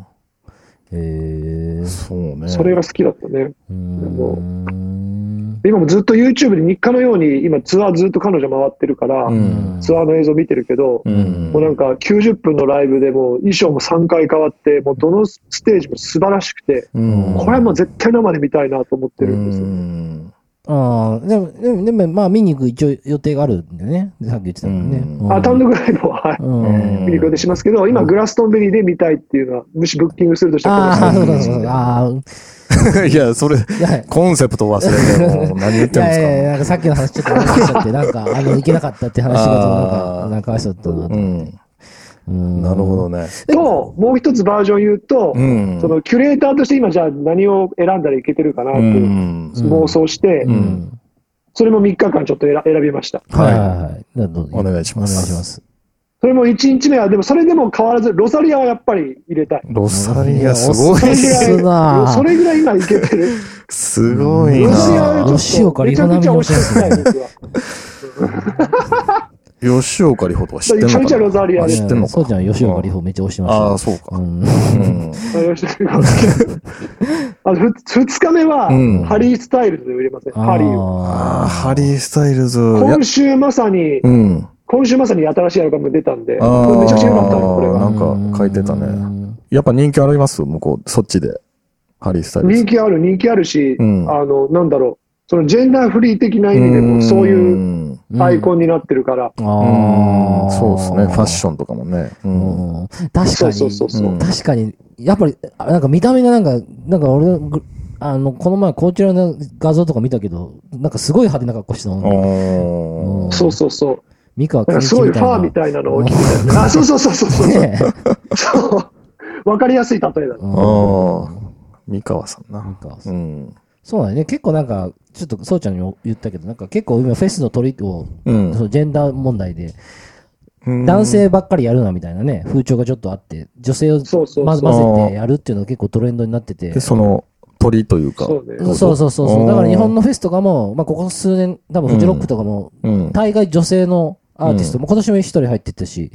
Speaker 2: ええ。
Speaker 4: そうね。
Speaker 3: それが好きだったね。
Speaker 2: うーん。
Speaker 3: 今もずっと YouTube で日課のように今ツアーずっと彼女回ってるから、
Speaker 4: うん。
Speaker 3: ツアーの映像見てるけど、
Speaker 4: うん。
Speaker 3: もうなんか90分のライブでもう衣装も3回変わって、もうどのステージも素晴らしくて、
Speaker 4: うん
Speaker 3: これはもう絶対生で見たいなと思ってるんです
Speaker 4: う
Speaker 3: よ。
Speaker 4: ん
Speaker 2: ああ、でも、でも、でもまあ、見に行く一応予定があるんでね。さっき言ってたもんね。
Speaker 4: う
Speaker 2: う
Speaker 4: ん
Speaker 2: ん
Speaker 3: あ、単独ライブは、はい。
Speaker 2: うん。
Speaker 3: 見に行く予定しますけど、今、グラストンベリーで見たいっていうのは、もしブッキングするとしたらこ
Speaker 2: あ
Speaker 3: の
Speaker 2: あ、
Speaker 3: ステ
Speaker 2: そうかそうか
Speaker 3: ージ
Speaker 2: そうか。ああ、
Speaker 4: いや、それ、
Speaker 2: いや、
Speaker 4: コンセプト忘れて、もう何言っ
Speaker 2: い
Speaker 4: てんで
Speaker 2: や
Speaker 4: す
Speaker 2: い
Speaker 4: か
Speaker 2: やいや、なんかさっきの話ちょっと話しちゃって、なんか、あの、行けなかったって話が、なん
Speaker 4: あ
Speaker 2: か、
Speaker 4: ー
Speaker 2: なんか、そうだったなと。
Speaker 4: うん。なるほどね。
Speaker 3: と、もう一つバージョン言うと、
Speaker 4: うん。
Speaker 3: そのキュレーターとして今、じゃあ何を選んだらいけてるかなっ
Speaker 4: う。
Speaker 3: ていうん妄想して、
Speaker 2: う
Speaker 4: うんん。
Speaker 3: それも3日間ちょっと選選びました。
Speaker 2: は
Speaker 4: はいい
Speaker 2: はいはい。じゃあどうぞ
Speaker 4: お願いし
Speaker 2: お
Speaker 4: ま
Speaker 2: 願いし
Speaker 4: す。
Speaker 2: ます。
Speaker 3: それも1日目は、でもそれでも変わらず、ロサリアはやっぱり入れたい。
Speaker 4: ロサリア、すご
Speaker 2: ロ
Speaker 4: い
Speaker 2: サ。
Speaker 3: それ
Speaker 2: す
Speaker 3: ぐら、
Speaker 2: ない
Speaker 3: それぐらい今いけてる。
Speaker 4: すごい
Speaker 3: ロ
Speaker 4: な
Speaker 3: シアはち
Speaker 2: 吉
Speaker 3: ょっ
Speaker 2: 岡
Speaker 3: と
Speaker 2: 里帆並
Speaker 3: めちゃく
Speaker 2: み
Speaker 3: ちゃ
Speaker 2: の
Speaker 3: 推ししたい、僕は。
Speaker 4: 吉岡里帆とか知っ
Speaker 3: め
Speaker 4: てんの
Speaker 3: ち
Speaker 4: か
Speaker 3: ゃ
Speaker 4: な
Speaker 3: めちゃロザリアで
Speaker 4: 知
Speaker 3: す。
Speaker 4: ってんのか
Speaker 2: そうじゃん、吉岡里帆めっちゃ押してました
Speaker 4: あ
Speaker 2: よ
Speaker 4: あ、。そうか
Speaker 2: う。ん。
Speaker 4: うん。
Speaker 3: あのふ2日目は、
Speaker 4: うん
Speaker 3: ハリー・スタイルズを入れません、ハリーを。
Speaker 4: あ
Speaker 2: あ
Speaker 4: あ、ハリー・スタイルズ。や
Speaker 3: 今週まさに、
Speaker 4: うん。
Speaker 3: 今週まさに新しいアルバム出たんで、
Speaker 4: あー
Speaker 3: これめちゃくちゃ良かったね、これ
Speaker 4: な
Speaker 3: が。
Speaker 4: んか書いてたね
Speaker 2: うん
Speaker 4: やっぱ人気あります向こう、そっちで。ハリー・スタイルズ
Speaker 3: 人。気ある、人気あるし、
Speaker 4: うん
Speaker 3: あの、なんだろう、そのジェンダーフリー的な意味でも、そういう
Speaker 4: うん。
Speaker 3: アイコンになってるから、
Speaker 2: ああ。
Speaker 4: そうですね。ファッションとかもね。うん。
Speaker 2: うん。確かに。
Speaker 3: そうそうそうそう。
Speaker 4: うん
Speaker 2: 確かに、やっぱり、あなんか見た目がなんか、なんか俺のぐ、あの、この前、こちらの画像とか見たけど、なんかすごい派手な格好してたもんね。
Speaker 4: おー
Speaker 3: そうそうそう。
Speaker 2: 三河
Speaker 3: なんかすごいファーみたいなのを着てたよね。あ、そうそうそうそうそう。
Speaker 2: ねえ
Speaker 3: そう。わかりやすい例えだね。
Speaker 2: うん
Speaker 4: ああ。三河さん
Speaker 2: 三
Speaker 4: な。
Speaker 2: 河さ
Speaker 4: うんん。
Speaker 2: そうだよね。結構なんか、ちょっと、そうちゃんにも言ったけど、なんか結構今フェスの取りを、
Speaker 4: うん
Speaker 2: そのジェンダー問題で、
Speaker 4: うん
Speaker 2: 男性ばっかりやるなみたいなね、風潮がちょっとあって、女性を
Speaker 3: そうそう
Speaker 2: ま
Speaker 3: そう。
Speaker 2: 混ぜてやるっていうのが結構トレンドになってて
Speaker 4: で、。その鳥というか。
Speaker 3: そうね。
Speaker 2: そうそうそうそう。
Speaker 4: おー
Speaker 2: だから日本のフェスとかも、まあここ数年、多分フジロックとかも、
Speaker 4: うん。
Speaker 2: 大概女性のアーティスト、もう今年も一人入ってたし、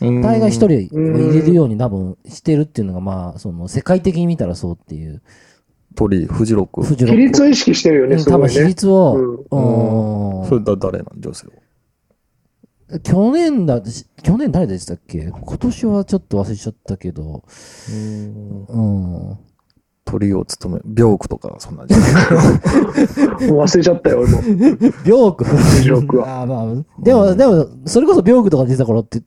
Speaker 2: 大概一人入れるように多分してるっていうのが、まあ、その世界的に見たらそうっていう、
Speaker 4: 鳥、フジロック。
Speaker 2: フジロッ
Speaker 3: 比
Speaker 2: ク
Speaker 3: 率を意識してるよ
Speaker 2: う
Speaker 3: ね、
Speaker 2: ん
Speaker 3: す
Speaker 2: 多
Speaker 3: ご
Speaker 2: 分
Speaker 3: い
Speaker 2: 比
Speaker 3: ね。
Speaker 2: 率を、う
Speaker 4: それだ、誰なん女性は。
Speaker 2: ーん去年だ、し去年誰でしたっけ今年はちょっと忘れちゃったけど、うん。
Speaker 4: 鳥を務め、ビョークとか、そんなじゃ
Speaker 3: もう忘れちゃったよ、俺も。
Speaker 2: 病区
Speaker 3: ジロック は
Speaker 2: あーまあ、でも、でも、それこそ病区とか出た頃って、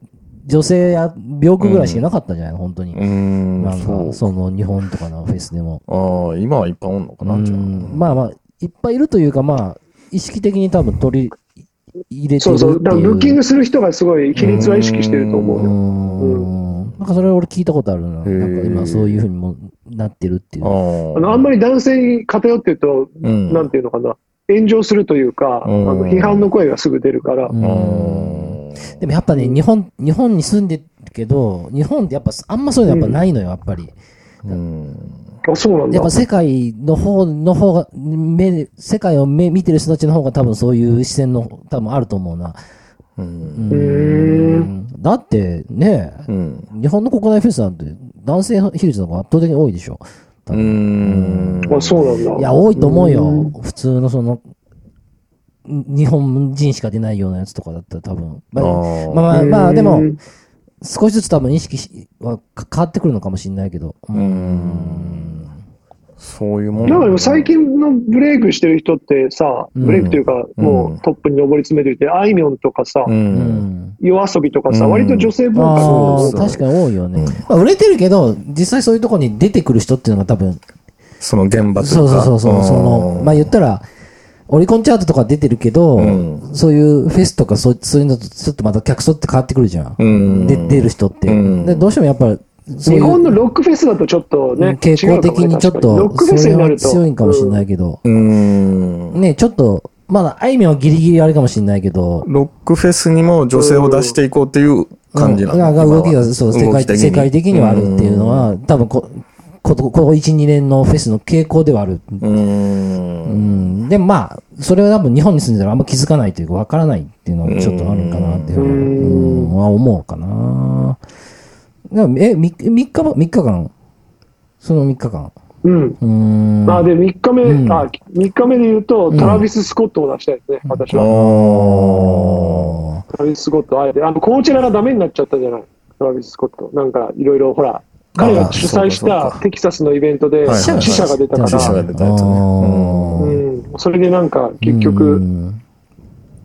Speaker 2: 女性や病区ぐらいしかいなかったんじゃないの本当に。
Speaker 4: ん。
Speaker 2: なん
Speaker 4: そ
Speaker 2: か、
Speaker 4: う。
Speaker 2: その日本とかのフェスでも。
Speaker 4: ああ、今はいっぱいおんのかな、じゃあ。
Speaker 2: うんまあまあ、いっぱいいるというか、まあ、意識的に多分取り入れて
Speaker 3: そ
Speaker 2: る
Speaker 3: う
Speaker 2: って
Speaker 3: そ
Speaker 2: いう
Speaker 3: う。だからブッキングする人がすごい比率は意識してると思うよ。
Speaker 2: うーんなんかそれ俺聞いたことあるな。
Speaker 4: へー
Speaker 2: なんか今そういうふうにもなってるっていう。
Speaker 3: あの、あんま
Speaker 4: り、
Speaker 3: り男性に偏ってると、
Speaker 4: うん、
Speaker 3: なんていうのかな、炎上するというか、あ
Speaker 4: うん
Speaker 3: の批判の声がすぐ出るから
Speaker 2: う、ん
Speaker 4: うん
Speaker 2: でもやっぱね、日本、日本に住んでるけど、日本ってやっぱあんまそういうのやっぱないのよ、やっぱり。
Speaker 4: うん
Speaker 3: あそうなん
Speaker 2: や
Speaker 3: だ
Speaker 2: っぱ。世界の方の方が、目、世界を目見てる人たちの方が多分そういう視線の多分あると思うな。
Speaker 4: う
Speaker 2: うんーんだってね、
Speaker 4: うん
Speaker 2: 日本の国内フェスなんて男性比率の方が圧倒的に多いでしょ。多
Speaker 4: う
Speaker 2: 分
Speaker 4: ん
Speaker 3: あそうなんだ。
Speaker 2: いや、多いと思う
Speaker 3: うん
Speaker 2: よ。普通のその、ん日本人しか出ないようなやつとかだったら多分。まあ、
Speaker 4: あ
Speaker 2: まあ
Speaker 4: あ
Speaker 2: まあ、まあ、でも
Speaker 3: う、ん
Speaker 2: 少しずつ多分意識しはか変わってくるのかもしれないけど。う
Speaker 4: うん
Speaker 2: ん。
Speaker 4: そういうもん
Speaker 3: なんかでも最近のブレイクしてる人ってさ、
Speaker 2: うん
Speaker 3: ブレイクというか、
Speaker 4: うん
Speaker 3: もうトップに上り詰めていて、あいみょんとかさ
Speaker 4: う、
Speaker 2: うんん。
Speaker 3: 夜遊びとかさ、
Speaker 4: うん
Speaker 3: 割と女性文化が
Speaker 2: あ
Speaker 3: 多
Speaker 2: あ、
Speaker 3: いから
Speaker 2: 確かに多いよね。
Speaker 4: うん
Speaker 2: まあ、売れてるけど、実際そういうとこに出てくる人っていうのが多分、
Speaker 4: その現場とい
Speaker 2: そうう
Speaker 4: か
Speaker 2: そうそうそう、その、まあ言ったら、オリコンチャートとか出てるけど、
Speaker 4: う
Speaker 2: そういうフェスとかそうそういうのとちょっとまた客層って変わってくるじゃん。
Speaker 4: うん
Speaker 2: で出る人って。
Speaker 4: うん
Speaker 2: でどうしてもやっぱり、そうい
Speaker 3: 日
Speaker 2: う
Speaker 3: 本のロックフェスだとちょっと
Speaker 2: うん
Speaker 3: ね、
Speaker 2: 傾
Speaker 3: 違
Speaker 2: 向
Speaker 3: うかも
Speaker 2: 的
Speaker 3: ね
Speaker 2: にちょっ
Speaker 3: 確かロ
Speaker 2: と
Speaker 3: ッ、クフェスになると。
Speaker 2: 強いかもしれな
Speaker 3: う
Speaker 2: いけど、
Speaker 4: うん
Speaker 2: ね、ちょっと、まだあいみょんはギリギリあれかもしれないけど、
Speaker 4: ロックフェスにも女性を出していこうっていう感じな
Speaker 2: うん
Speaker 4: の、
Speaker 2: が
Speaker 4: 今
Speaker 2: 動
Speaker 4: は
Speaker 2: きがそう世
Speaker 4: 動
Speaker 2: 界
Speaker 4: き的に
Speaker 2: 世界的にはあるっていうのは、多分こ、こここ1、2年のフェスの傾向ではある。
Speaker 4: う
Speaker 2: うんん。でもまあ、それは多分日本に住んでたらあんま気づかないというか、わからないっていうのはちょっとあるかなっていうのは
Speaker 3: うん
Speaker 2: うんは思うかな。でもえ、3, 日も、3日間その3日間。
Speaker 3: うん。
Speaker 2: うん。
Speaker 3: まあで、3日目、
Speaker 2: うん
Speaker 3: あ、3日目で言うと、
Speaker 2: うん
Speaker 3: トラビス・スコットを出したいですね、私
Speaker 4: あ
Speaker 3: は。
Speaker 4: ー
Speaker 2: あ
Speaker 3: トラビス・スコット、あえて。あの、コーチェラがダメになっちゃったじゃない。トラビス・スコット。なんか、いろいろ、ほら、彼が主催し
Speaker 4: そうかそ
Speaker 3: た
Speaker 4: うか
Speaker 3: テキサスのイベントで
Speaker 4: はい
Speaker 3: 死
Speaker 4: はい
Speaker 3: 者が出たか
Speaker 4: 死者が
Speaker 3: ら、
Speaker 4: 出たやつね
Speaker 2: あー
Speaker 3: うん、それでなんか、結局、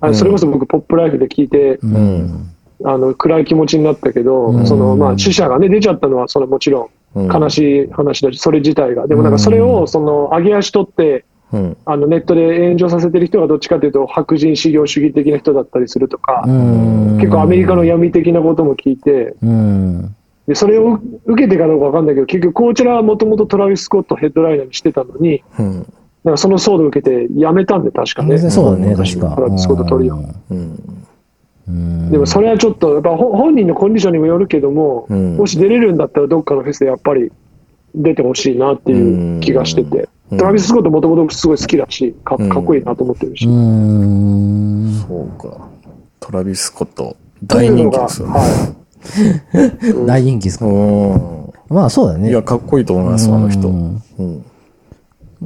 Speaker 3: あのそれこそ僕、ポップライフで聞いて、
Speaker 2: うん
Speaker 4: うん
Speaker 3: あの暗い気持ちになったけ
Speaker 4: う
Speaker 3: ど、
Speaker 4: ん
Speaker 3: そのまあ死者がね、出ちゃったのは、それもちろ
Speaker 4: うんん
Speaker 3: 悲しい話だし、それ自体が、でもなん
Speaker 2: う
Speaker 3: か
Speaker 2: ん
Speaker 3: それをその上げ足取って、
Speaker 4: うん
Speaker 3: あのネットで炎上させてる人がどっちかというと、白人資業主義的な人だったりするとか、
Speaker 2: うん
Speaker 3: 結構アメリカの闇的なことも聞いて、
Speaker 2: うん
Speaker 3: でそれを受けてかどうか分かんないけど、結局、こちらはもともとトラビス・スコットヘッドライナーにしてたのに、
Speaker 4: うん
Speaker 3: なんかその騒動を受けて、やめたんで、確かね。
Speaker 2: そうだね、
Speaker 3: 昔
Speaker 2: 確か。
Speaker 3: トラビス・スコットトリオ。
Speaker 4: うん
Speaker 2: うん
Speaker 3: でもそれはちょっと、やっぱほ本人のコンディションにもよるけども、
Speaker 4: うん
Speaker 3: もし出れるんだったら、どっかのフェスでやっぱり出てほしいなっていう気がしてて、
Speaker 4: うん
Speaker 3: トラビス・スコット、もともとすごい好きだしか、
Speaker 4: うん
Speaker 3: かっこいいなと思ってるし、
Speaker 2: うーん。
Speaker 4: そうかトラビス・スコット
Speaker 3: とい
Speaker 4: 大
Speaker 3: う
Speaker 4: 人
Speaker 3: の
Speaker 4: 気
Speaker 3: が
Speaker 4: ですよね、
Speaker 3: は
Speaker 2: 大人気ですか。
Speaker 4: うん
Speaker 2: まあそうだよね。
Speaker 4: いや、かっこいいと思います、あの人。
Speaker 2: う
Speaker 4: うん
Speaker 2: ん。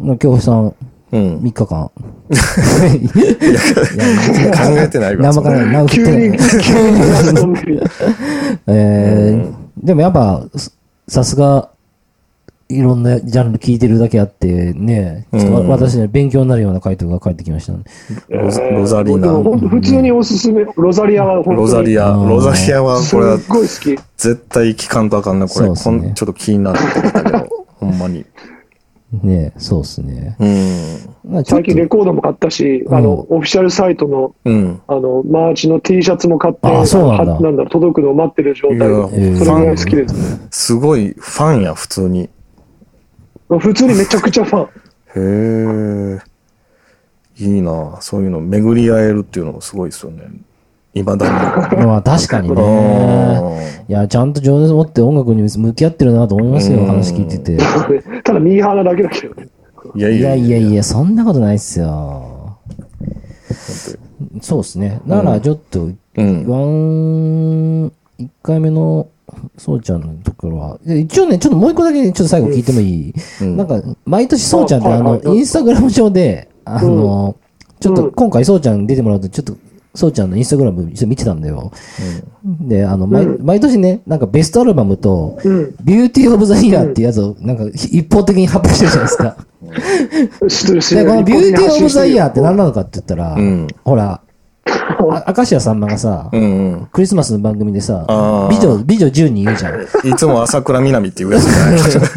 Speaker 4: うん。
Speaker 2: 京平さん、
Speaker 4: うん、
Speaker 2: 3日間。
Speaker 4: 考えてないわ。
Speaker 2: 何も
Speaker 4: そ
Speaker 2: か
Speaker 4: んな
Speaker 2: ら、何も
Speaker 3: い、
Speaker 2: 振っ
Speaker 3: 急
Speaker 2: て
Speaker 3: に、
Speaker 2: ない。
Speaker 3: 急になんかのんびり、
Speaker 2: えーでもやっぱ、すさすが、いろんなジャンル聞いてるだけあって、ね、ちょっとわ
Speaker 4: うん
Speaker 2: 私ね、勉強になるような回答が返ってきましたね。
Speaker 4: ロザロザリーナ
Speaker 3: でも本当普通におすすめ、ロザリアは本当に、
Speaker 4: ロザリア、
Speaker 2: うん
Speaker 4: ロザリアは
Speaker 3: す
Speaker 4: こ
Speaker 3: っ
Speaker 4: れは
Speaker 3: ごい好き。
Speaker 4: 絶対聞かんとあかんな、これ。
Speaker 2: そうっす
Speaker 4: こ
Speaker 2: ね
Speaker 4: んちょっと気になってきたけど、ほんまに。
Speaker 2: ねそうっすね。
Speaker 4: うん。
Speaker 2: まあちょっ
Speaker 3: 最
Speaker 2: と
Speaker 3: 近レコードも買ったし、あの、オフィシャルサイトの、
Speaker 4: うん。
Speaker 3: あの、マーチの T シャツも買って、
Speaker 2: あそうなんだ
Speaker 3: はなんだろう届くのを待ってる状態で
Speaker 4: いや、
Speaker 3: それぐらい好きです。
Speaker 4: すごいファンや、普通に。
Speaker 3: 普通にめちゃくちゃファン。
Speaker 4: へえ。いいなそういうの巡り合えるっていうのもすごいですよね。いまだに。
Speaker 2: まあ確かに
Speaker 4: う
Speaker 2: ね。いや、ちゃんと情熱持って音楽に向き合ってるなと思います
Speaker 4: う
Speaker 2: よ、
Speaker 4: ん
Speaker 2: 話聞いてて。
Speaker 3: ただミーハーなだけだけどね。
Speaker 4: んいやい
Speaker 2: いや
Speaker 4: や
Speaker 2: い
Speaker 4: い
Speaker 2: や
Speaker 4: や。
Speaker 2: いや、そんなことないっすよ。そうですね。だからちょっと、
Speaker 4: うん。
Speaker 2: ワン、1回目の、そうちゃんのところは、で一応ね、ちょっともう一個だけちょっと最後聞いてもいい、
Speaker 4: うん
Speaker 2: なんか、毎年そうちゃんって
Speaker 3: あ
Speaker 2: あ
Speaker 3: は
Speaker 2: の
Speaker 3: い、はい
Speaker 2: インスタグラム上で、あの、ちょっ
Speaker 3: う
Speaker 2: と
Speaker 3: ん
Speaker 2: 今回そうちゃんに出てもらうと、ちょっと、そうちゃんのインスタグラム一緒に見てたんだよ。で、あの、毎
Speaker 3: う
Speaker 2: 毎年ね、なんかベストアルバムと、
Speaker 3: うん。
Speaker 2: ビューティーオブザイヤーっていうやつを、なんか、ひ一方的に発表してるじゃないですか。
Speaker 3: 失礼し
Speaker 2: で、
Speaker 3: て
Speaker 2: このビューティーオブザイヤーって何
Speaker 3: だ
Speaker 2: なのかって言ったら、
Speaker 4: うん
Speaker 2: ほ ら、あ明石家さんまがさ、
Speaker 4: うんうん。
Speaker 2: クリスマスの番組でさ
Speaker 4: あ、ー
Speaker 2: 美女、美女10人いるじゃん。
Speaker 4: いつも朝倉みなみっていうやつじゃない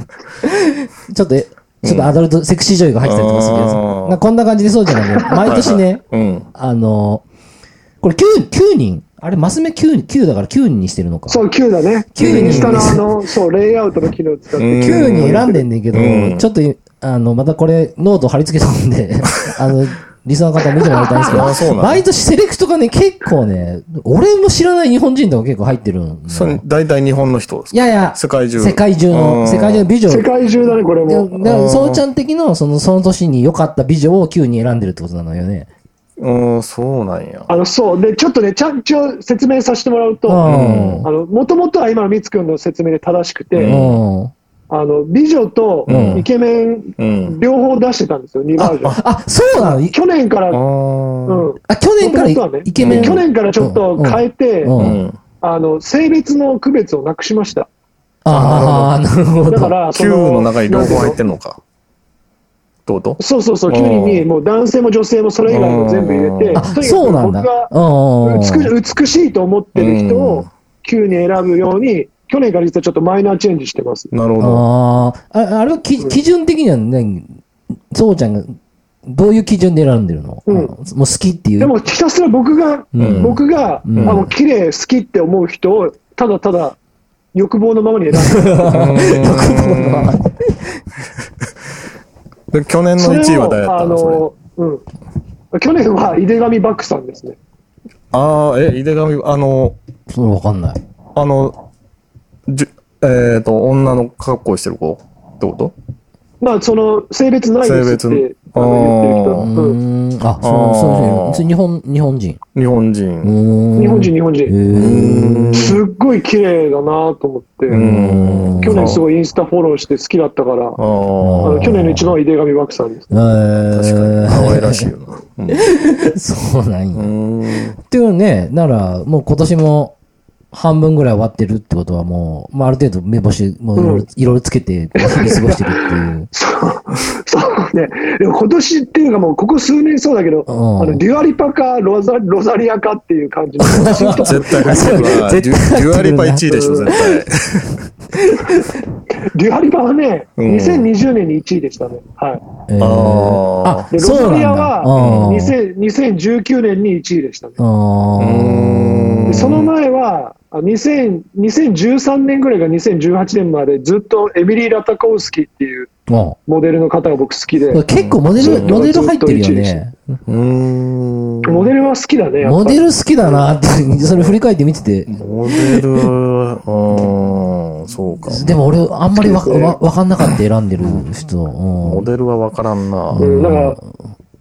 Speaker 2: ちょっと、えちょっとアダルト、セクシー女優が入ってたりとかするやつ。
Speaker 4: あー
Speaker 2: なんかこんな感じでそうじゃない毎年ね、
Speaker 4: うん。
Speaker 2: あの、これ9、9人あれ、マス目9、9だから9人にしてるのか。
Speaker 3: そう、9だね。
Speaker 2: 9に
Speaker 3: 右下のあの、そう、レイアウトの機能を使っ
Speaker 4: うん
Speaker 3: て。
Speaker 2: 9に選んでんねんけど、
Speaker 4: うん
Speaker 2: ちょっとい、あの、またこれ、ノート貼り付けたんで、 あの、リスナーの方見てもらいたいんですけ
Speaker 4: あそうな
Speaker 2: ど、
Speaker 4: の
Speaker 2: 毎年セレクトがね、結構ね、俺も知らない日本人とか結構入ってるんだよ
Speaker 4: それ、大体日本の人です
Speaker 2: い
Speaker 4: か
Speaker 2: やいや、
Speaker 4: 世界中
Speaker 2: 世界中
Speaker 4: う
Speaker 2: の、
Speaker 4: ん
Speaker 2: 世界中の美女。
Speaker 3: 世界中だね、これも。
Speaker 2: だから、そうちゃん的の、その、その年に良かった美女を9に選んでるってことなのよね。
Speaker 4: うん、そうなんや。
Speaker 3: あの、そう。で、ちょっとね、ちゃんと説明させてもらうと、
Speaker 2: うん。
Speaker 3: あの、もともとは今のみつくんの説明で正しくて、
Speaker 2: うん。
Speaker 3: あの、美女と
Speaker 2: うん
Speaker 3: イケメン、
Speaker 4: うん。
Speaker 3: 両方出してたんですよ、2バージョン。
Speaker 2: あ、そうなのい
Speaker 3: 去年か
Speaker 4: あ
Speaker 3: ら、う
Speaker 4: ー
Speaker 3: ん。
Speaker 2: あ、去年から
Speaker 3: 元々はね
Speaker 2: イケメン。
Speaker 3: 去年からちょっと変えて、
Speaker 2: うん
Speaker 4: うん。
Speaker 3: あの、性別の区別をなくしました。
Speaker 2: ああ、なるほ
Speaker 3: だか
Speaker 2: ど。
Speaker 3: ら、そ
Speaker 4: Q の中に両方入って
Speaker 3: る。
Speaker 4: るのか。どうと
Speaker 3: そうそうそう、
Speaker 4: う
Speaker 3: 9人
Speaker 4: ん
Speaker 3: に、もう男性も女性もそれ以外も全部入れて、
Speaker 2: あ、
Speaker 3: とにかく
Speaker 2: そうなんだ。うん。
Speaker 3: 僕が美美しいと思ってる人
Speaker 4: う
Speaker 3: を
Speaker 4: ん
Speaker 3: Q に選ぶように、去年から実はちょっとマイナーチェンジしてます。
Speaker 4: なるほど。
Speaker 2: ああ、ああれはき基準的にはね、そうちゃんが、どういう基準で選んでるの、
Speaker 3: うん
Speaker 2: もう好きっていう。
Speaker 3: でも、ひたすら僕が、
Speaker 2: うん
Speaker 3: 僕が、
Speaker 2: うん
Speaker 3: あの、綺麗好きって思う人を、ただただ欲望のままに選ん でる。
Speaker 4: で去年
Speaker 3: そ
Speaker 4: の
Speaker 3: れ
Speaker 4: 1位は誰や
Speaker 3: を、
Speaker 4: った
Speaker 3: あ
Speaker 4: のそれ
Speaker 3: の、うん。去年は井手上漠さんですね。
Speaker 4: ああ、え、井手上、あの、
Speaker 2: それわかんない。
Speaker 4: あの、じゅえっ、と、女の格好してる子ってこと
Speaker 3: まあ、その、性別ないですっ
Speaker 4: 性別
Speaker 3: て、あの
Speaker 2: う
Speaker 3: 言ってる人。うん
Speaker 2: ーん。あ、そう、そうですね。日本、日本人。
Speaker 4: 日本人。
Speaker 2: うーん
Speaker 3: 日本人、。日本
Speaker 2: へ
Speaker 3: 人。
Speaker 2: ー
Speaker 3: すっごい綺麗だなと思って、
Speaker 4: うん
Speaker 3: 去年すごいインスタフォローして好きだったから、
Speaker 4: あ
Speaker 3: あ
Speaker 4: ー
Speaker 3: の去年の一番は井手上漠さんです。
Speaker 2: えー。
Speaker 4: 確かに。可愛らしいよ な。
Speaker 2: そうなんや。
Speaker 4: う
Speaker 2: っ
Speaker 4: ん。うん
Speaker 2: ていうね、なら、もう今年も半分ぐらい終わってるってことはもう、まあ、ある程度目星、もういろいろいろいろつけて、日々過ごしてるって いう。
Speaker 3: そう、そうね。でも今年っていうかもうここ数年そうだけど、
Speaker 2: うん
Speaker 3: あの、デュアリパかロザロザリアかっていう感じの。
Speaker 4: 絶対入ってるな。
Speaker 2: そう
Speaker 4: デュデュアリパ1位でしょ、
Speaker 3: うん
Speaker 4: 絶
Speaker 3: デュアリパはね、
Speaker 4: うん
Speaker 3: 2020年に1位でしたね。はい。
Speaker 2: えー
Speaker 4: 対。ああ。
Speaker 3: で、ロ
Speaker 2: そう
Speaker 3: ザ
Speaker 2: なん
Speaker 3: リ
Speaker 2: だ
Speaker 3: ア
Speaker 2: う
Speaker 3: は
Speaker 2: ん
Speaker 3: 2000 2019年に1位でしたね。
Speaker 2: あー
Speaker 4: うん
Speaker 3: でその前は、あ2000 2013年ぐらいが2018年までずっとエミリー・ラタコウスキーっていう
Speaker 2: も
Speaker 3: モデルの方が僕好き
Speaker 2: う
Speaker 3: で、
Speaker 2: 結構モデル、
Speaker 3: うん
Speaker 2: モデル入ってるよ
Speaker 3: ずっと一位で
Speaker 2: ね。
Speaker 4: うん。
Speaker 3: モデルは好きだね、やっぱ
Speaker 2: モ
Speaker 3: り
Speaker 2: デル好きだなって、それ振り返って見てて。
Speaker 4: モデル、うん、そうか。
Speaker 2: でも俺、あんまりわ
Speaker 3: そうですね
Speaker 2: わわかんなかった選んでる人。う
Speaker 4: モ
Speaker 2: ん
Speaker 4: デルは分からんな。
Speaker 3: うん、だから、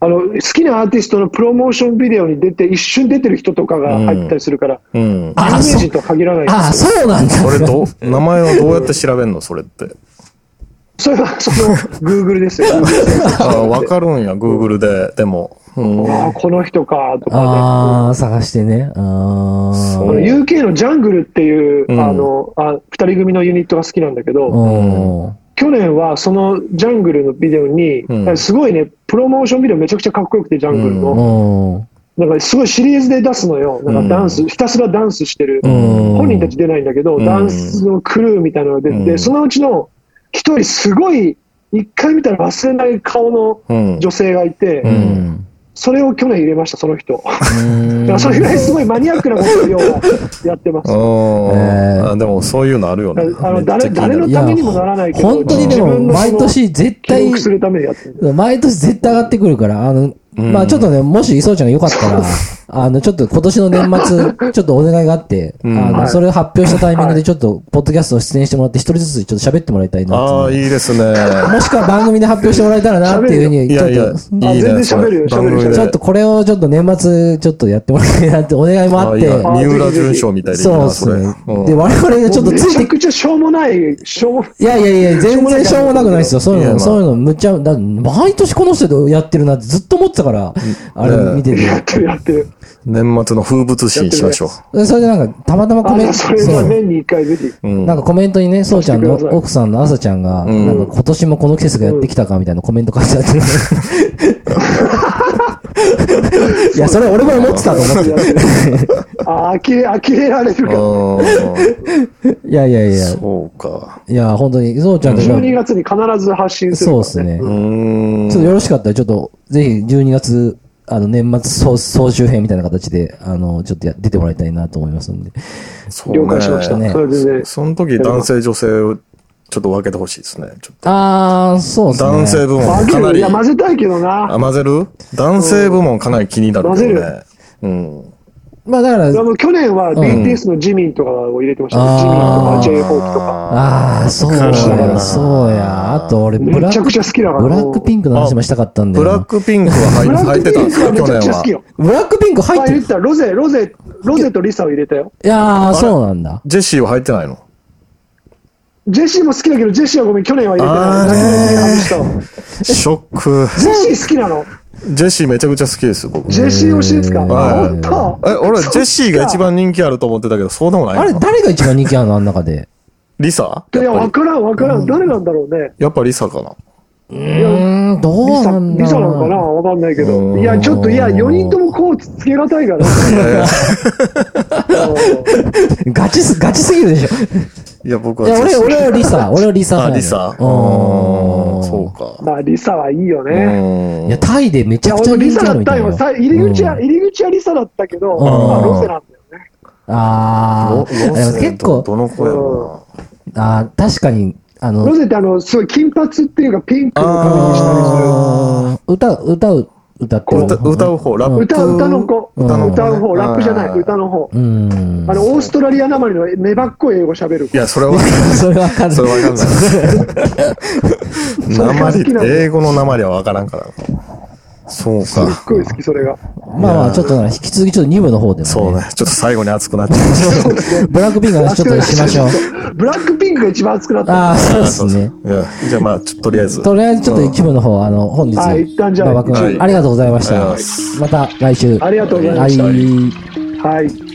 Speaker 3: あの、好きなアーティストのプロモーションビデオに出て、一瞬出てる人とかが入ったりするから、
Speaker 4: うん。
Speaker 2: あ
Speaker 3: 有名人とは限らない
Speaker 2: ああ、
Speaker 3: ですよ。
Speaker 2: そうなんだ。
Speaker 4: それど、名前はどうやって調べんのそれって。
Speaker 3: それは、その、グーグルですよ。
Speaker 4: ああ、分かるんや、Google で。でも。うん。
Speaker 3: ああ、この人か、とか
Speaker 2: ああ、探してね。あ
Speaker 3: ね。あの
Speaker 2: ー
Speaker 3: UK のジャングルっていう、
Speaker 4: うん
Speaker 3: あのあ、二人組のユニットが好きなんだけど、
Speaker 2: うん。
Speaker 3: 去年はそのジャングルのビデオに、
Speaker 4: うん
Speaker 3: すごいね、プロモーションビデオめちゃくちゃかっこよくて、ジャングルの。
Speaker 2: うん。
Speaker 3: なんかすごいシリーズで出すのよ。なんかダンス、ひたすらダンスしてる。
Speaker 2: ん
Speaker 3: 本人たち出ないんだけど、
Speaker 4: うん
Speaker 3: ダンスのクルーみたいなのが出てて、
Speaker 4: うん
Speaker 3: そのうちの一人すごい、一回見たら忘れない顔の
Speaker 4: うん。
Speaker 3: 女性がいて、
Speaker 4: ん
Speaker 2: うん。
Speaker 3: それを去年入れました、その人。だ からそれぐらいすごいマニアックなことを要はやってます。
Speaker 2: え
Speaker 4: あ
Speaker 2: ー
Speaker 4: あ、でもそういうのあるよね。
Speaker 3: あの誰誰の
Speaker 2: い
Speaker 3: た
Speaker 2: や
Speaker 3: めにもならないけど、
Speaker 2: 本当にでも、毎年絶
Speaker 3: 記
Speaker 2: 対
Speaker 3: 録、するためにやってる。
Speaker 2: 毎年絶対上がってくるから、あの、
Speaker 4: ん
Speaker 2: まあちょっとね、もし、そうちゃんがよかったら、あの、ちょっと今年の年末、ちょっとお願いがあって、あ
Speaker 4: うん
Speaker 2: の、
Speaker 3: はい
Speaker 2: それを発表したタイミングで、ちょっと、ポッドキャストを出演してもらって、一人ずつちょっと喋ってもらいたいなっていう
Speaker 4: ああ、いいですね。
Speaker 2: もしくは番組で発表してもらえたらなっていうふう
Speaker 4: い
Speaker 2: に、ち
Speaker 4: や
Speaker 2: ょ
Speaker 4: いや
Speaker 2: っと、、
Speaker 3: あ
Speaker 4: い
Speaker 3: 全
Speaker 4: い
Speaker 3: 然
Speaker 4: ね。
Speaker 3: 喋るよ
Speaker 4: それ
Speaker 3: 喋る喋る
Speaker 2: ちょっとこれをちょっと年末、ちょっとやってもらいたいなってお願いもあっ
Speaker 4: あい
Speaker 2: て
Speaker 4: や、
Speaker 3: あ
Speaker 4: 三浦淳賞みたいでいい
Speaker 2: そう
Speaker 4: な、
Speaker 2: です
Speaker 4: それ。
Speaker 2: ね。
Speaker 4: うん
Speaker 2: で、我々がちょっとつ
Speaker 3: めち
Speaker 2: い
Speaker 3: ゃ
Speaker 2: て、
Speaker 3: くちゃしょうもない、しょうも
Speaker 2: いやいやいや、全然しょうもなくないですよ。そういう
Speaker 4: いやま
Speaker 2: の、
Speaker 4: あ
Speaker 2: そういうの、むっちゃ、だって毎年この人でやってるなってずっと思ってたから、あれ見てて。
Speaker 3: やってるやってる。
Speaker 4: 年末の風物詩にしましょ
Speaker 2: でそれでなんか、たまたまコメン
Speaker 3: あ
Speaker 2: ト、
Speaker 3: それは
Speaker 2: そう
Speaker 3: 年に一回ぜひ。
Speaker 4: う。うん
Speaker 2: なんかコメントにね、そうちゃんの
Speaker 3: してください
Speaker 2: 奥さんの朝ちゃんが、
Speaker 4: ん
Speaker 2: なんか今年もこの季節がやってきたかみたいなコメント書いてあ って。いや、それ俺も思ってたと思って。
Speaker 3: あ、呆れ、呆れられるから。
Speaker 4: う
Speaker 2: いやいやいや、
Speaker 4: んそうか。
Speaker 2: いや、本当に、そうちゃんとか、
Speaker 3: 12月に必ず発信す
Speaker 2: そ
Speaker 3: るか
Speaker 2: う
Speaker 3: ら、
Speaker 2: ですね。
Speaker 4: う
Speaker 2: ちょっ
Speaker 4: ーん
Speaker 2: と。よろしかったら、ちょっと、ぜひ12月、あの、年末総総集編みたいな形で、あの、ちょっとや出てもらいたいなと思いますんで。
Speaker 4: そうね
Speaker 3: 了解しました。
Speaker 2: ね
Speaker 3: それでね、
Speaker 4: その時男性女性をちょっと分けてほしいですね。ちょっと
Speaker 2: あー、そうですね。
Speaker 4: 男性部門か
Speaker 3: 分け
Speaker 4: な
Speaker 3: るい
Speaker 4: り。
Speaker 3: や、混
Speaker 4: あ、
Speaker 3: ぜたいけどな。
Speaker 4: 混ぜる男性部門かなり気になるけどね。うん。
Speaker 2: まあだから
Speaker 3: で、も去年は
Speaker 2: ん
Speaker 3: BTS のジミンとかを入れてました
Speaker 2: あー
Speaker 3: ね。ジミンとか j ホークとか。
Speaker 2: ああ、そう
Speaker 4: 彼氏だから
Speaker 2: や、
Speaker 4: な
Speaker 2: そうや。あと俺、ブラ
Speaker 3: めち
Speaker 2: ッ
Speaker 3: ゃ
Speaker 2: ク
Speaker 3: く、ちゃ好きだから。
Speaker 2: ブラックピ
Speaker 3: ン
Speaker 2: ンクの話もしたかったんだ
Speaker 4: ブラッ
Speaker 2: よ。
Speaker 4: クピンクは入
Speaker 3: ブラッ
Speaker 4: 入っ
Speaker 3: ク
Speaker 4: て
Speaker 3: ピ
Speaker 4: たん
Speaker 3: ン
Speaker 4: です
Speaker 3: クは
Speaker 4: か、
Speaker 3: め
Speaker 4: 去
Speaker 3: ちゃく
Speaker 4: 年
Speaker 3: ちゃ好
Speaker 4: は
Speaker 3: き。よ。
Speaker 2: ブラックピンク入
Speaker 3: あ
Speaker 2: っ
Speaker 3: 入
Speaker 2: て
Speaker 3: れ
Speaker 2: る
Speaker 3: てた。ロゼ、ロゼ、ロゼとリサを入れたよ。
Speaker 2: いやー、そうなんだ。
Speaker 4: ジェシーは入ってないの
Speaker 3: ジェシーも好きだけど、ジェシーはごめん、去年は入れてない。夏の時に外し
Speaker 4: ショック。
Speaker 3: たわジェシー好きなの。
Speaker 4: ジェシーめちゃくちゃ好きです、僕。
Speaker 3: ジェシー推しですか。
Speaker 4: はい
Speaker 3: 本当。
Speaker 4: え、俺、ジェシーが一番人気あると思ってたけど、そうでもないの
Speaker 2: あれ、誰が一番人気あるのあん中で。
Speaker 4: リサ
Speaker 3: いや、
Speaker 4: やっ
Speaker 3: わ
Speaker 4: ぱ
Speaker 3: からん、わからん。誰なんだろうね。
Speaker 4: りやっぱリサかな。
Speaker 2: うーん、どう
Speaker 3: リサ、
Speaker 2: なんだ
Speaker 3: リサなのかな
Speaker 2: ろ
Speaker 3: わかんないけ
Speaker 4: う
Speaker 3: ど。
Speaker 4: ん
Speaker 3: いや、ちょっと、いや、4人ともコーチつけがたいか ら。うん
Speaker 2: う。ガチす、ガチすぎる でし
Speaker 4: いや、僕
Speaker 2: ょ。
Speaker 4: はいジェ
Speaker 2: や、
Speaker 4: シー。
Speaker 2: 俺、俺はリサ。俺はリサ
Speaker 4: あ、
Speaker 2: 派やね。
Speaker 4: リサ。うーん
Speaker 2: うん、
Speaker 4: そうか。
Speaker 3: まあ、リサはいいよ
Speaker 4: う
Speaker 3: ね。
Speaker 4: ーん
Speaker 2: いや、タイでめち
Speaker 3: い
Speaker 2: ゃ
Speaker 3: や、
Speaker 2: くちゃ
Speaker 3: 俺、リ
Speaker 2: 人
Speaker 3: サ
Speaker 2: 気あ
Speaker 3: だ
Speaker 2: る
Speaker 3: っ
Speaker 2: み
Speaker 3: た
Speaker 2: たい
Speaker 3: よ。
Speaker 2: な。
Speaker 3: さ入り口は、
Speaker 2: うん
Speaker 3: 入り口はリサだったけど、
Speaker 2: うん
Speaker 3: まあ、ロゼなんだよね。
Speaker 2: あ
Speaker 4: ロ
Speaker 2: ー、でも結
Speaker 4: ど
Speaker 2: 構、
Speaker 4: どの子やろ
Speaker 2: あー、確かに、あの
Speaker 3: ロ、ゼってあの、すごい金髪っていうかピンク
Speaker 4: う
Speaker 3: の髪にしたりする。
Speaker 2: あー歌う、歌う、歌って
Speaker 4: な
Speaker 2: る。
Speaker 4: 歌歌う方、ラップ。
Speaker 3: 歌、歌の子。
Speaker 2: うん
Speaker 3: 歌の
Speaker 4: 歌の子
Speaker 3: 方、
Speaker 4: ね
Speaker 3: ラップじゃな
Speaker 4: あ
Speaker 3: い、
Speaker 4: ー
Speaker 3: 歌の方。
Speaker 2: うーん。
Speaker 3: あの、オーストラリアなまりの粘っこい英語喋る
Speaker 4: い
Speaker 3: 子。
Speaker 4: や、それは、
Speaker 2: それわかんない
Speaker 4: それ。わかんない。
Speaker 3: それが好きな
Speaker 4: 鉛
Speaker 3: の
Speaker 4: 英語の鉛はわからんから。そう
Speaker 3: すっ
Speaker 4: か。
Speaker 3: ごい好き、それが。
Speaker 2: まあまあ、ちょっとだから引き続きちょっと2部の方でも、ね。
Speaker 4: そうね。ちょっと最後に熱くなっちゃいました。
Speaker 2: ブラックピンクの話ちょっとしましょ う。
Speaker 3: ブラックピンクが一番熱くなった。
Speaker 2: ああ、そうですね。
Speaker 4: いや、じゃあまあ、ちょっととりあえず。
Speaker 2: とりあえずちょっと一部の方、あの、本日、
Speaker 3: はい一旦じゃあ
Speaker 2: 馬場君
Speaker 4: はい
Speaker 2: ありがとうございまし
Speaker 4: ありがとう
Speaker 2: た
Speaker 4: ござい。
Speaker 2: また来週。
Speaker 3: ありがとうございました
Speaker 2: はい
Speaker 3: はい。